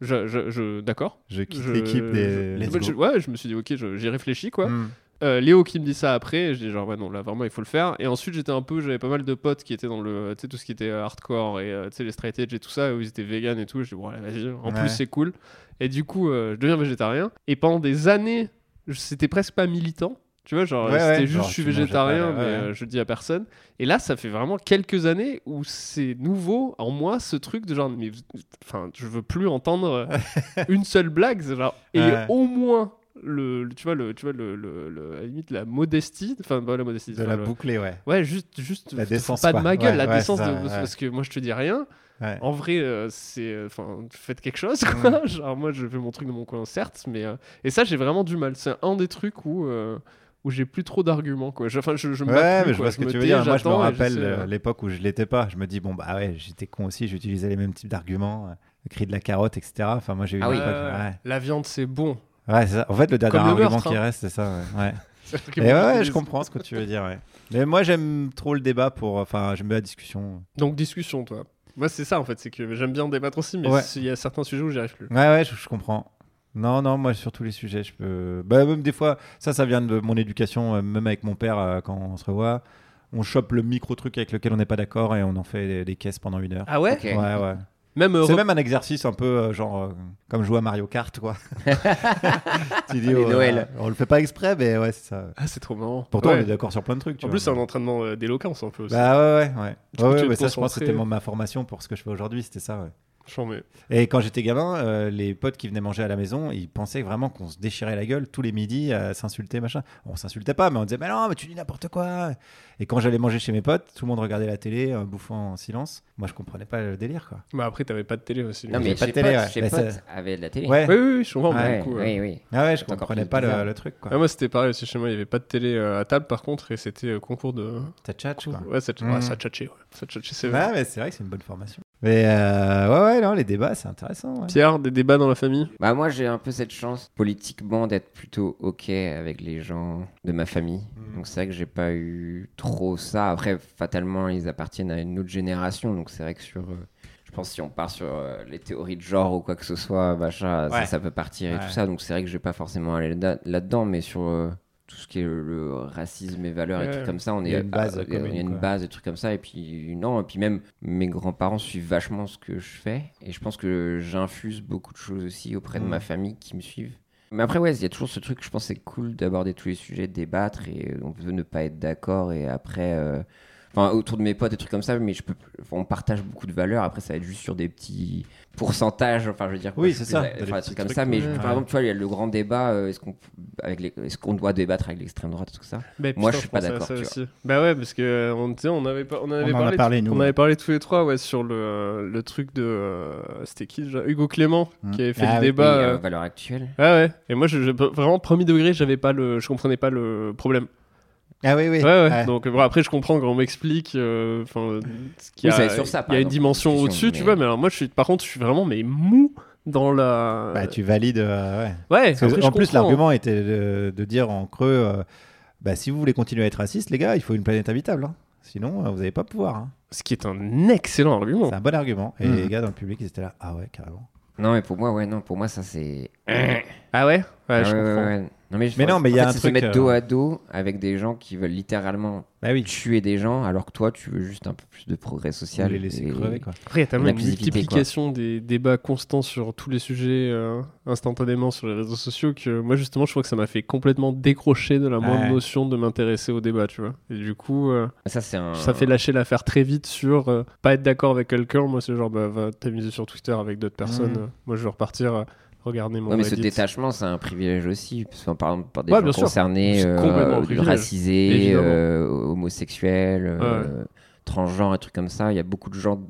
[SPEAKER 4] je, je, je- d'accord.
[SPEAKER 2] Je quitte l'équipe des-
[SPEAKER 4] je-
[SPEAKER 2] Let's
[SPEAKER 4] moi,
[SPEAKER 2] go.
[SPEAKER 4] je- ouais, je me suis dit, ok, je- j'y réfléchis, quoi.
[SPEAKER 2] Mm.
[SPEAKER 4] Euh, Léo qui me dit ça après, et je dis genre ouais non là vraiment il faut le faire. Et ensuite j'étais un peu, j'avais pas mal de potes qui étaient dans le, tu sais tout ce qui était euh, hardcore et euh, tu sais les straight edge et tout ça où ils étaient vegan et tout. Je dis ouais vas-y, en
[SPEAKER 2] Ouais.
[SPEAKER 4] plus c'est cool. Et du coup euh, je deviens végétarien. Et pendant des années, je- c'était presque pas militant, tu vois genre
[SPEAKER 2] Ouais,
[SPEAKER 4] c'était
[SPEAKER 2] ouais.
[SPEAKER 4] juste
[SPEAKER 2] Genre,
[SPEAKER 4] je suis
[SPEAKER 2] tu mangeais pas,
[SPEAKER 4] végétarien
[SPEAKER 2] ouais,
[SPEAKER 4] mais
[SPEAKER 2] ouais.
[SPEAKER 4] euh, je le dis à personne. Et là ça fait vraiment quelques années où c'est nouveau en moi ce truc de genre mais vous- enfin je veux plus entendre euh, une seule blague c'est genre et
[SPEAKER 2] Ouais.
[SPEAKER 4] au moins le, le- tu vois le tu vois le, le- le- à la limite la modestie enfin pas la modestie
[SPEAKER 2] De
[SPEAKER 4] enfin,
[SPEAKER 2] la
[SPEAKER 4] le-
[SPEAKER 2] boucler, ouais.
[SPEAKER 4] ouais juste juste
[SPEAKER 2] La
[SPEAKER 4] te fous
[SPEAKER 2] décence,
[SPEAKER 4] pas
[SPEAKER 2] quoi.
[SPEAKER 4] de ma gueule
[SPEAKER 2] Ouais,
[SPEAKER 4] la
[SPEAKER 2] ouais,
[SPEAKER 4] décence
[SPEAKER 2] c'est ça,
[SPEAKER 4] de-
[SPEAKER 2] ouais.
[SPEAKER 4] parce que moi je te dis rien
[SPEAKER 2] Ouais.
[SPEAKER 4] en vrai euh, c'est euh, enfin faites quelque chose quoi genre moi je fais mon truc dans mon coin certes mais euh, et ça j'ai vraiment du mal c'est un des trucs où euh, où j'ai plus trop d'arguments quoi Je- enfin je, je me bats
[SPEAKER 2] Ouais,
[SPEAKER 4] plus,
[SPEAKER 2] mais je
[SPEAKER 4] quoi.
[SPEAKER 2] vois ce que
[SPEAKER 4] me
[SPEAKER 2] tu veux
[SPEAKER 4] tais,
[SPEAKER 2] dire. Moi, je me
[SPEAKER 4] j'attends et
[SPEAKER 2] rappelle
[SPEAKER 4] j'essaie,
[SPEAKER 2] euh,
[SPEAKER 4] euh,
[SPEAKER 2] l'époque où je l'étais pas. Je me dis, bon, bah ouais, j'étais con aussi, j'utilisais les mêmes types d'arguments, euh, le cri de la carotte, etc. Enfin, moi, j'ai eu
[SPEAKER 4] Ah
[SPEAKER 2] une
[SPEAKER 4] oui.
[SPEAKER 2] époque,
[SPEAKER 4] Euh,
[SPEAKER 2] ouais.
[SPEAKER 4] la viande c'est bon
[SPEAKER 2] Ouais, c'est ça. En fait, le dernier
[SPEAKER 4] Comme le
[SPEAKER 2] argument
[SPEAKER 4] meurtre,
[SPEAKER 2] qui
[SPEAKER 4] hein.
[SPEAKER 2] reste, c'est ça. Ouais. ouais.
[SPEAKER 4] C'est vrai que
[SPEAKER 2] Et
[SPEAKER 4] moi,
[SPEAKER 2] ouais, ouais,
[SPEAKER 4] j'utilise-
[SPEAKER 2] je comprends ce que tu veux dire. ouais. Mais moi, j'aime trop le débat pour. euh, Enfin, j'aime bien la discussion.
[SPEAKER 4] donc discussion toi moi c'est ça en fait c'est que j'aime bien débattre aussi mais
[SPEAKER 2] Ouais.
[SPEAKER 4] il y a certains sujets où j'y arrive plus
[SPEAKER 2] Ouais, ouais, je, je comprends. Non, non, moi, sur tous les sujets, je peux. Bah, même des fois, ça, ça vient de mon éducation, euh, même avec mon père, euh, quand on se revoit. On chope le micro-truc avec lequel on n'est pas d'accord et on en fait des, des caisses pendant une heure.
[SPEAKER 4] Ah ouais
[SPEAKER 2] Ouais, ouais.
[SPEAKER 4] Même, euh,
[SPEAKER 2] C'est
[SPEAKER 4] rep-
[SPEAKER 2] même un exercice un peu euh, genre euh, comme jouer à Mario Kart, quoi. tu dis,
[SPEAKER 4] Les
[SPEAKER 2] oh,
[SPEAKER 4] Noël.
[SPEAKER 2] On le fait pas exprès, mais ouais, c'est ça.
[SPEAKER 4] Ah, c'est trop marrant.
[SPEAKER 2] Pourtant,
[SPEAKER 4] Ouais.
[SPEAKER 2] on est d'accord sur plein de trucs. tu
[SPEAKER 4] en
[SPEAKER 2] vois.
[SPEAKER 4] plus, c'est un entraînement euh, d'éloquence un peu aussi.
[SPEAKER 2] Bah ouais, ouais, ouais.
[SPEAKER 4] Du coup,
[SPEAKER 2] Ouais,
[SPEAKER 4] tu
[SPEAKER 2] ouais,
[SPEAKER 4] es
[SPEAKER 2] mais ça, je pense que
[SPEAKER 4] concentré.
[SPEAKER 2] c'était mon- ma formation pour ce que je fais aujourd'hui, c'était ça, ouais.
[SPEAKER 4] J'en mets.
[SPEAKER 2] Et quand j'étais gamin, euh, les potes qui venaient manger à la maison, ils pensaient vraiment qu'on se déchirait la gueule tous les midis à s'insulter, machin. On s'insultait pas, mais on disait, mais non, mais tu dis n'importe quoi. Et quand j'allais manger chez mes potes, tout le monde regardait la télé, euh, bouffant en silence. Moi, je comprenais pas le délire, quoi.
[SPEAKER 4] Bah après, t'avais pas de télé aussi.
[SPEAKER 1] Non, mais
[SPEAKER 2] J'ai pas de
[SPEAKER 1] chez
[SPEAKER 2] télé,
[SPEAKER 1] potes,
[SPEAKER 2] ouais.
[SPEAKER 1] chez
[SPEAKER 2] Mais
[SPEAKER 1] potes
[SPEAKER 2] ça-
[SPEAKER 1] avaient de la télé.
[SPEAKER 2] Ouais.
[SPEAKER 4] Oui, oui, oui, je comprends.
[SPEAKER 1] Ouais,
[SPEAKER 4] beaucoup,
[SPEAKER 1] oui, oui.
[SPEAKER 2] Ah ouais, je
[SPEAKER 1] C'est encore
[SPEAKER 2] comprenais
[SPEAKER 1] plus
[SPEAKER 2] pas le,
[SPEAKER 1] bizarre.
[SPEAKER 2] le truc, quoi.
[SPEAKER 4] Ah, moi, c'était pareil aussi chez moi. Il y avait pas de télé euh, à table par contre, et c'était euh, concours de.
[SPEAKER 2] Ça tchatche, quoi.
[SPEAKER 4] Ouais, ça,
[SPEAKER 2] Mm.
[SPEAKER 4] ouais, ça tchatchait. Ouais. Ça tchatchait, c'est vrai.
[SPEAKER 2] Ouais, mais c'est vrai que c'est une bonne formation. Mais euh, ouais, ouais, non, les débats, c'est intéressant. ouais.
[SPEAKER 4] Pierre, des débats dans la famille
[SPEAKER 1] Bah moi j'ai un peu cette chance politiquement d'être plutôt ok avec les gens de ma famille.
[SPEAKER 2] Hmm.
[SPEAKER 1] Donc c'est vrai que j'ai pas eu trop ça. Après fatalement ils appartiennent à une autre génération. Donc c'est vrai que sur... euh, je pense que si on part sur euh, les théories de genre ou quoi que ce soit, machin,
[SPEAKER 2] Ouais.
[SPEAKER 1] ça, ça peut partir et
[SPEAKER 2] Ouais.
[SPEAKER 1] tout ça. Donc c'est vrai que je vais pas forcément aller là- là-dedans. mais sur euh, tout ce qui est le, le racisme et valeurs et
[SPEAKER 2] Ouais.
[SPEAKER 1] trucs comme ça, on
[SPEAKER 2] Il
[SPEAKER 1] est...
[SPEAKER 2] y a une base
[SPEAKER 1] ah, il y a- il y
[SPEAKER 2] commune,
[SPEAKER 1] a une
[SPEAKER 2] quoi.
[SPEAKER 1] base, des trucs comme ça. Et puis, non, et puis même, mes grands-parents suivent vachement ce que je fais. Et je pense que j'infuse beaucoup de choses aussi auprès de
[SPEAKER 2] Mm.
[SPEAKER 1] ma famille qui me suivent. Mais après, ouais, il y a toujours ce truc, je pense que c'est cool d'aborder tous les sujets, de débattre, et euh, on peut ne pas être d'accord. Et après, euh, enfin, autour de mes potes, des trucs comme ça, mais je peux, enfin, on partage beaucoup de valeurs. Après, ça va être juste sur des petits pourcentages, enfin, je veux dire, quoi,
[SPEAKER 2] Oui,
[SPEAKER 1] je suis
[SPEAKER 2] c'est
[SPEAKER 1] plus
[SPEAKER 2] ça,
[SPEAKER 1] à-
[SPEAKER 2] des
[SPEAKER 1] enfin, des
[SPEAKER 2] petits
[SPEAKER 1] trucs comme
[SPEAKER 2] trucs,
[SPEAKER 1] ça. Mais je-
[SPEAKER 2] ouais.
[SPEAKER 1] par exemple, tu vois, il y a le grand débat euh, est-ce qu'on avec les- est-ce qu'on doit débattre avec l'extrême droite, tout ça
[SPEAKER 4] Bah, putain,
[SPEAKER 1] Moi, je suis pas
[SPEAKER 4] pense à
[SPEAKER 1] d'accord.
[SPEAKER 4] ça
[SPEAKER 1] tu vois.
[SPEAKER 4] aussi. Bah ouais, parce que euh, on, tu sais, on avait pas, on avait
[SPEAKER 2] On en a
[SPEAKER 4] parlé,
[SPEAKER 2] parlé, nous,
[SPEAKER 4] on
[SPEAKER 2] ouais.
[SPEAKER 4] avait parlé tous les trois, ouais, sur le, euh, le truc de, euh, c'était qui déjà Hugo Clément
[SPEAKER 2] Mm.
[SPEAKER 4] qui avait fait
[SPEAKER 2] Ah
[SPEAKER 4] le
[SPEAKER 2] oui, ah
[SPEAKER 4] débat.
[SPEAKER 1] oui, euh,
[SPEAKER 4] euh,
[SPEAKER 1] Valeurs Actuelles.
[SPEAKER 4] Ouais, ouais. Et moi, je, je- vraiment premier degré, j'avais pas le, je comprenais pas le problème.
[SPEAKER 2] Ah oui, oui.
[SPEAKER 4] Ouais, ouais.
[SPEAKER 2] Ouais.
[SPEAKER 4] Donc euh, bon, après, je comprends quand on m'explique. euh, Enfin, euh, ce qu'il y
[SPEAKER 1] Oui, ça va
[SPEAKER 4] a,
[SPEAKER 1] être sur ça,
[SPEAKER 4] il y
[SPEAKER 1] par
[SPEAKER 4] a une
[SPEAKER 1] exemple,
[SPEAKER 4] dimension
[SPEAKER 1] discussion,
[SPEAKER 4] au-dessus, tu
[SPEAKER 1] mais-
[SPEAKER 4] vois. Mais alors moi, je suis, par contre, je suis vraiment mais mou dans la.
[SPEAKER 2] Bah, tu valides. euh, ouais.
[SPEAKER 4] Ouais.
[SPEAKER 2] Parce que,
[SPEAKER 4] après, je
[SPEAKER 2] en plus,
[SPEAKER 4] comprends. hein.
[SPEAKER 2] l'argument était de, de dire en creux euh, bah, si vous voulez continuer à être raciste, les gars, il faut une planète habitable. hein. Sinon, euh, vous n'allez pas pouvoir. hein.
[SPEAKER 4] Ce qui est un excellent argument.
[SPEAKER 2] C'est un bon argument. Et
[SPEAKER 1] Mhm.
[SPEAKER 2] les gars dans le public, ils étaient là. Ah ouais, carrément.
[SPEAKER 1] Non, mais pour moi, ouais, non, pour moi, ça c'est.
[SPEAKER 4] Ah ouais. Ouais,
[SPEAKER 1] Ah
[SPEAKER 4] je
[SPEAKER 1] ouais, ouais,
[SPEAKER 4] comprends.
[SPEAKER 1] ouais. Non mais, je-
[SPEAKER 2] Mais non, mais il y a
[SPEAKER 1] en fait,
[SPEAKER 2] un
[SPEAKER 1] c'est
[SPEAKER 2] truc,
[SPEAKER 1] se mettre dos
[SPEAKER 2] euh,
[SPEAKER 1] à dos avec des gens qui veulent littéralement tuer des gens, alors que toi, tu veux juste un peu plus de progrès social.
[SPEAKER 2] les laisser crever, quoi.
[SPEAKER 4] Après, il y a tellement une
[SPEAKER 1] inclusivité, quoi.
[SPEAKER 4] multiplication des débats constants sur tous les sujets euh, instantanément sur les réseaux sociaux que moi, justement, je crois que ça m'a fait complètement décrocher de la moindre
[SPEAKER 1] Ouais.
[SPEAKER 4] notion de m'intéresser au débat, tu vois. Et du coup, euh,
[SPEAKER 1] Ça, c'est un-
[SPEAKER 4] ça fait lâcher l'affaire très vite sur euh, pas être d'accord avec quelqu'un. Moi, c'est genre, bah, va t'amuser sur Twitter avec d'autres personnes.
[SPEAKER 1] Mhm.
[SPEAKER 4] Moi, je vais repartir euh, regarder mon
[SPEAKER 1] Ouais, mais ce
[SPEAKER 4] Reddit.
[SPEAKER 1] détachement, c'est un privilège aussi. Parce que, par exemple, par des
[SPEAKER 4] Ouais, bien
[SPEAKER 1] gens
[SPEAKER 4] sûr.
[SPEAKER 1] concernés,
[SPEAKER 4] C'est
[SPEAKER 1] euh,
[SPEAKER 4] complètement un privilège,
[SPEAKER 1] racisés,
[SPEAKER 4] évidemment.
[SPEAKER 1] euh, homosexuels, euh, transgenres et trucs comme ça, il y a beaucoup de gens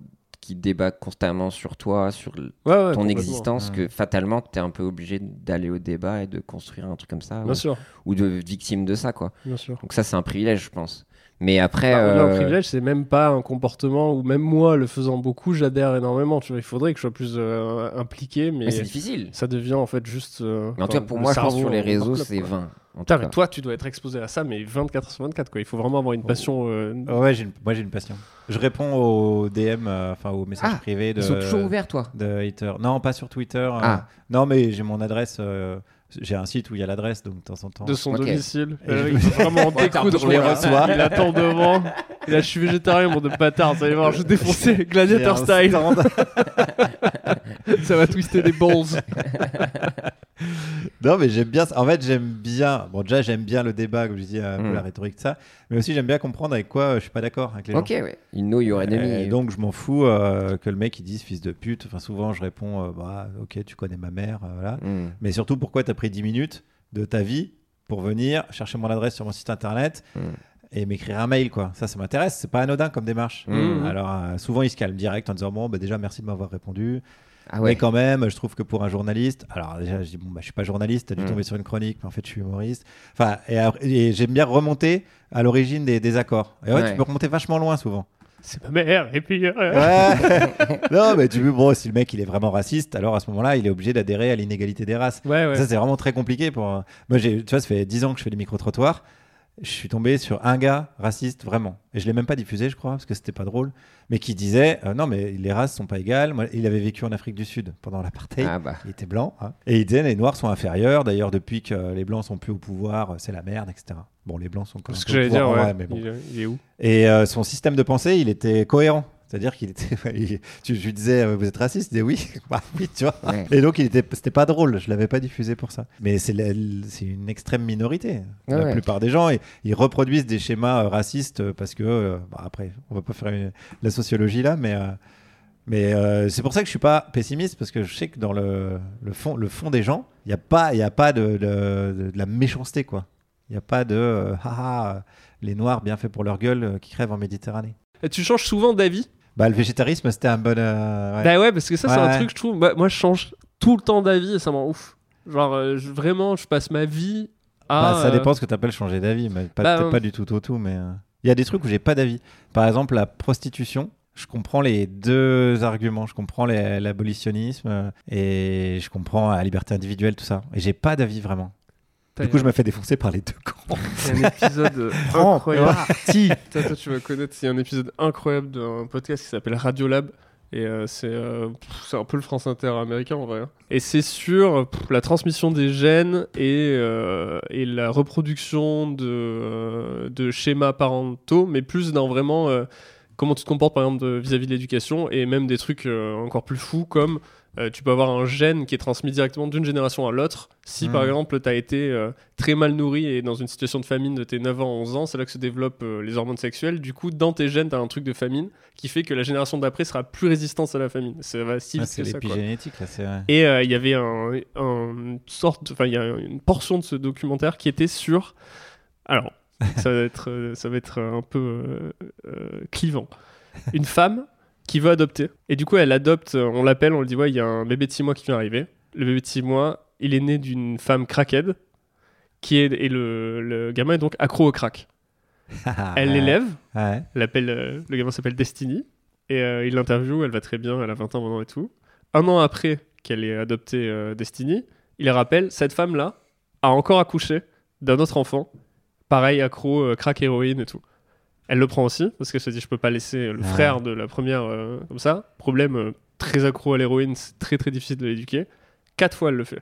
[SPEAKER 1] qui débattent constamment sur toi, sur l-
[SPEAKER 4] Ouais, ouais,
[SPEAKER 1] ton
[SPEAKER 4] complètement.
[SPEAKER 1] existence, que fatalement, tu es un peu obligé d'aller au débat et de construire un truc comme ça.
[SPEAKER 4] Bien
[SPEAKER 1] ou,
[SPEAKER 4] sûr.
[SPEAKER 1] ou de victime de ça, quoi.
[SPEAKER 4] Bien sûr.
[SPEAKER 1] Donc ça, c'est un privilège, je pense. Mais après...
[SPEAKER 4] Ah, là, un
[SPEAKER 1] euh,
[SPEAKER 4] privilège, c'est même pas un comportement où même moi, le faisant beaucoup, j'adhère énormément. Tu vois, il faudrait que je sois plus euh, impliqué, mais,
[SPEAKER 1] Mais c'est difficile.
[SPEAKER 4] Ça devient en fait juste. euh,
[SPEAKER 1] Mais en tout cas,
[SPEAKER 4] enfin,
[SPEAKER 1] pour
[SPEAKER 4] le
[SPEAKER 1] moi, je pense
[SPEAKER 4] cerveau
[SPEAKER 1] sur les
[SPEAKER 4] en
[SPEAKER 1] réseaux,
[SPEAKER 4] club,
[SPEAKER 1] c'est
[SPEAKER 4] quoi.
[SPEAKER 1] 20, en
[SPEAKER 4] Putain,
[SPEAKER 1] tout
[SPEAKER 4] mais
[SPEAKER 1] cas.
[SPEAKER 4] toi, tu dois être exposé à ça, mais 24 sur 24, quoi. Il faut vraiment avoir
[SPEAKER 2] Oh.
[SPEAKER 4] une passion. euh,
[SPEAKER 2] Ouais, j'ai une- moi j'ai une passion. Je réponds aux DM, euh, enfin aux messages
[SPEAKER 1] Ah,
[SPEAKER 2] privés de.
[SPEAKER 1] ils sont toujours ouverts, toi
[SPEAKER 2] De hater. Non, pas sur Twitter. euh,
[SPEAKER 1] Ah.
[SPEAKER 2] Non, mais j'ai mon adresse. euh, j'ai un site où il y a l'adresse, donc de temps en temps.
[SPEAKER 4] De son
[SPEAKER 2] Ok.
[SPEAKER 4] domicile.
[SPEAKER 2] Et
[SPEAKER 4] Euh,
[SPEAKER 2] je-
[SPEAKER 4] il faut vraiment en découdre.
[SPEAKER 2] Je les reçois.
[SPEAKER 4] Il attend devant. Et là, je suis végétarien, mon de bâtard. Vous allez voir, je vais défoncer Gladiator
[SPEAKER 2] J'ai un
[SPEAKER 4] style.
[SPEAKER 2] stand.
[SPEAKER 4] ça va twister des balls.
[SPEAKER 2] non, mais j'aime bien. ça. En fait, j'aime bien. Bon, déjà, j'aime bien le débat, comme je dis, un peu
[SPEAKER 1] Mm.
[SPEAKER 2] la rhétorique, de ça. Mais aussi, j'aime bien comprendre avec quoi euh, je suis pas d'accord avec les
[SPEAKER 1] Ok,
[SPEAKER 2] gens.
[SPEAKER 1] ouais. You know
[SPEAKER 4] Euh,
[SPEAKER 1] your enemy.
[SPEAKER 2] Et donc, je m'en fous euh, que le mec il dise fils de pute. Enfin, souvent, je réponds euh, bah, ok, tu connais ma mère, euh, voilà.
[SPEAKER 1] Mm.
[SPEAKER 2] Mais surtout, pourquoi t'as pris 10 minutes de ta vie pour venir chercher mon adresse sur mon site internet et m'écrire un mail, quoi. Ça, ça m'intéresse. C'est pas anodin comme démarche.
[SPEAKER 1] Mm.
[SPEAKER 2] Alors, euh, souvent, il se calme direct en disant bon, bah, déjà, merci de m'avoir répondu.
[SPEAKER 1] Ah ouais.
[SPEAKER 2] Mais quand même, je trouve que pour un journaliste, alors déjà, je dis bon, bah, je suis pas journaliste, t'as dû
[SPEAKER 1] Mm.
[SPEAKER 2] tomber sur une chronique, mais en fait, je suis humoriste. Enfin, et, après- et j'aime bien remonter à l'origine des, des accords. Et ouais,
[SPEAKER 4] Ouais.
[SPEAKER 2] tu peux remonter vachement loin souvent.
[SPEAKER 4] C'est ma mère. Et puis. euh,
[SPEAKER 2] Ouais. non, mais tu veux, bon, si le mec il est vraiment raciste, alors à ce moment-là, il est obligé d'adhérer à l'inégalité des races.
[SPEAKER 4] Ouais, ouais.
[SPEAKER 2] Ça, c'est vraiment très compliqué pour. un- Moi, j'ai- tu vois, ça fait 10 ans que je fais des micro-trottoirs. Je suis tombé sur un gars raciste, vraiment. Et je l'ai même pas diffusé, je crois, parce que c'était pas drôle. Mais qui disait euh, Non, mais les races sont pas égales. Moi, il avait vécu en Afrique du Sud pendant l'apartheid.
[SPEAKER 1] Ah bah,
[SPEAKER 2] Il était blanc. hein. Et il disait Les noirs sont inférieurs. D'ailleurs, depuis que euh, les blancs sont plus au pouvoir, euh, c'est la merde, etc. Bon, les blancs sont quand même
[SPEAKER 4] Ce que
[SPEAKER 2] plus au
[SPEAKER 4] j'allais dire,
[SPEAKER 2] pouvoir, en
[SPEAKER 4] ouais.
[SPEAKER 2] vrai, mais bon.
[SPEAKER 4] Il, il est où
[SPEAKER 2] Et euh, son système de pensée, il était cohérent. C'est-à-dire qu'il était. il- tu je lui disais, euh, vous êtes raciste Il disait oui. bah oui, tu vois.
[SPEAKER 1] Ouais.
[SPEAKER 2] Et donc, il était, c'était pas drôle. Je l'avais pas diffusé pour ça. Mais c'est, la- c'est une extrême minorité. la
[SPEAKER 1] Ouais.
[SPEAKER 2] plupart des gens, ils, ils reproduisent des schémas euh, racistes euh, parce que. euh, bah, après, on va pas faire une- la sociologie là, mais. euh, mais euh, c'est pour ça que je suis pas pessimiste parce que je sais que dans le, le fond, le fond des gens, il n'y a pas, il y a pas de, de- de- de la méchanceté quoi. Il n'y a pas de euh, ah, ah, les noirs bien faits pour leur gueule euh, qui crèvent en Méditerranée.
[SPEAKER 4] Et tu changes souvent d'avis
[SPEAKER 2] Bah le végétarisme c'était un bon. euh, ouais.
[SPEAKER 4] Bah ouais, parce que ça, c'est
[SPEAKER 2] Ouais,
[SPEAKER 4] un
[SPEAKER 2] ouais.
[SPEAKER 4] truc, je trouve. bah, moi, je change tout le temps d'avis et ça m'en ouf. Genre, euh, je- vraiment, je passe ma vie à.
[SPEAKER 2] Bah, ça
[SPEAKER 4] euh,
[SPEAKER 2] dépend ce que tu appelles changer d'avis, mais pas,
[SPEAKER 4] bah,
[SPEAKER 2] peut-être
[SPEAKER 4] euh,
[SPEAKER 2] pas du tout au tout. Mais euh, il y a des trucs où j'ai pas d'avis. Par exemple, la prostitution. Je comprends les deux arguments. Je comprends les- l'abolitionnisme euh, et je comprends la liberté individuelle, tout ça. Et j'ai pas d'avis vraiment.
[SPEAKER 4] T'as
[SPEAKER 2] Du coup,
[SPEAKER 4] un-
[SPEAKER 2] je me fais défoncer par les deux camps.
[SPEAKER 4] C'est euh, un épisode euh,
[SPEAKER 2] Prends
[SPEAKER 4] incroyable.
[SPEAKER 2] parti.
[SPEAKER 4] Toi, toi, tu vas connaître, il y a un épisode incroyable d'un podcast qui s'appelle Radiolab. Et euh, c'est euh, pff, c'est un peu le France Inter américain en vrai. hein. Et c'est sur euh, pff, la transmission des gènes et, euh, et la reproduction de, euh, de schémas parentaux, mais plus dans vraiment euh, comment tu te comportes par exemple de- vis-à-vis de l'éducation et même des trucs euh, encore plus fous comme euh, tu peux avoir un gène qui est transmis directement d'une génération à l'autre. Si par
[SPEAKER 2] Mhm.
[SPEAKER 4] exemple tu as été euh, très mal nourri et dans une situation de famine de tes 9 ans à 11 ans, c'est là que se développent euh, les hormones sexuelles. Du coup, dans tes gènes, tu as un truc de famine qui fait que la génération d'après sera plus résistante à la famine. Ça va si
[SPEAKER 2] Ah,
[SPEAKER 4] vite
[SPEAKER 2] c'est
[SPEAKER 4] que ça, quoi.
[SPEAKER 2] l'épigénétique, là, c'est vrai.
[SPEAKER 4] Et euh, il y avait un, un- une sorte, enfin il y a une portion de ce documentaire qui était sur. Alors, ça va être, euh, ça va être un peu euh, euh, clivant. Une femme qui veut adopter et du coup elle adopte. euh, On l'appelle, on lui dit ouais il y a un bébé de 6 mois qui vient arriver. Le bébé de 6 mois, il est né d'une femme crackhead qui est et le, le gamin est donc accro au crack. Elle l'élève,
[SPEAKER 2] Ah Ouais.
[SPEAKER 4] l'appelle, euh, le gamin s'appelle Destiny, et euh, il l'interviewe, elle va très bien, elle a 20 ans maintenant et tout. Un an après qu'elle ait adopté euh, Destiny, il rappelle, cette femme-là a encore accouché d'un autre enfant, pareil, accro, euh, crack, héroïne et tout. Elle le prend aussi, parce qu'elle se dit, je peux pas laisser le
[SPEAKER 2] Ouais.
[SPEAKER 4] frère de la première euh, comme ça. Problème, euh, très accro à l'héroïne, c'est très très difficile de l'éduquer. Quatre fois, elle le fait.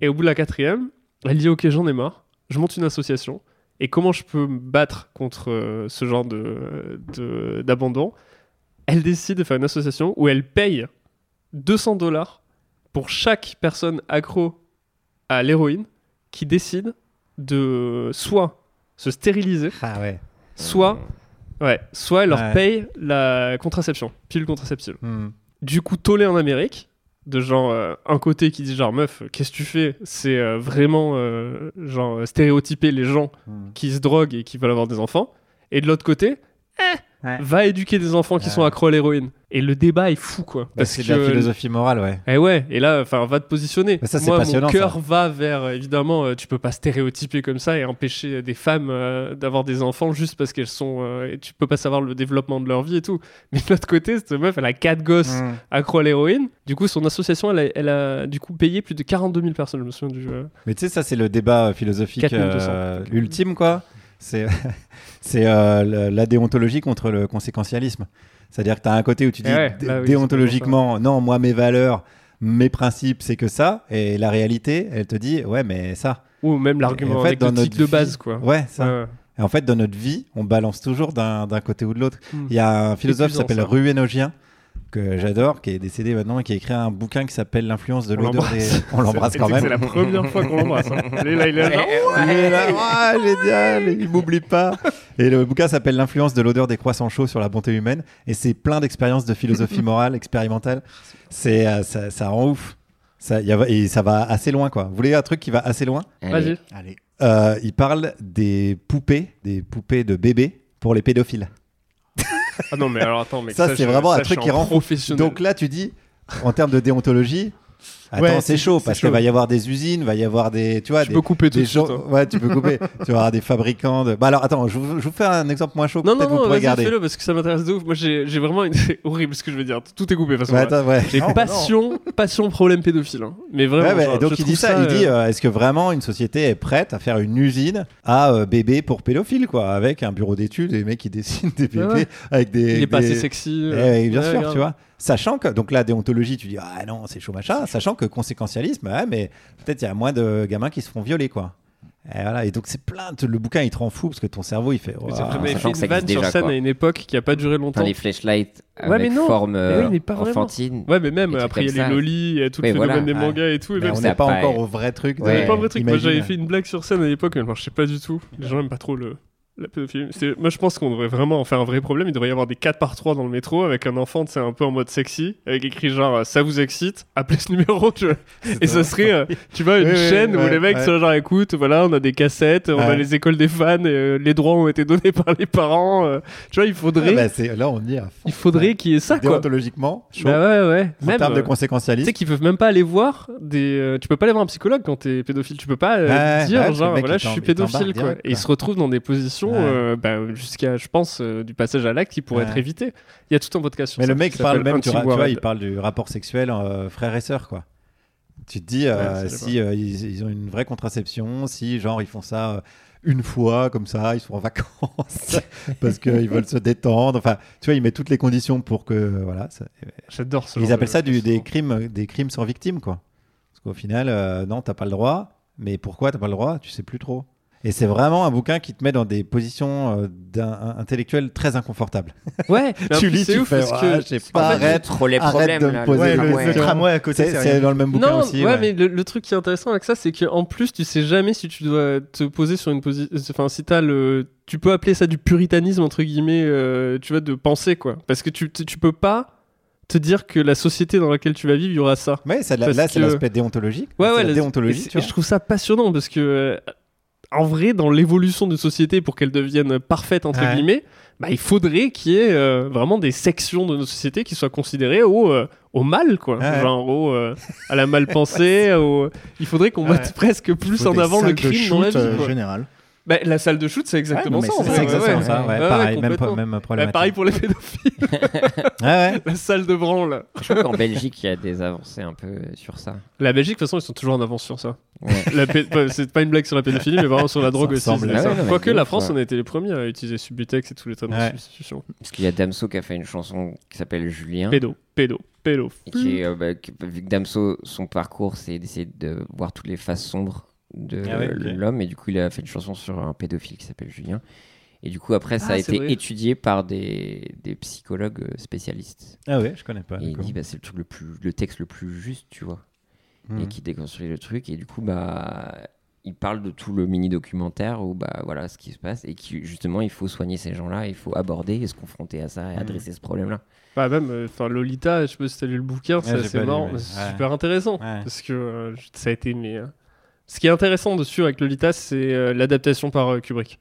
[SPEAKER 4] Et au bout de la quatrième, Elle dit Ok, j'en ai marre, je monte une association. Et comment je peux me battre contre euh, ce genre de- de- d'abandon Elle décide de faire une association où elle paye 200 dollars pour chaque personne accro à l'héroïne qui décide de soit se stériliser,
[SPEAKER 2] Ah,
[SPEAKER 4] soit, ouais, soit elle leur
[SPEAKER 2] Ouais.
[SPEAKER 4] paye la contraception, pilule contraceptive.
[SPEAKER 2] Hmm.
[SPEAKER 4] Du coup, tollé en Amérique, de genre euh, un côté qui dit genre meuf, qu'est-ce que tu fais C'est euh, vraiment euh, genre euh, stéréotyper les gens
[SPEAKER 2] Hmm.
[SPEAKER 4] qui se droguent et qui veulent avoir des enfants. Et de l'autre côté, eh, va éduquer des enfants qui sont accro à l'héroïne. Et le débat est fou quoi.
[SPEAKER 2] Bah, c'est de la philosophie morale, ouais.
[SPEAKER 4] Et Eh ouais, et là, enfin, va te positionner.
[SPEAKER 2] Bah, ça, c'est
[SPEAKER 4] Moi,
[SPEAKER 2] passionnant,
[SPEAKER 4] mon
[SPEAKER 2] ça.
[SPEAKER 4] cœur va vers, euh, évidemment, euh, tu peux pas stéréotyper comme ça et empêcher euh, des femmes euh, d'avoir des enfants juste parce qu'elles sont. euh, et tu peux pas savoir le développement de leur vie et tout. Mais de l'autre côté, cette meuf, elle a quatre gosses
[SPEAKER 2] Mm.
[SPEAKER 4] accro à l'héroïne. Du coup, son association, elle a, elle a, du coup payé plus de 42 000 personnes, je me souviens du. euh,
[SPEAKER 2] Mais tu sais, ça, c'est le débat euh, philosophique
[SPEAKER 4] 4200.
[SPEAKER 2] euh, ultime, quoi. C'est c'est, euh, le- la déontologie contre le conséquentialisme. C'est-à-dire que tu as un côté où tu
[SPEAKER 4] Eh
[SPEAKER 2] dis
[SPEAKER 4] ouais,
[SPEAKER 2] dé-
[SPEAKER 4] là, oui,
[SPEAKER 2] déontologiquement, non, moi, mes valeurs, mes principes, c'est que ça. Et la réalité, elle te dit, ouais, mais ça.
[SPEAKER 4] Ou même
[SPEAKER 2] Et
[SPEAKER 4] l'argument
[SPEAKER 2] en fait, dans
[SPEAKER 4] anecdotique
[SPEAKER 2] notre
[SPEAKER 4] de
[SPEAKER 2] vie-
[SPEAKER 4] base, quoi.
[SPEAKER 2] Ouais, ça.
[SPEAKER 4] Ouais, ouais.
[SPEAKER 2] Et en fait, dans notre vie, on balance toujours d'un d'un côté ou de l'autre.
[SPEAKER 4] Mm.
[SPEAKER 2] Il y a un
[SPEAKER 4] C'est
[SPEAKER 2] philosophe qui
[SPEAKER 4] épuisant,
[SPEAKER 2] s'appelle
[SPEAKER 4] ça.
[SPEAKER 2] Ruénogien, que j'adore, qui est décédé maintenant et qui a écrit un bouquin qui s'appelle L'influence de
[SPEAKER 4] On
[SPEAKER 2] l'odeur des.
[SPEAKER 4] l'embrasse.
[SPEAKER 2] On l'embrasse
[SPEAKER 4] C'est-
[SPEAKER 2] quand
[SPEAKER 4] c'est
[SPEAKER 2] même.
[SPEAKER 4] la première fois qu'on l'embrasse, hein. Il est là, il est là, genre,
[SPEAKER 2] Il est là, ouais, génial, il m'oublie pas. Et le bouquin s'appelle L'influence de l'odeur des croissants chauds sur la bonté humaine. Et c'est plein d'expériences de philosophie morale, expérimentale. C'est, euh, ça, ça rend ouf. Ça, y a- et ça va assez loin, quoi. Vous voulez un truc qui va assez loin
[SPEAKER 4] Vas-y.
[SPEAKER 9] Allez.
[SPEAKER 2] Euh, Il parle des poupées, des poupées de bébés pour les pédophiles.
[SPEAKER 4] Ah non, mais alors attends, mais
[SPEAKER 2] ça, c'est vraiment un truc qui rend fou.
[SPEAKER 4] professionnel.
[SPEAKER 2] Donc là, tu dis, en termes de déontologie, attends,
[SPEAKER 4] Ouais,
[SPEAKER 2] c'est
[SPEAKER 4] c'est-
[SPEAKER 2] chaud
[SPEAKER 4] c'est
[SPEAKER 2] parce
[SPEAKER 4] chaud.
[SPEAKER 2] qu'il va y avoir des usines, va y avoir des, tu vois,
[SPEAKER 4] Tu
[SPEAKER 2] des,
[SPEAKER 4] peux couper tout
[SPEAKER 2] des
[SPEAKER 4] de suite,
[SPEAKER 2] gens-
[SPEAKER 4] hein.
[SPEAKER 2] ouais, tu peux couper. tu vas avoir des fabricants de. Bah alors, attends, je vous, je vous fais un exemple moins chaud.
[SPEAKER 4] Non, non,
[SPEAKER 2] peut-être vous
[SPEAKER 4] non,
[SPEAKER 2] pourrez
[SPEAKER 4] vas-y,
[SPEAKER 2] garder.
[SPEAKER 4] fais-le parce que ça m'intéresse de ouf. Moi, j'ai j'ai vraiment une. C'est horrible ce que je veux dire. Tout est coupé de toute façon.
[SPEAKER 2] Ouais,
[SPEAKER 4] là.
[SPEAKER 2] attends, ouais.
[SPEAKER 4] J'ai
[SPEAKER 2] Non, non.
[SPEAKER 4] passion, passion, problème pédophile. hein. Mais vraiment.
[SPEAKER 2] Ouais, ouais,
[SPEAKER 4] genre,
[SPEAKER 2] et donc
[SPEAKER 4] je
[SPEAKER 2] il dit
[SPEAKER 4] trouve
[SPEAKER 2] ça, il dit
[SPEAKER 4] euh,
[SPEAKER 2] euh, est-ce que vraiment une société est prête à faire une usine à euh, bébés pour pédophiles quoi, avec un bureau d'études et les mecs qui dessinent des bébés
[SPEAKER 4] ouais.
[SPEAKER 2] avec des.
[SPEAKER 4] Il est pas
[SPEAKER 2] des-
[SPEAKER 4] assez sexy,
[SPEAKER 2] Eh,
[SPEAKER 4] euh,
[SPEAKER 2] eh, bien
[SPEAKER 4] ouais,
[SPEAKER 2] sûr,
[SPEAKER 4] grave.
[SPEAKER 2] tu vois. Sachant que donc la déontologie, tu dis ah non c'est chaud machin, sachant que conséquentialisme, ouais, mais peut-être il y a moins de gamins qui se font violer quoi. Et voilà, et donc c'est plein. de- Le bouquin il te rend fou parce que ton cerveau il fait.
[SPEAKER 4] mais
[SPEAKER 2] Ouah.
[SPEAKER 4] c'est vraiment- il
[SPEAKER 1] sachant
[SPEAKER 4] fait
[SPEAKER 1] que ça
[SPEAKER 4] une vanne
[SPEAKER 1] existe
[SPEAKER 4] sur
[SPEAKER 1] déjà,
[SPEAKER 4] scène
[SPEAKER 1] quoi.
[SPEAKER 4] à une époque qui a pas duré longtemps.
[SPEAKER 1] Enfin, les flashlights
[SPEAKER 4] Ouais,
[SPEAKER 1] avec
[SPEAKER 4] mais non.
[SPEAKER 1] forme
[SPEAKER 4] Mais oui,
[SPEAKER 1] euh,
[SPEAKER 4] mais pas vraiment.
[SPEAKER 1] enfantine.
[SPEAKER 4] Ouais, mais même
[SPEAKER 1] Et tout
[SPEAKER 4] après, il y
[SPEAKER 1] comme
[SPEAKER 4] a les
[SPEAKER 1] ça.
[SPEAKER 4] lolis, il y a tout le
[SPEAKER 1] Oui,
[SPEAKER 4] phénomène
[SPEAKER 1] voilà. Ah,
[SPEAKER 4] des
[SPEAKER 1] Ouais.
[SPEAKER 4] mangas et tout. et
[SPEAKER 2] Mais
[SPEAKER 4] même
[SPEAKER 2] on
[SPEAKER 4] ça-
[SPEAKER 2] n'est pas
[SPEAKER 1] pas-
[SPEAKER 2] encore au vrai truc.
[SPEAKER 4] on n'est
[SPEAKER 1] Ouais.
[SPEAKER 4] pas un vrai truc. Moi,
[SPEAKER 2] Imagine.
[SPEAKER 4] j'avais fait une blague sur scène à l'époque, mais elle marchait pas du tout. Les gens n'aiment pas trop le. La pédophilie. C'est- Moi, je pense qu'on devrait vraiment en faire un vrai problème. Il devrait y avoir des 4 par 3 dans le métro avec un enfant, c'est un peu en mode sexy, avec écrit genre euh, ça vous excite, appelez ce numéro. tu vois. Et ça serait, euh, tu vois, une
[SPEAKER 2] Oui, oui,
[SPEAKER 4] chaîne
[SPEAKER 2] ouais,
[SPEAKER 4] où les mecs
[SPEAKER 2] ouais.
[SPEAKER 4] sont genre écoute, voilà, on a des cassettes, on a
[SPEAKER 2] Ouais.
[SPEAKER 4] les écoles des fans, et, euh, les droits ont été donnés par les parents. euh. tu vois, il faudrait,
[SPEAKER 2] Ouais, bah, c'est- là on y est. à fond.
[SPEAKER 4] il faudrait qu'il y ait ça, quoi.
[SPEAKER 2] Déontologiquement, chaud.
[SPEAKER 4] Bah ouais, ouais.
[SPEAKER 2] En
[SPEAKER 4] Même,
[SPEAKER 2] termes de
[SPEAKER 4] euh, tu
[SPEAKER 2] conséquentialisme.
[SPEAKER 4] sais qu'ils peuvent même pas aller voir des. euh, tu peux pas aller voir un psychologue quand t'es pédophile. Tu peux pas euh,
[SPEAKER 2] Ouais,
[SPEAKER 4] dire
[SPEAKER 2] ouais, parce que
[SPEAKER 4] genre
[SPEAKER 2] le mec,
[SPEAKER 4] voilà
[SPEAKER 2] il
[SPEAKER 4] je suis
[SPEAKER 2] t'embarque
[SPEAKER 4] pédophile
[SPEAKER 2] direct,
[SPEAKER 4] quoi.
[SPEAKER 2] quoi.
[SPEAKER 4] Et ils se retrouvent dans des positions
[SPEAKER 2] Ouais.
[SPEAKER 4] euh, bah, jusqu'à je pense euh, du passage à l'acte qui pourrait
[SPEAKER 2] Ouais.
[SPEAKER 4] être évité. Il y a tout un podcast. sur
[SPEAKER 2] Mais
[SPEAKER 4] ça
[SPEAKER 2] le mec
[SPEAKER 4] qui
[SPEAKER 2] parle
[SPEAKER 4] s'appelle
[SPEAKER 2] même, tu, vois,
[SPEAKER 4] Hunting
[SPEAKER 2] tu vois,
[SPEAKER 4] Warhead.
[SPEAKER 2] il parle du rapport sexuel euh, frère et sœur, quoi. Tu te dis, euh,
[SPEAKER 4] Ouais, c'est
[SPEAKER 2] si euh, ils, ils ont une vraie contraception, si genre ils font ça euh, une fois, comme ça, ils sont en vacances, parce qu'ils veulent se détendre. Enfin, tu vois, il met toutes les conditions pour que. euh, voilà. ça-
[SPEAKER 4] J'adore ce genre
[SPEAKER 2] Ils appellent
[SPEAKER 4] de-
[SPEAKER 2] ça du, des,
[SPEAKER 4] question.
[SPEAKER 2] crimes, des crimes sans victime, quoi. Parce qu'au final, euh, non, t'as pas le droit, mais pourquoi t'as pas le droit Tu sais plus trop. Et c'est vraiment un bouquin qui te met dans des positions euh, d'un- intellectuelles très inconfortables.
[SPEAKER 4] Ouais. mais en
[SPEAKER 2] tu
[SPEAKER 4] plus,
[SPEAKER 2] lis,
[SPEAKER 4] c'est
[SPEAKER 2] tu
[SPEAKER 4] ouf
[SPEAKER 2] fais,
[SPEAKER 4] parce que
[SPEAKER 2] ouais, je sais pas,
[SPEAKER 4] en fait,
[SPEAKER 2] arrête,
[SPEAKER 1] Trop les
[SPEAKER 2] arrête
[SPEAKER 1] problèmes.
[SPEAKER 2] de me
[SPEAKER 1] là,
[SPEAKER 2] poser
[SPEAKER 9] Ouais,
[SPEAKER 2] des
[SPEAKER 1] le
[SPEAKER 9] le,
[SPEAKER 2] ouais.
[SPEAKER 9] le
[SPEAKER 1] tramway.
[SPEAKER 9] tramway à côté,
[SPEAKER 2] C'est
[SPEAKER 9] c'est
[SPEAKER 2] c'est
[SPEAKER 9] rien.
[SPEAKER 2] dans le même bouquin
[SPEAKER 4] Non,
[SPEAKER 2] aussi.
[SPEAKER 4] ouais,
[SPEAKER 2] ouais.
[SPEAKER 4] mais le, le truc qui est intéressant avec ça, c'est qu'en plus, tu sais jamais si tu dois te poser sur une position. Enfin, si t'as le. Tu peux appeler ça du puritanisme, entre guillemets, euh, tu vois, de pensée, quoi. Parce que tu, tu, tu peux pas te dire que la société dans laquelle tu vas vivre, il y aura ça.
[SPEAKER 2] Ouais, c'est la-
[SPEAKER 4] Parce
[SPEAKER 2] là, c'est
[SPEAKER 4] que-
[SPEAKER 2] l'aspect déontologique.
[SPEAKER 4] Ouais,
[SPEAKER 2] C'est
[SPEAKER 4] ouais,
[SPEAKER 2] la
[SPEAKER 4] la-
[SPEAKER 2] déontologie,
[SPEAKER 4] et c'est-
[SPEAKER 2] tu
[SPEAKER 4] et
[SPEAKER 2] vois.
[SPEAKER 4] je trouve ça passionnant parce que, euh, en vrai, dans l'évolution d'une société, pour qu'elle devienne parfaite, entre
[SPEAKER 2] Ouais.
[SPEAKER 4] guillemets, bah, il faudrait qu'il y ait euh, vraiment des sections de notre société qui soient considérées au, euh, au mal, quoi.
[SPEAKER 2] Ouais.
[SPEAKER 4] Genre au, euh, à la malpensée. au- Il faudrait qu'on
[SPEAKER 9] Ouais.
[SPEAKER 4] mette presque plus
[SPEAKER 9] Faut
[SPEAKER 4] en
[SPEAKER 9] des
[SPEAKER 4] avant le
[SPEAKER 9] salles de
[SPEAKER 4] crime dans la
[SPEAKER 9] shoot,
[SPEAKER 4] vie.
[SPEAKER 9] euh,
[SPEAKER 4] quoi.
[SPEAKER 9] général.
[SPEAKER 4] Bah, la salle de shoot, c'est exactement
[SPEAKER 9] mais
[SPEAKER 4] ça. en
[SPEAKER 9] c'est-
[SPEAKER 4] fait.
[SPEAKER 2] C'est
[SPEAKER 9] Ouais,
[SPEAKER 2] exactement
[SPEAKER 9] ouais,
[SPEAKER 2] ça, ouais,
[SPEAKER 4] Ouais, ouais,
[SPEAKER 2] pareil, même,
[SPEAKER 4] complètement.
[SPEAKER 2] même
[SPEAKER 4] Bah,
[SPEAKER 2] problématique. Ah
[SPEAKER 4] pareil pour les pédophiles,
[SPEAKER 2] Ouais, ouais.
[SPEAKER 4] la salle de branle.
[SPEAKER 1] Je crois qu'en Belgique, il y a des avancées un peu sur ça.
[SPEAKER 4] La Belgique, de toute façon, ils sont toujours en avance sur ça.
[SPEAKER 1] Ouais.
[SPEAKER 4] La pé- bah, c'est pas une blague sur la pédophilie, mais vraiment sur la drogue aussi.
[SPEAKER 2] ressemble.
[SPEAKER 4] c'est
[SPEAKER 2] Ah
[SPEAKER 4] ça.
[SPEAKER 1] ouais, non, mais
[SPEAKER 4] Quoique
[SPEAKER 1] de
[SPEAKER 4] la
[SPEAKER 1] ouf,
[SPEAKER 4] France,
[SPEAKER 1] ouais. Hein
[SPEAKER 4] on a été les premiers à utiliser Subutex et tous les tas de
[SPEAKER 2] Ouais.
[SPEAKER 4] substitution.
[SPEAKER 1] Parce qu'il y a Damso qui a fait une chanson qui s'appelle Julien.
[SPEAKER 4] Pédo, pédo, pédo.
[SPEAKER 2] Mhm.
[SPEAKER 1] Et qui est, euh, bah, qui- vu que Damso, son parcours, c'est d'essayer de voir toutes les faces sombres de
[SPEAKER 2] Ah ouais, ok.
[SPEAKER 1] l'homme et du coup il a fait une chanson sur un pédophile qui s'appelle Julien. Et du coup après ça
[SPEAKER 2] Ah,
[SPEAKER 1] a
[SPEAKER 2] c'est
[SPEAKER 1] été
[SPEAKER 2] vrai.
[SPEAKER 1] étudié par des, des psychologues euh, spécialistes.
[SPEAKER 2] Ah ouais, je connais pas,
[SPEAKER 1] Et il
[SPEAKER 2] d'accord.
[SPEAKER 1] dit bah, c'est le truc le plus le texte le plus juste tu vois et
[SPEAKER 2] Mhm.
[SPEAKER 1] qui déconstruit le truc et du coup bah il parle de tout le mini documentaire où bah voilà ce qui se passe et qui justement il faut soigner ces gens-là, il faut aborder et se confronter à ça et
[SPEAKER 4] Mhm.
[SPEAKER 1] adresser ce problème-là.
[SPEAKER 4] Bah même, euh, enfin Lolita, je sais pas si t'as lu le bouquin,
[SPEAKER 1] Ouais,
[SPEAKER 4] c'est
[SPEAKER 1] j'ai
[SPEAKER 4] assez
[SPEAKER 1] pas lu,
[SPEAKER 4] marrant,
[SPEAKER 1] mais-
[SPEAKER 4] mais c'est
[SPEAKER 1] ouais.
[SPEAKER 4] super intéressant parce que euh, je- ça a été mais euh, ce qui est intéressant dessus avec Lolita, c'est euh, l'adaptation par euh, Kubrick.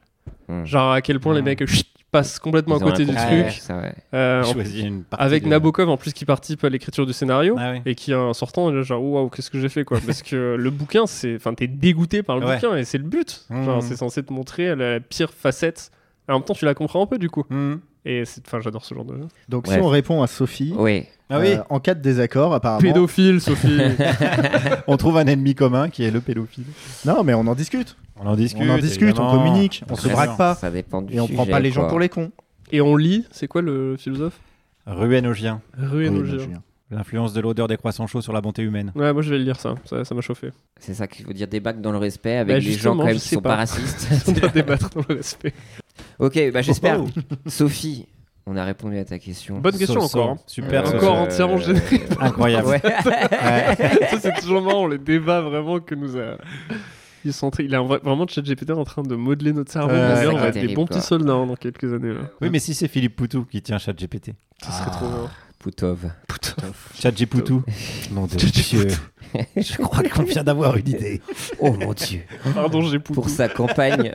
[SPEAKER 1] Mm.
[SPEAKER 4] Genre à quel point les mecs euh, chut, passent complètement
[SPEAKER 1] Ils
[SPEAKER 4] à
[SPEAKER 1] ont
[SPEAKER 4] côté
[SPEAKER 1] rien
[SPEAKER 4] du
[SPEAKER 1] compris,
[SPEAKER 4] truc.
[SPEAKER 1] ouais, ça, ouais.
[SPEAKER 4] Euh, en-
[SPEAKER 2] Choisis une partie
[SPEAKER 4] avec
[SPEAKER 2] de-
[SPEAKER 4] Nabokov en plus qui participe à l'écriture du scénario
[SPEAKER 2] Ah ouais.
[SPEAKER 4] et qui en sortant est là, genre waouh qu'est-ce que j'ai fait quoi parce que euh, le bouquin c'est enfin t'es dégoûté par le
[SPEAKER 2] Ouais.
[SPEAKER 4] bouquin et c'est le but. Genre
[SPEAKER 2] Mm.
[SPEAKER 4] c'est censé te montrer la, la pire facette. En même temps tu la comprends un peu du coup.
[SPEAKER 2] Hmm.
[SPEAKER 4] Et c'est- enfin j'adore ce genre de.
[SPEAKER 3] Donc si on répond à Sophie,
[SPEAKER 1] Oui.
[SPEAKER 4] Ah oui.
[SPEAKER 3] Euh, en cas de désaccord,
[SPEAKER 2] Ah
[SPEAKER 3] apparemment.
[SPEAKER 4] Pédophile, Sophie.
[SPEAKER 3] on trouve un ennemi commun qui est le pédophile. Non, mais on en discute.
[SPEAKER 2] On en discute,
[SPEAKER 3] On en discute, on
[SPEAKER 2] évidemment.
[SPEAKER 3] communique, on se
[SPEAKER 2] Très
[SPEAKER 3] braque
[SPEAKER 2] bien.
[SPEAKER 3] pas.
[SPEAKER 2] Ça dépend du
[SPEAKER 3] Et on prend
[SPEAKER 2] sujet,
[SPEAKER 3] pas les gens
[SPEAKER 2] quoi.
[SPEAKER 3] pour les cons.
[SPEAKER 4] Et on lit, c'est quoi le philosophe
[SPEAKER 2] Ruénogien.
[SPEAKER 4] Ruénogien.
[SPEAKER 2] Ruénogien. L'influence de l'odeur des croissants chauds sur la bonté humaine.
[SPEAKER 4] Ouais, moi je vais le lire ça, ça ça m'a chauffé.
[SPEAKER 1] C'est ça qu'il faut dire, débattre dans le respect avec
[SPEAKER 4] Bah,
[SPEAKER 1] les gens
[SPEAKER 4] justement,
[SPEAKER 1] quand même
[SPEAKER 4] je
[SPEAKER 1] qui
[SPEAKER 4] sais
[SPEAKER 1] sont pas,
[SPEAKER 4] pas.
[SPEAKER 1] racistes.
[SPEAKER 4] On doit débattre dans le respect.
[SPEAKER 1] Ok, bah j'espère.
[SPEAKER 4] Oh,
[SPEAKER 1] Sophie, on a répondu à ta question.
[SPEAKER 4] Bonne question
[SPEAKER 1] Sauf-
[SPEAKER 4] encore. hein.
[SPEAKER 1] Super.
[SPEAKER 4] Encore
[SPEAKER 1] Euh,
[SPEAKER 4] entièrement générée.
[SPEAKER 2] Ah
[SPEAKER 1] Incroyable. Ouais.
[SPEAKER 4] ça c'est toujours marrant les débats vraiment que nous a. Ils sont il a vraiment ChatGPT en train de modeler notre cerveau.
[SPEAKER 2] Euh,
[SPEAKER 4] Mais
[SPEAKER 2] c'est
[SPEAKER 4] on va être
[SPEAKER 2] terrible,
[SPEAKER 4] des bons
[SPEAKER 2] quoi.
[SPEAKER 4] petits soldats hein, dans quelques années. Là.
[SPEAKER 2] Oui, mais si c'est Philippe Poutou qui tient ChatGPT.
[SPEAKER 4] Ça serait trop marrant.
[SPEAKER 1] Poutov.
[SPEAKER 2] ChatGPoutou. Nom de Dieu. Je crois qu'on vient d'avoir une idée.
[SPEAKER 1] Oh mon dieu.
[SPEAKER 4] Pardon, j'ai Poutou.
[SPEAKER 1] Pour sa campagne.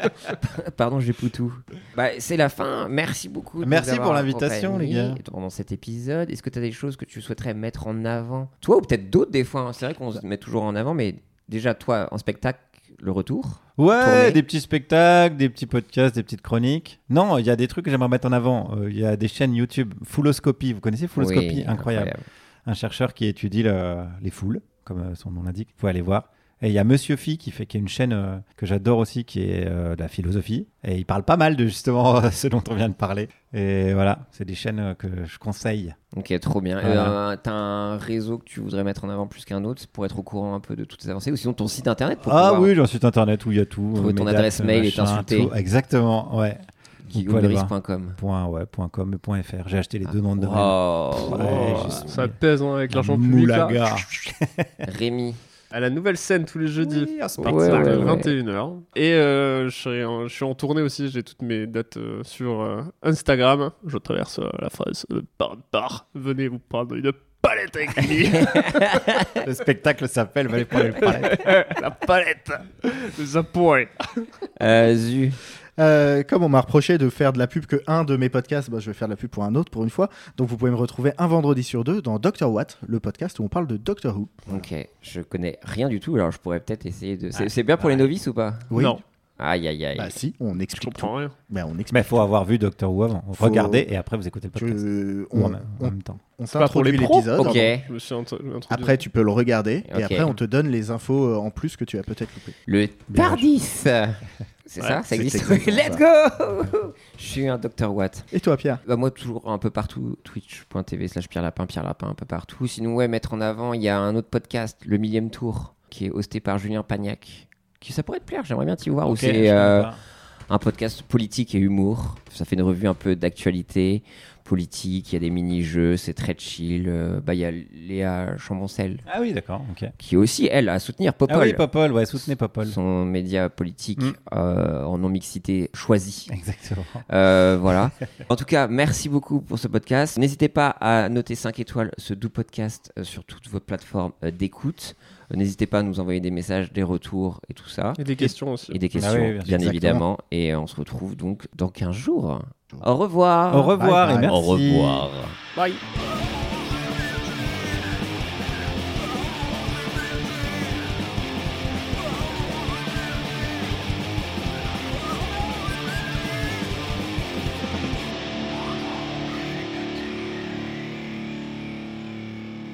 [SPEAKER 1] Pardon, j'ai Poutou. Bah, c'est la fin. Merci beaucoup. de
[SPEAKER 2] Merci
[SPEAKER 1] nous avoir
[SPEAKER 2] pour l'invitation, les
[SPEAKER 1] accompagnés
[SPEAKER 2] gars.
[SPEAKER 1] Pendant cet épisode, est-ce que tu as des choses que tu souhaiterais mettre en avant Toi ou peut-être d'autres des fois. hein. C'est vrai qu'on se met toujours en avant, mais déjà toi en spectacle, le retour.
[SPEAKER 2] Ouais,
[SPEAKER 1] Tournée.
[SPEAKER 2] des petits spectacles, des petits podcasts, des petites chroniques. Non, il y a des trucs que j'aimerais mettre en avant. Euh, Il y a des chaînes YouTube, Fulloscopy. Vous connaissez Fulloscopy
[SPEAKER 1] Oui,
[SPEAKER 2] incroyable.
[SPEAKER 1] incroyable.
[SPEAKER 2] Un chercheur qui étudie le- les foules, comme euh, son nom l'indique. Vous pouvez aller voir. Et il y a Monsieur Phi qui fait qui est une chaîne euh, que j'adore aussi, qui est euh, de la philosophie. Et il parle pas mal de justement ce dont on vient de parler. Et voilà, c'est des chaînes euh, que je conseille.
[SPEAKER 1] Ok, trop bien.
[SPEAKER 2] Voilà.
[SPEAKER 1] Euh, T'as un réseau que tu voudrais mettre en avant plus qu'un autre pour être au courant un peu de toutes ces avancées ou sinon ton site internet pour
[SPEAKER 2] Ah
[SPEAKER 1] pouvoir-
[SPEAKER 2] oui, j'ai un site internet où il y a tout.
[SPEAKER 1] Trouver
[SPEAKER 2] euh,
[SPEAKER 1] ton
[SPEAKER 2] mes
[SPEAKER 1] adresse mail et
[SPEAKER 2] machin,
[SPEAKER 1] t'insulter.
[SPEAKER 2] tout. Exactement, ouais.
[SPEAKER 1] Guillaume
[SPEAKER 2] Vous pouvez aller
[SPEAKER 1] Meurice
[SPEAKER 2] voir.
[SPEAKER 1] point com.
[SPEAKER 2] Point, ouais, point com et point fr. J'ai acheté les deux noms de domaine.
[SPEAKER 1] Oh.
[SPEAKER 2] Ouais,
[SPEAKER 4] Oh,
[SPEAKER 2] j'ai-
[SPEAKER 4] ça pèse hein, avec l'argent public. là.
[SPEAKER 2] Moulaga.
[SPEAKER 1] Rémi.
[SPEAKER 4] À la nouvelle scène tous les jeudis.
[SPEAKER 1] spectacle. Ouais, ouais, ouais.
[SPEAKER 4] 21h. Et euh, je, serai en, je suis en tournée aussi, j'ai toutes mes dates euh, sur euh, Instagram. Je traverse euh, la phrase euh, par par. Venez vous prendre une palette avec Lily.
[SPEAKER 2] Le spectacle s'appelle Venez prendre une palette.
[SPEAKER 4] la palette. The point.
[SPEAKER 1] Zu.
[SPEAKER 3] Euh, comme on m'a reproché de faire de la pub que un de mes podcasts, bah, je vais faire de la pub pour un autre pour une fois. Donc vous pouvez me retrouver un vendredi sur deux dans Doctor What, le podcast où on parle de Doctor Who.
[SPEAKER 1] Ok, je connais rien du tout, alors je pourrais peut-être essayer de. C'est
[SPEAKER 2] Ah.
[SPEAKER 1] c'est bien pour les novices ou pas
[SPEAKER 3] Oui. Non.
[SPEAKER 1] Aïe aïe aïe.
[SPEAKER 3] Bah si, on explique.
[SPEAKER 4] Je comprends rien.
[SPEAKER 3] Mais on explique.
[SPEAKER 2] Mais faut avoir vu Doctor Who avant.
[SPEAKER 3] Faut-
[SPEAKER 2] Regardez et après vous écoutez le podcast.
[SPEAKER 3] Je-
[SPEAKER 2] Ou en
[SPEAKER 3] on-
[SPEAKER 2] même- en
[SPEAKER 3] on-
[SPEAKER 2] même temps.
[SPEAKER 3] On
[SPEAKER 4] C'est pas pour les
[SPEAKER 3] s'introduit
[SPEAKER 4] pros
[SPEAKER 3] l'épisode.
[SPEAKER 1] Ok.
[SPEAKER 4] Je me suis int- introduit.
[SPEAKER 3] Après tu peux le regarder
[SPEAKER 1] Ok.
[SPEAKER 3] et après on te donne les infos euh, en plus que tu as peut-être loupé.
[SPEAKER 1] Le Tardis C'est
[SPEAKER 3] Ouais,
[SPEAKER 1] ça Ça
[SPEAKER 3] c'est
[SPEAKER 1] existe
[SPEAKER 3] exactement
[SPEAKER 1] Let's go Je suis un Dr. Watt.
[SPEAKER 3] Et toi, Pierre
[SPEAKER 1] bah, Moi, toujours un peu partout. Twitch.tv slash Pierre Lapin, Pierre Lapin, un peu partout. Sinon, ouais, mettre en avant, il y a un autre podcast, Le Millième Tour, qui est hosté par Julien Pagnac. Qui ça pourrait te plaire, j'aimerais bien t'y voir. où
[SPEAKER 2] Ok, je
[SPEAKER 1] c'est
[SPEAKER 2] connais
[SPEAKER 1] euh,
[SPEAKER 2] pas.
[SPEAKER 1] un podcast politique et humour. Ça fait une revue un peu d'actualité politique, il y a des mini-jeux, c'est très chill. Euh, bah, Il y a Léa Chamboncel
[SPEAKER 2] Ah oui, d'accord, ok.
[SPEAKER 1] qui aussi, elle, à soutenir Popol.
[SPEAKER 2] Ah oui, Popol, ouais, soutenez Popol.
[SPEAKER 1] Son média politique
[SPEAKER 2] Mm.
[SPEAKER 1] euh, en non-mixité choisi.
[SPEAKER 2] Exactement.
[SPEAKER 1] Euh, voilà. en tout cas, merci beaucoup pour ce podcast. N'hésitez pas à noter 5 étoiles ce doux podcast euh, sur toutes vos plateformes euh, d'écoute. Euh, N'hésitez pas à nous envoyer des messages, des retours et tout ça.
[SPEAKER 4] Et des questions aussi.
[SPEAKER 1] Et des questions,
[SPEAKER 2] Ah oui,
[SPEAKER 1] bien,
[SPEAKER 2] bien sûr.
[SPEAKER 1] évidemment. Et euh, on se retrouve donc dans 15 jours. Au revoir.
[SPEAKER 4] Ah.
[SPEAKER 2] Au revoir et merci.
[SPEAKER 1] Au revoir.
[SPEAKER 4] Bye.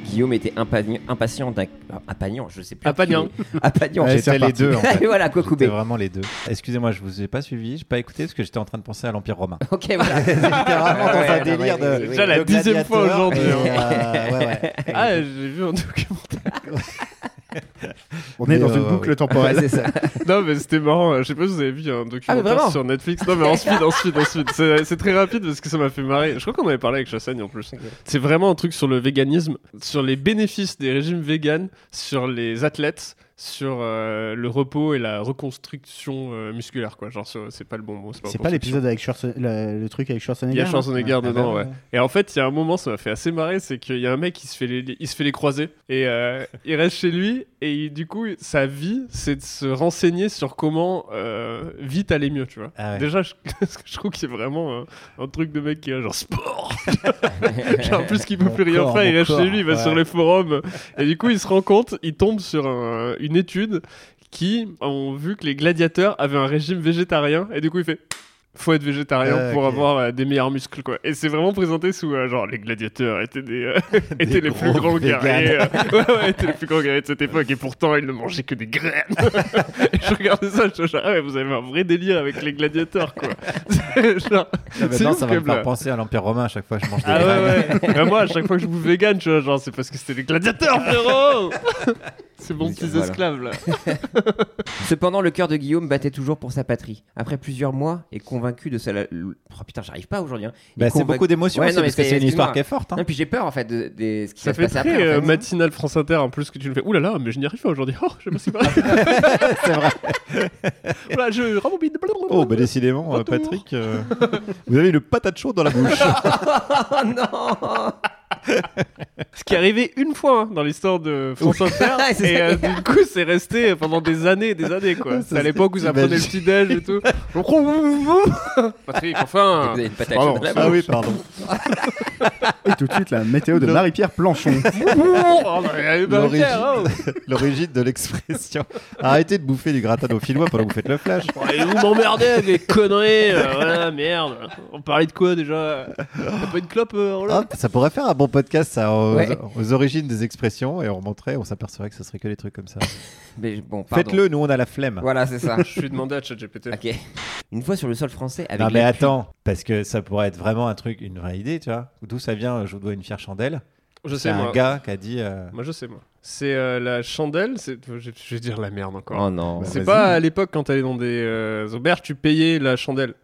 [SPEAKER 1] Guillaume était impagn- impatient d'un. ah, Impagnon, je sais plus.
[SPEAKER 4] Impagnon.
[SPEAKER 1] Impagnon,
[SPEAKER 2] Ouais, J'étais les deux. En fait.
[SPEAKER 1] voilà, quoi
[SPEAKER 2] J'étais vraiment les deux. Excusez-moi, je vous ai pas suivi, j'ai pas écouté parce que j'étais en train de penser à l'Empire romain.
[SPEAKER 1] Ok, voilà.
[SPEAKER 2] J'étais vraiment dans
[SPEAKER 1] Ouais,
[SPEAKER 2] un
[SPEAKER 1] ouais,
[SPEAKER 2] délire
[SPEAKER 1] ouais, oui,
[SPEAKER 2] de.
[SPEAKER 1] oui.
[SPEAKER 4] Déjà la
[SPEAKER 2] de
[SPEAKER 4] dixième fois hein.
[SPEAKER 2] gladiateur
[SPEAKER 4] aujourd'hui.
[SPEAKER 2] et,
[SPEAKER 4] hein.
[SPEAKER 2] euh, ouais, ouais.
[SPEAKER 4] Ah, j'ai vu un documentaire.
[SPEAKER 3] On est dans une boucle temporelle.
[SPEAKER 4] non, mais c'était marrant. Je sais pas si vous avez vu un documentaire
[SPEAKER 3] Ah, vraiment
[SPEAKER 4] sur Netflix. Non, mais ensuite, ensuite, ensuite. C'est c'est très rapide parce que ça m'a fait marrer. Je crois qu'on avait parlé avec Chassagne en plus. C'est vraiment un truc sur le véganisme, sur les bénéfices des régimes véganes, sur les athlètes, sur euh, le repos et la reconstruction euh, musculaire. quoi. Genre, sur- c'est pas le bon mot.
[SPEAKER 3] C'est pas l'épisode avec Schwarzen- le, le truc avec Schwarzenegger
[SPEAKER 4] Il y a
[SPEAKER 3] là
[SPEAKER 4] Schwarzenegger
[SPEAKER 3] Ah,
[SPEAKER 4] dedans,
[SPEAKER 3] bah,
[SPEAKER 4] ouais. Et en fait, il y a un moment, ça m'a fait assez marrer, c'est qu'il y a un mec qui se fait les, il se fait les croiser et euh, il reste chez lui et il- du coup, sa vie, c'est de se renseigner sur comment euh, vite aller mieux, tu vois.
[SPEAKER 2] Ah ouais.
[SPEAKER 4] Déjà, je, parce que je trouve que c'est vraiment euh, un, truc de mec qui est genre sport. genre plus qu'il peut
[SPEAKER 2] Mon
[SPEAKER 4] plus rien
[SPEAKER 2] corps,
[SPEAKER 4] faire, il
[SPEAKER 2] mon
[SPEAKER 4] reste
[SPEAKER 2] corps,
[SPEAKER 4] chez lui, il va
[SPEAKER 2] ouais.
[SPEAKER 4] sur les forums et du coup, il se rend compte, il tombe sur un- une étude qui ont vu que les gladiateurs avaient un régime végétarien et du coup, il fait faut être végétarien
[SPEAKER 2] Euh,
[SPEAKER 4] pour
[SPEAKER 2] ok.
[SPEAKER 4] avoir euh, des meilleurs muscles quoi. Et c'est vraiment présenté sous euh, genre les gladiateurs étaient des euh, étaient les plus
[SPEAKER 2] gros
[SPEAKER 4] grands
[SPEAKER 2] véganes.
[SPEAKER 4] guerriers, euh, ouais, ouais, étaient les plus grands guerriers de cette époque et pourtant ils ne mangeaient que des graines. et je regardais ça, je me suis dit, ah ouais, vous avez un vrai délire avec les gladiateurs quoi. C'est genre,
[SPEAKER 2] Ah,
[SPEAKER 4] c'est
[SPEAKER 2] Maintenant,
[SPEAKER 4] ouf
[SPEAKER 2] ça va me
[SPEAKER 4] comme, euh,
[SPEAKER 2] faire penser à l'Empire romain à chaque fois que je mange des
[SPEAKER 4] ah ouais,
[SPEAKER 2] graines.
[SPEAKER 4] ouais. Bah, moi, à chaque fois que je bouffe vegan, tu vois, genre, c'est parce que c'était les gladiateurs, frérot C'est bon,
[SPEAKER 1] Oui,
[SPEAKER 4] petits
[SPEAKER 1] voilà.
[SPEAKER 4] esclaves, là.
[SPEAKER 1] Cependant, le cœur de Guillaume battait toujours pour sa patrie. Après plusieurs mois, et convaincu de sa. la- Oh putain, j'arrive pas aujourd'hui. hein. Et
[SPEAKER 2] Bah, c'est
[SPEAKER 1] convaincu-
[SPEAKER 2] beaucoup d'émotions,
[SPEAKER 1] Ouais,
[SPEAKER 2] c'est
[SPEAKER 1] non, mais
[SPEAKER 2] parce que c'est une
[SPEAKER 1] excuse-moi.
[SPEAKER 2] histoire qui est forte. hein.
[SPEAKER 1] Non, puis j'ai peur en fait de, de ce qui
[SPEAKER 4] Ça
[SPEAKER 1] va se
[SPEAKER 4] fait
[SPEAKER 1] passer
[SPEAKER 4] très
[SPEAKER 1] après. en
[SPEAKER 4] euh,
[SPEAKER 1] fait.
[SPEAKER 4] matinal France Inter en plus que tu le fais. Ouh là là, mais je n'y arrive pas aujourd'hui. Oh, je me suis pas.
[SPEAKER 2] C'est vrai.
[SPEAKER 4] Voilà, je rembobine.
[SPEAKER 2] Oh, bah décidément, euh,
[SPEAKER 4] Retour.
[SPEAKER 2] Patrick, euh, vous avez une patate chaude dans la bouche.
[SPEAKER 4] Ce qui est arrivé une fois hein, dans l'histoire de France
[SPEAKER 2] Oui.
[SPEAKER 4] Inter.
[SPEAKER 2] C'est
[SPEAKER 4] et
[SPEAKER 2] ça.
[SPEAKER 4] euh, du coup, c'est resté pendant des années et des années, quoi.
[SPEAKER 2] Ça,
[SPEAKER 4] C'est à
[SPEAKER 2] c'est-
[SPEAKER 4] l'époque où ça prenait le
[SPEAKER 2] imagine.
[SPEAKER 4] petit-déj et tout. Oh, Patrick, enfin.
[SPEAKER 1] Vous avez une patate
[SPEAKER 4] Pardon.
[SPEAKER 1] chaude dans la
[SPEAKER 2] Ah
[SPEAKER 1] bouche.
[SPEAKER 2] oui, pardon.
[SPEAKER 4] bah,
[SPEAKER 3] Et tout de suite, la météo de Marie-Pierre Planchon.
[SPEAKER 2] Ah
[SPEAKER 4] Oh, bah, il y a eu
[SPEAKER 2] L'origine-
[SPEAKER 4] Barbier, oh.
[SPEAKER 2] L'origine de l'expression. Arrêtez de bouffer du gratin dauphinois pendant que vous faites le flash.
[SPEAKER 4] Et vous m'emmerdez avec les conneries, euh, voilà, merde. On parlait de quoi déjà T'as pas une clope, euh, Roland
[SPEAKER 2] Ah, ça pourrait faire un bon podcast ça, aux,
[SPEAKER 1] Ouais.
[SPEAKER 2] aux origines des expressions et on remonterait, on s'apercevrait que ce serait que des trucs comme ça.
[SPEAKER 1] Mais bon, pardon.
[SPEAKER 2] Faites-le, nous on a la flemme.
[SPEAKER 1] Voilà, c'est ça.
[SPEAKER 4] Je suis demandé
[SPEAKER 2] Ah.
[SPEAKER 4] à ChatGPT.
[SPEAKER 1] ok. Une fois sur le sol français, avec.
[SPEAKER 2] Non mais
[SPEAKER 1] la
[SPEAKER 2] attends, parce que ça pourrait être vraiment un truc, une vraie idée, tu vois. D'où ça vient euh, Je vous dois une fière chandelle.
[SPEAKER 4] Je
[SPEAKER 2] C'est
[SPEAKER 4] sais,
[SPEAKER 2] un
[SPEAKER 4] moi.
[SPEAKER 2] gars qui a dit. euh,
[SPEAKER 4] Moi, je sais, moi. C'est euh, la chandelle, c'est... Je, je vais dire la merde
[SPEAKER 1] pluie.
[SPEAKER 4] encore.
[SPEAKER 1] Oh non.
[SPEAKER 2] Bah,
[SPEAKER 4] c'est
[SPEAKER 2] vas-y.
[SPEAKER 4] pas à l'époque quand t'allais dans des euh, auberges, tu payais la chandelle.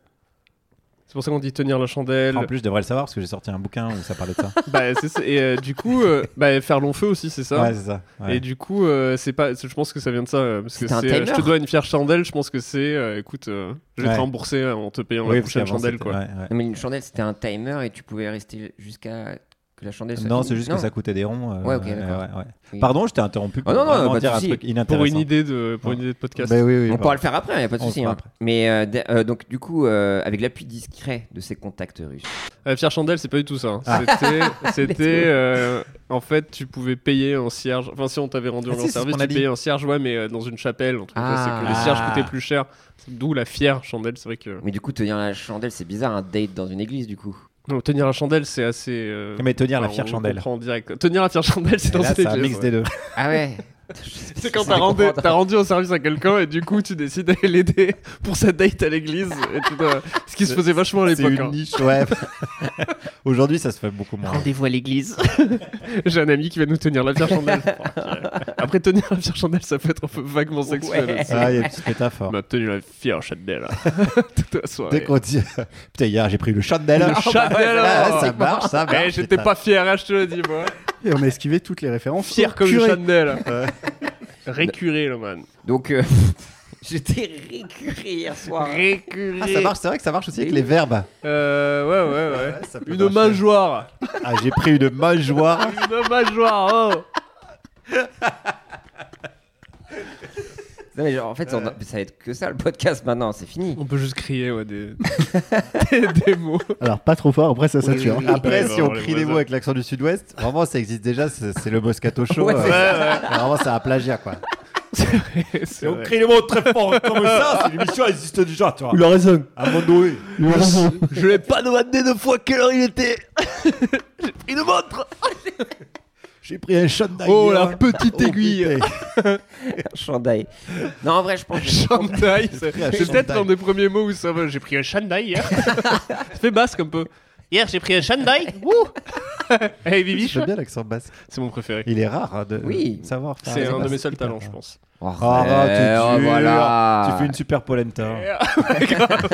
[SPEAKER 4] C'est pour ça qu'on dit tenir la chandelle.
[SPEAKER 2] En plus, je devrais le savoir parce que j'ai sorti un bouquin où ça parlait de ça.
[SPEAKER 4] Bah, c'est ça. Et euh, du coup, euh, bah, faire long feu aussi, c'est ça.
[SPEAKER 2] ouais, c'est ça. ouais.
[SPEAKER 4] Et du coup, euh, c'est pas. c'est- Je pense que ça vient de ça. euh, parce que
[SPEAKER 1] C'est un
[SPEAKER 4] c'est, euh, je te
[SPEAKER 1] timer.
[SPEAKER 4] dois une fière chandelle. Je pense que c'est. euh, écoute, euh, je vais
[SPEAKER 2] Ouais.
[SPEAKER 4] te rembourser euh, en te payant
[SPEAKER 2] Oui,
[SPEAKER 4] la
[SPEAKER 2] parce
[SPEAKER 4] prochaine
[SPEAKER 2] qu'avant,
[SPEAKER 4] chandelle,
[SPEAKER 2] c'était-
[SPEAKER 4] quoi.
[SPEAKER 2] ouais, ouais.
[SPEAKER 1] Non, mais une chandelle, c'était un timer et tu pouvais rester jusqu'à que la chandelle soit
[SPEAKER 2] Non,
[SPEAKER 1] finie.
[SPEAKER 2] c'est juste que ça coûtait des ronds. euh,
[SPEAKER 1] Ouais, ok,
[SPEAKER 2] ouais,
[SPEAKER 1] d'accord.
[SPEAKER 2] ouais, ouais.
[SPEAKER 1] Oui.
[SPEAKER 2] Pardon, je t'ai interrompu pour
[SPEAKER 1] Oh non, non,
[SPEAKER 2] vraiment
[SPEAKER 1] pas de
[SPEAKER 2] dire un
[SPEAKER 1] souci.
[SPEAKER 2] truc inintéressant.
[SPEAKER 4] Pour une idée de, pour une idée de podcast.
[SPEAKER 2] Bah oui, oui,
[SPEAKER 1] On
[SPEAKER 2] pardon.
[SPEAKER 1] pourra le faire après, il n'y a pas de
[SPEAKER 2] On le
[SPEAKER 1] souci.
[SPEAKER 2] fera
[SPEAKER 1] hein.
[SPEAKER 2] après.
[SPEAKER 1] Mais euh, d- euh, donc, du coup, euh, avec l'appui discret de ses contacts russes.
[SPEAKER 4] Euh, Pierre Chandelle, c'est pas du tout ça. hein.
[SPEAKER 2] Ah.
[SPEAKER 4] C'était-
[SPEAKER 1] Let's go.
[SPEAKER 4] C'était. euh, en fait, tu pouvais payer en cierge. Enfin, si on t'avait rendu
[SPEAKER 2] Ah,
[SPEAKER 4] en
[SPEAKER 2] si,
[SPEAKER 4] grand
[SPEAKER 2] c'est ce
[SPEAKER 4] service,
[SPEAKER 2] qu'on a
[SPEAKER 4] tu
[SPEAKER 2] dit.
[SPEAKER 4] payais en cierge, ouais, mais euh, dans une chapelle. En tout cas,
[SPEAKER 1] Ah.
[SPEAKER 4] c'est que les cierges
[SPEAKER 2] Ah.
[SPEAKER 4] coûtaient plus cher. D'où la fière chandelle. C'est vrai que.
[SPEAKER 1] Mais du coup, tenir la chandelle, c'est bizarre, un date dans une église, du coup.
[SPEAKER 4] Non, tenir la chandelle, c'est assez. euh,
[SPEAKER 2] Mais tenir la
[SPEAKER 4] enfin,
[SPEAKER 2] fière
[SPEAKER 4] on
[SPEAKER 2] chandelle.
[SPEAKER 4] comprend en direct. Tenir la fière chandelle, c'est
[SPEAKER 2] Et
[SPEAKER 4] dans
[SPEAKER 2] Là,
[SPEAKER 4] cette
[SPEAKER 2] c'est un
[SPEAKER 4] église,
[SPEAKER 2] mix
[SPEAKER 4] ouais.
[SPEAKER 2] des deux.
[SPEAKER 1] Ah ouais
[SPEAKER 4] C'est quand t'as rendu, t'as rendu au service à quelqu'un et du coup tu décides d'aller l'aider pour sa date à l'église. et tout, euh, ce qui se faisait vachement à
[SPEAKER 2] C'est
[SPEAKER 4] l'époque. hein.
[SPEAKER 2] une niche, ouais. Aujourd'hui, ça se fait beaucoup moins.
[SPEAKER 5] Rendez-vous à l'église.
[SPEAKER 4] hein. J'ai un ami qui va nous tenir la fière chandelle. Après tenir la fière chandelle, ça peut être un peu vaguement sexuel.
[SPEAKER 1] Ouais.
[SPEAKER 4] aussi.
[SPEAKER 2] Ah, il y a une petite métaphore.
[SPEAKER 4] On a tenu la fière chandelle hein. toute la
[SPEAKER 2] Dès
[SPEAKER 4] soirée.
[SPEAKER 2] qu'on dit. Putain, hier, j'ai pris le chandelle.
[SPEAKER 4] Le chandelle.
[SPEAKER 2] Ah, ça marche, ça marche.
[SPEAKER 4] Eh, hein. j'étais
[SPEAKER 2] putain.
[SPEAKER 4] pas fier, hein, je te le dis moi.
[SPEAKER 3] Et on a esquivé toutes les références. Oh,
[SPEAKER 4] Fier
[SPEAKER 3] au
[SPEAKER 4] comme une
[SPEAKER 3] curé.
[SPEAKER 4] chandelle. Récuré le man.
[SPEAKER 1] Donc, euh, j'étais récuré hier soir.
[SPEAKER 4] Récuré.
[SPEAKER 2] Ah, ça marche, c'est vrai que ça marche aussi avec les verbes.
[SPEAKER 4] Euh, ouais ouais ouais.
[SPEAKER 2] Ouais, ça peut
[SPEAKER 4] Une
[SPEAKER 2] marcher.
[SPEAKER 4] mangeoire.
[SPEAKER 2] Ah, j'ai pris une majoire.
[SPEAKER 4] Une mangeoire. Oh.
[SPEAKER 1] Non, mais genre, en fait, on a- ça va être que ça le podcast maintenant, c'est fini.
[SPEAKER 4] On peut juste crier ouais, des... des, des mots.
[SPEAKER 3] Alors, pas trop fort, après ça sature.
[SPEAKER 2] Après,
[SPEAKER 4] Ouais,
[SPEAKER 2] si
[SPEAKER 4] bah,
[SPEAKER 2] on
[SPEAKER 4] on les
[SPEAKER 2] crie
[SPEAKER 4] voit
[SPEAKER 2] des
[SPEAKER 4] ça.
[SPEAKER 2] mots avec l'accent du sud-ouest, vraiment, ça existe déjà. C'est c'est le Moscato Show. euh,
[SPEAKER 1] Ouais, c'est
[SPEAKER 2] Vraiment, c'est un plagiat, quoi.
[SPEAKER 4] C'est vrai.
[SPEAKER 2] les mots très fort comme ça, l'émission existe déjà, tu vois.
[SPEAKER 3] a raison.
[SPEAKER 2] À un moment donné.
[SPEAKER 4] Je l'ai pas demandé deux fois quelle heure il était. J'ai pris une montre.
[SPEAKER 2] J'ai pris un shot d'ailleurs.
[SPEAKER 4] Oh, la petite aiguille.
[SPEAKER 2] Ah,
[SPEAKER 1] Chandail. Non, en vrai, je pense que je comprends-
[SPEAKER 4] Chandail. C'est
[SPEAKER 2] pris un
[SPEAKER 4] c'est peut-être
[SPEAKER 2] chandail.
[SPEAKER 4] l'un des premiers mots où ça va. J'ai pris un chandail hier. ça fait basque un peu.
[SPEAKER 10] Hier, j'ai pris un Shandai. Wouh Hey, Bibi.
[SPEAKER 2] J'aime bien l'accent basque.
[SPEAKER 4] C'est mon préféré.
[SPEAKER 2] Il est rare hein, de
[SPEAKER 4] Oui.
[SPEAKER 2] savoir faire
[SPEAKER 4] C'est
[SPEAKER 2] l'accent
[SPEAKER 4] un de mes
[SPEAKER 2] basque.
[SPEAKER 4] seuls talents, je pense.
[SPEAKER 2] Oh,
[SPEAKER 4] Eh,
[SPEAKER 3] bah,
[SPEAKER 2] ah,
[SPEAKER 1] oh,
[SPEAKER 2] tu,
[SPEAKER 4] voilà.
[SPEAKER 2] voilà. tu fais une super polenta.
[SPEAKER 4] Ouais, grave.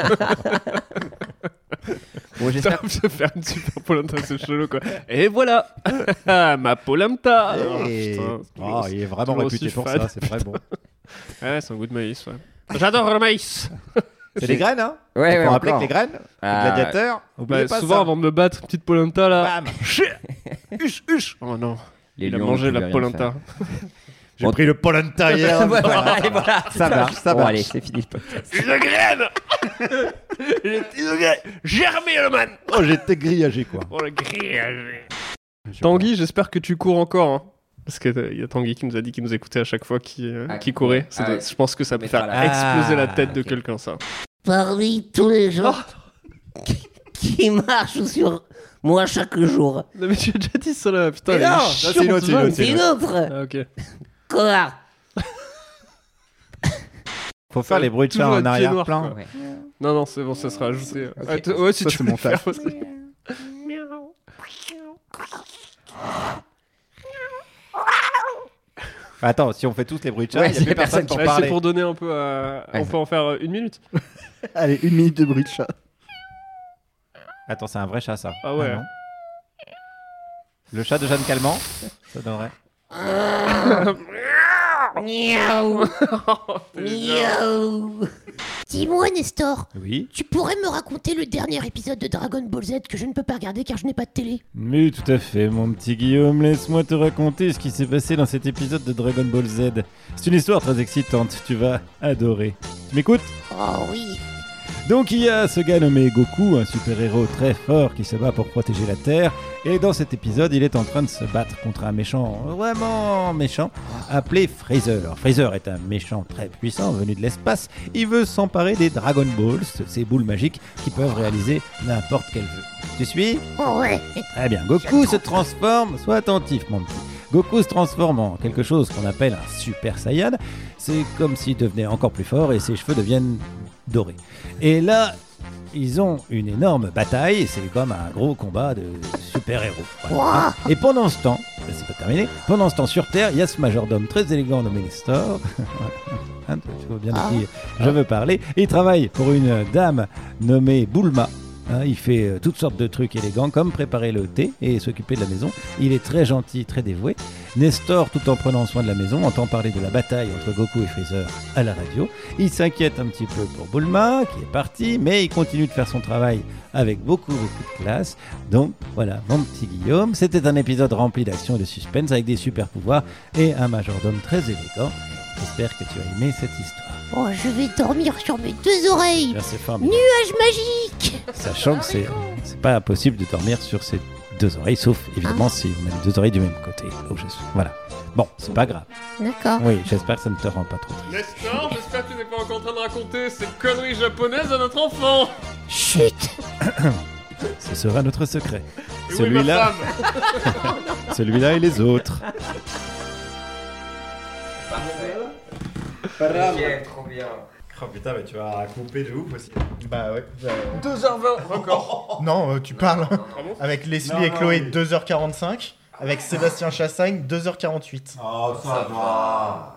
[SPEAKER 2] Bon, j'espère-
[SPEAKER 4] Putain, je vais faire une super polenta, c'est chelou quoi. Et voilà, Ah, ma polenta. Oh,
[SPEAKER 2] Et- Eh. Ah, il est vraiment réputé pour ça, c'est très bon.
[SPEAKER 4] ouais, c'est un goût de maïs. Ouais. J'adore le maïs.
[SPEAKER 2] C'est des graines, hein Ouais, Faut ouais, rappeler encore. que les graines, les Ah, gladiateurs, ouais. oubliez pas
[SPEAKER 4] Bah, Souvent,
[SPEAKER 2] ça. Bah,
[SPEAKER 4] avant de me battre, petite polenta là. huche, huche. Oh non.
[SPEAKER 1] Les
[SPEAKER 4] il a
[SPEAKER 1] lions
[SPEAKER 4] mangé
[SPEAKER 1] ne
[SPEAKER 4] la
[SPEAKER 1] pouvaient rien
[SPEAKER 4] polenta.
[SPEAKER 2] J'ai pris le polenta hier.
[SPEAKER 4] Voilà, et voilà.
[SPEAKER 2] Ça marche, ça
[SPEAKER 1] Bon,
[SPEAKER 2] marche.
[SPEAKER 1] allez, c'est fini le podcast.
[SPEAKER 10] Une graine Une graine Germé, le man
[SPEAKER 2] Oh, j'étais grillagé quoi.
[SPEAKER 10] Oh, le grillagé
[SPEAKER 4] Tanguy, j'espère que tu cours encore. hein. Parce qu'il y a Tanguy qui nous a dit qu'il nous écoutait à chaque fois qui, euh,
[SPEAKER 10] Ah,
[SPEAKER 4] qui courait. Ça
[SPEAKER 10] ah
[SPEAKER 4] doit-
[SPEAKER 10] ouais.
[SPEAKER 4] Je pense que ça peut
[SPEAKER 10] Mais
[SPEAKER 4] faire
[SPEAKER 10] voilà.
[SPEAKER 4] exploser la
[SPEAKER 10] Ah,
[SPEAKER 4] tête de quelqu'un, ça.
[SPEAKER 7] Parmi tous les gens qui- qui marchent sur moi chaque jour.
[SPEAKER 4] Non, mais tu as déjà dit ça là, Ah, putain.
[SPEAKER 7] Mais
[SPEAKER 4] elle est
[SPEAKER 7] non,
[SPEAKER 4] chiante,
[SPEAKER 7] ça, c'est une autre, c'est une
[SPEAKER 4] Val.
[SPEAKER 7] autre, c'est une autre.
[SPEAKER 4] Ah, ok.
[SPEAKER 7] Quoi
[SPEAKER 2] Faut faire les bruits de chat
[SPEAKER 4] Toujours
[SPEAKER 2] en
[SPEAKER 4] être pied noir,
[SPEAKER 2] arrière-plan.
[SPEAKER 4] quoi. Non, non, c'est bon, ça sera ajouté. Ah, t-
[SPEAKER 2] Ok.
[SPEAKER 4] ouais, si
[SPEAKER 2] Ça,
[SPEAKER 4] tu
[SPEAKER 2] c'est
[SPEAKER 4] veux
[SPEAKER 2] mon
[SPEAKER 4] faire
[SPEAKER 2] taf.
[SPEAKER 4] aussi.
[SPEAKER 2] Attends, si on fait tous les bruits de chat,
[SPEAKER 4] Ouais,
[SPEAKER 2] il n'y a plus personne pour
[SPEAKER 4] Ouais,
[SPEAKER 2] parler.
[SPEAKER 4] C'est pour donner un peu à.
[SPEAKER 2] Ouais.
[SPEAKER 4] On peut en faire euh, une minute
[SPEAKER 3] Allez, une minute de bruit de chat.
[SPEAKER 2] Attends, c'est un vrai chat ça.
[SPEAKER 4] Ah ouais.
[SPEAKER 2] non. le chat de Jeanne Calment, ça donnerait.
[SPEAKER 11] Miaou Miaou Dis-moi, Nestor,
[SPEAKER 2] Oui.
[SPEAKER 11] tu pourrais me raconter le dernier épisode de Dragon Ball Z que je ne peux pas regarder car je n'ai pas de télé
[SPEAKER 2] Mais tout à fait, mon petit Guillaume, laisse-moi te raconter ce qui s'est passé dans cet épisode de Dragon Ball Z. C'est une histoire très excitante, tu vas adorer. Tu m'écoutes
[SPEAKER 11] Oh oui
[SPEAKER 2] Donc il y a ce gars nommé Goku, un super-héros très fort qui se bat pour protéger la Terre, et dans cet épisode il est en train de se battre contre un méchant, vraiment méchant, appelé Freezer. Freezer est un méchant très puissant venu de l'espace, il veut s'emparer des Dragon Balls, ces boules magiques qui peuvent réaliser n'importe quel vœu. Tu suis
[SPEAKER 7] Oh
[SPEAKER 11] Ouais
[SPEAKER 2] Très Eh bien, Goku se transforme, sois attentif mon petit. Goku se transforme en quelque chose qu'on appelle un Super Saiyan. C'est comme s'il devenait encore plus fort et ses cheveux deviennent dorés. Et là, ils ont une énorme bataille, c'est comme un gros combat de super-héros. Voilà. Et pendant ce temps, c'est pas terminé, pendant ce temps sur Terre, il y a ce majordome très élégant nommé Nestor. Hein, tu vois bien de qui je veux parler. Il travaille pour une dame nommée Bulma. Hein, il fait euh, toutes sortes de trucs élégants comme préparer le thé et s'occuper de la maison. Il est très gentil, très dévoué. Nestor, tout en prenant soin de la maison, entend parler de la bataille entre Goku et Freezer à la radio. Il s'inquiète un petit peu pour Bulma, qui est partie, mais il continue de faire son travail avec beaucoup, beaucoup de classe. Donc voilà, mon petit Guillaume, c'était un épisode rempli d'action et de suspense avec des super pouvoirs et un majordome très élégant. J'espère que tu as aimé cette histoire.
[SPEAKER 11] Oh, je vais dormir sur mes deux oreilles
[SPEAKER 2] Là, c'est formidable.
[SPEAKER 11] Nuage magique
[SPEAKER 2] Sachant que c'est, c'est pas possible de dormir sur ses deux oreilles, sauf évidemment si on a les deux oreilles du même côté. où je suis. Voilà. Bon, c'est pas grave.
[SPEAKER 11] D'accord.
[SPEAKER 2] Oui, j'espère que ça ne te rend pas trop.
[SPEAKER 4] Nestor, j'espère que tu n'es pas encore en train de raconter ces conneries japonaises à notre enfant
[SPEAKER 11] Chut
[SPEAKER 2] Ce sera notre secret.
[SPEAKER 4] Et où est ma
[SPEAKER 2] Celui-là.
[SPEAKER 4] femme
[SPEAKER 2] Celui-là et les autres.
[SPEAKER 9] Pas grave.
[SPEAKER 4] trop bien.
[SPEAKER 9] Oh putain, mais tu vas couper de ouf aussi. Bah ouais.
[SPEAKER 4] 2h20, record.
[SPEAKER 9] Non, euh, tu parles. Avec Leslie
[SPEAKER 4] Ah Non,
[SPEAKER 9] et
[SPEAKER 4] non,
[SPEAKER 9] Chloé,
[SPEAKER 4] mais-
[SPEAKER 9] 2h45. Avec Sébastien Chassagne, 2h48.
[SPEAKER 2] Oh,
[SPEAKER 9] ça, va.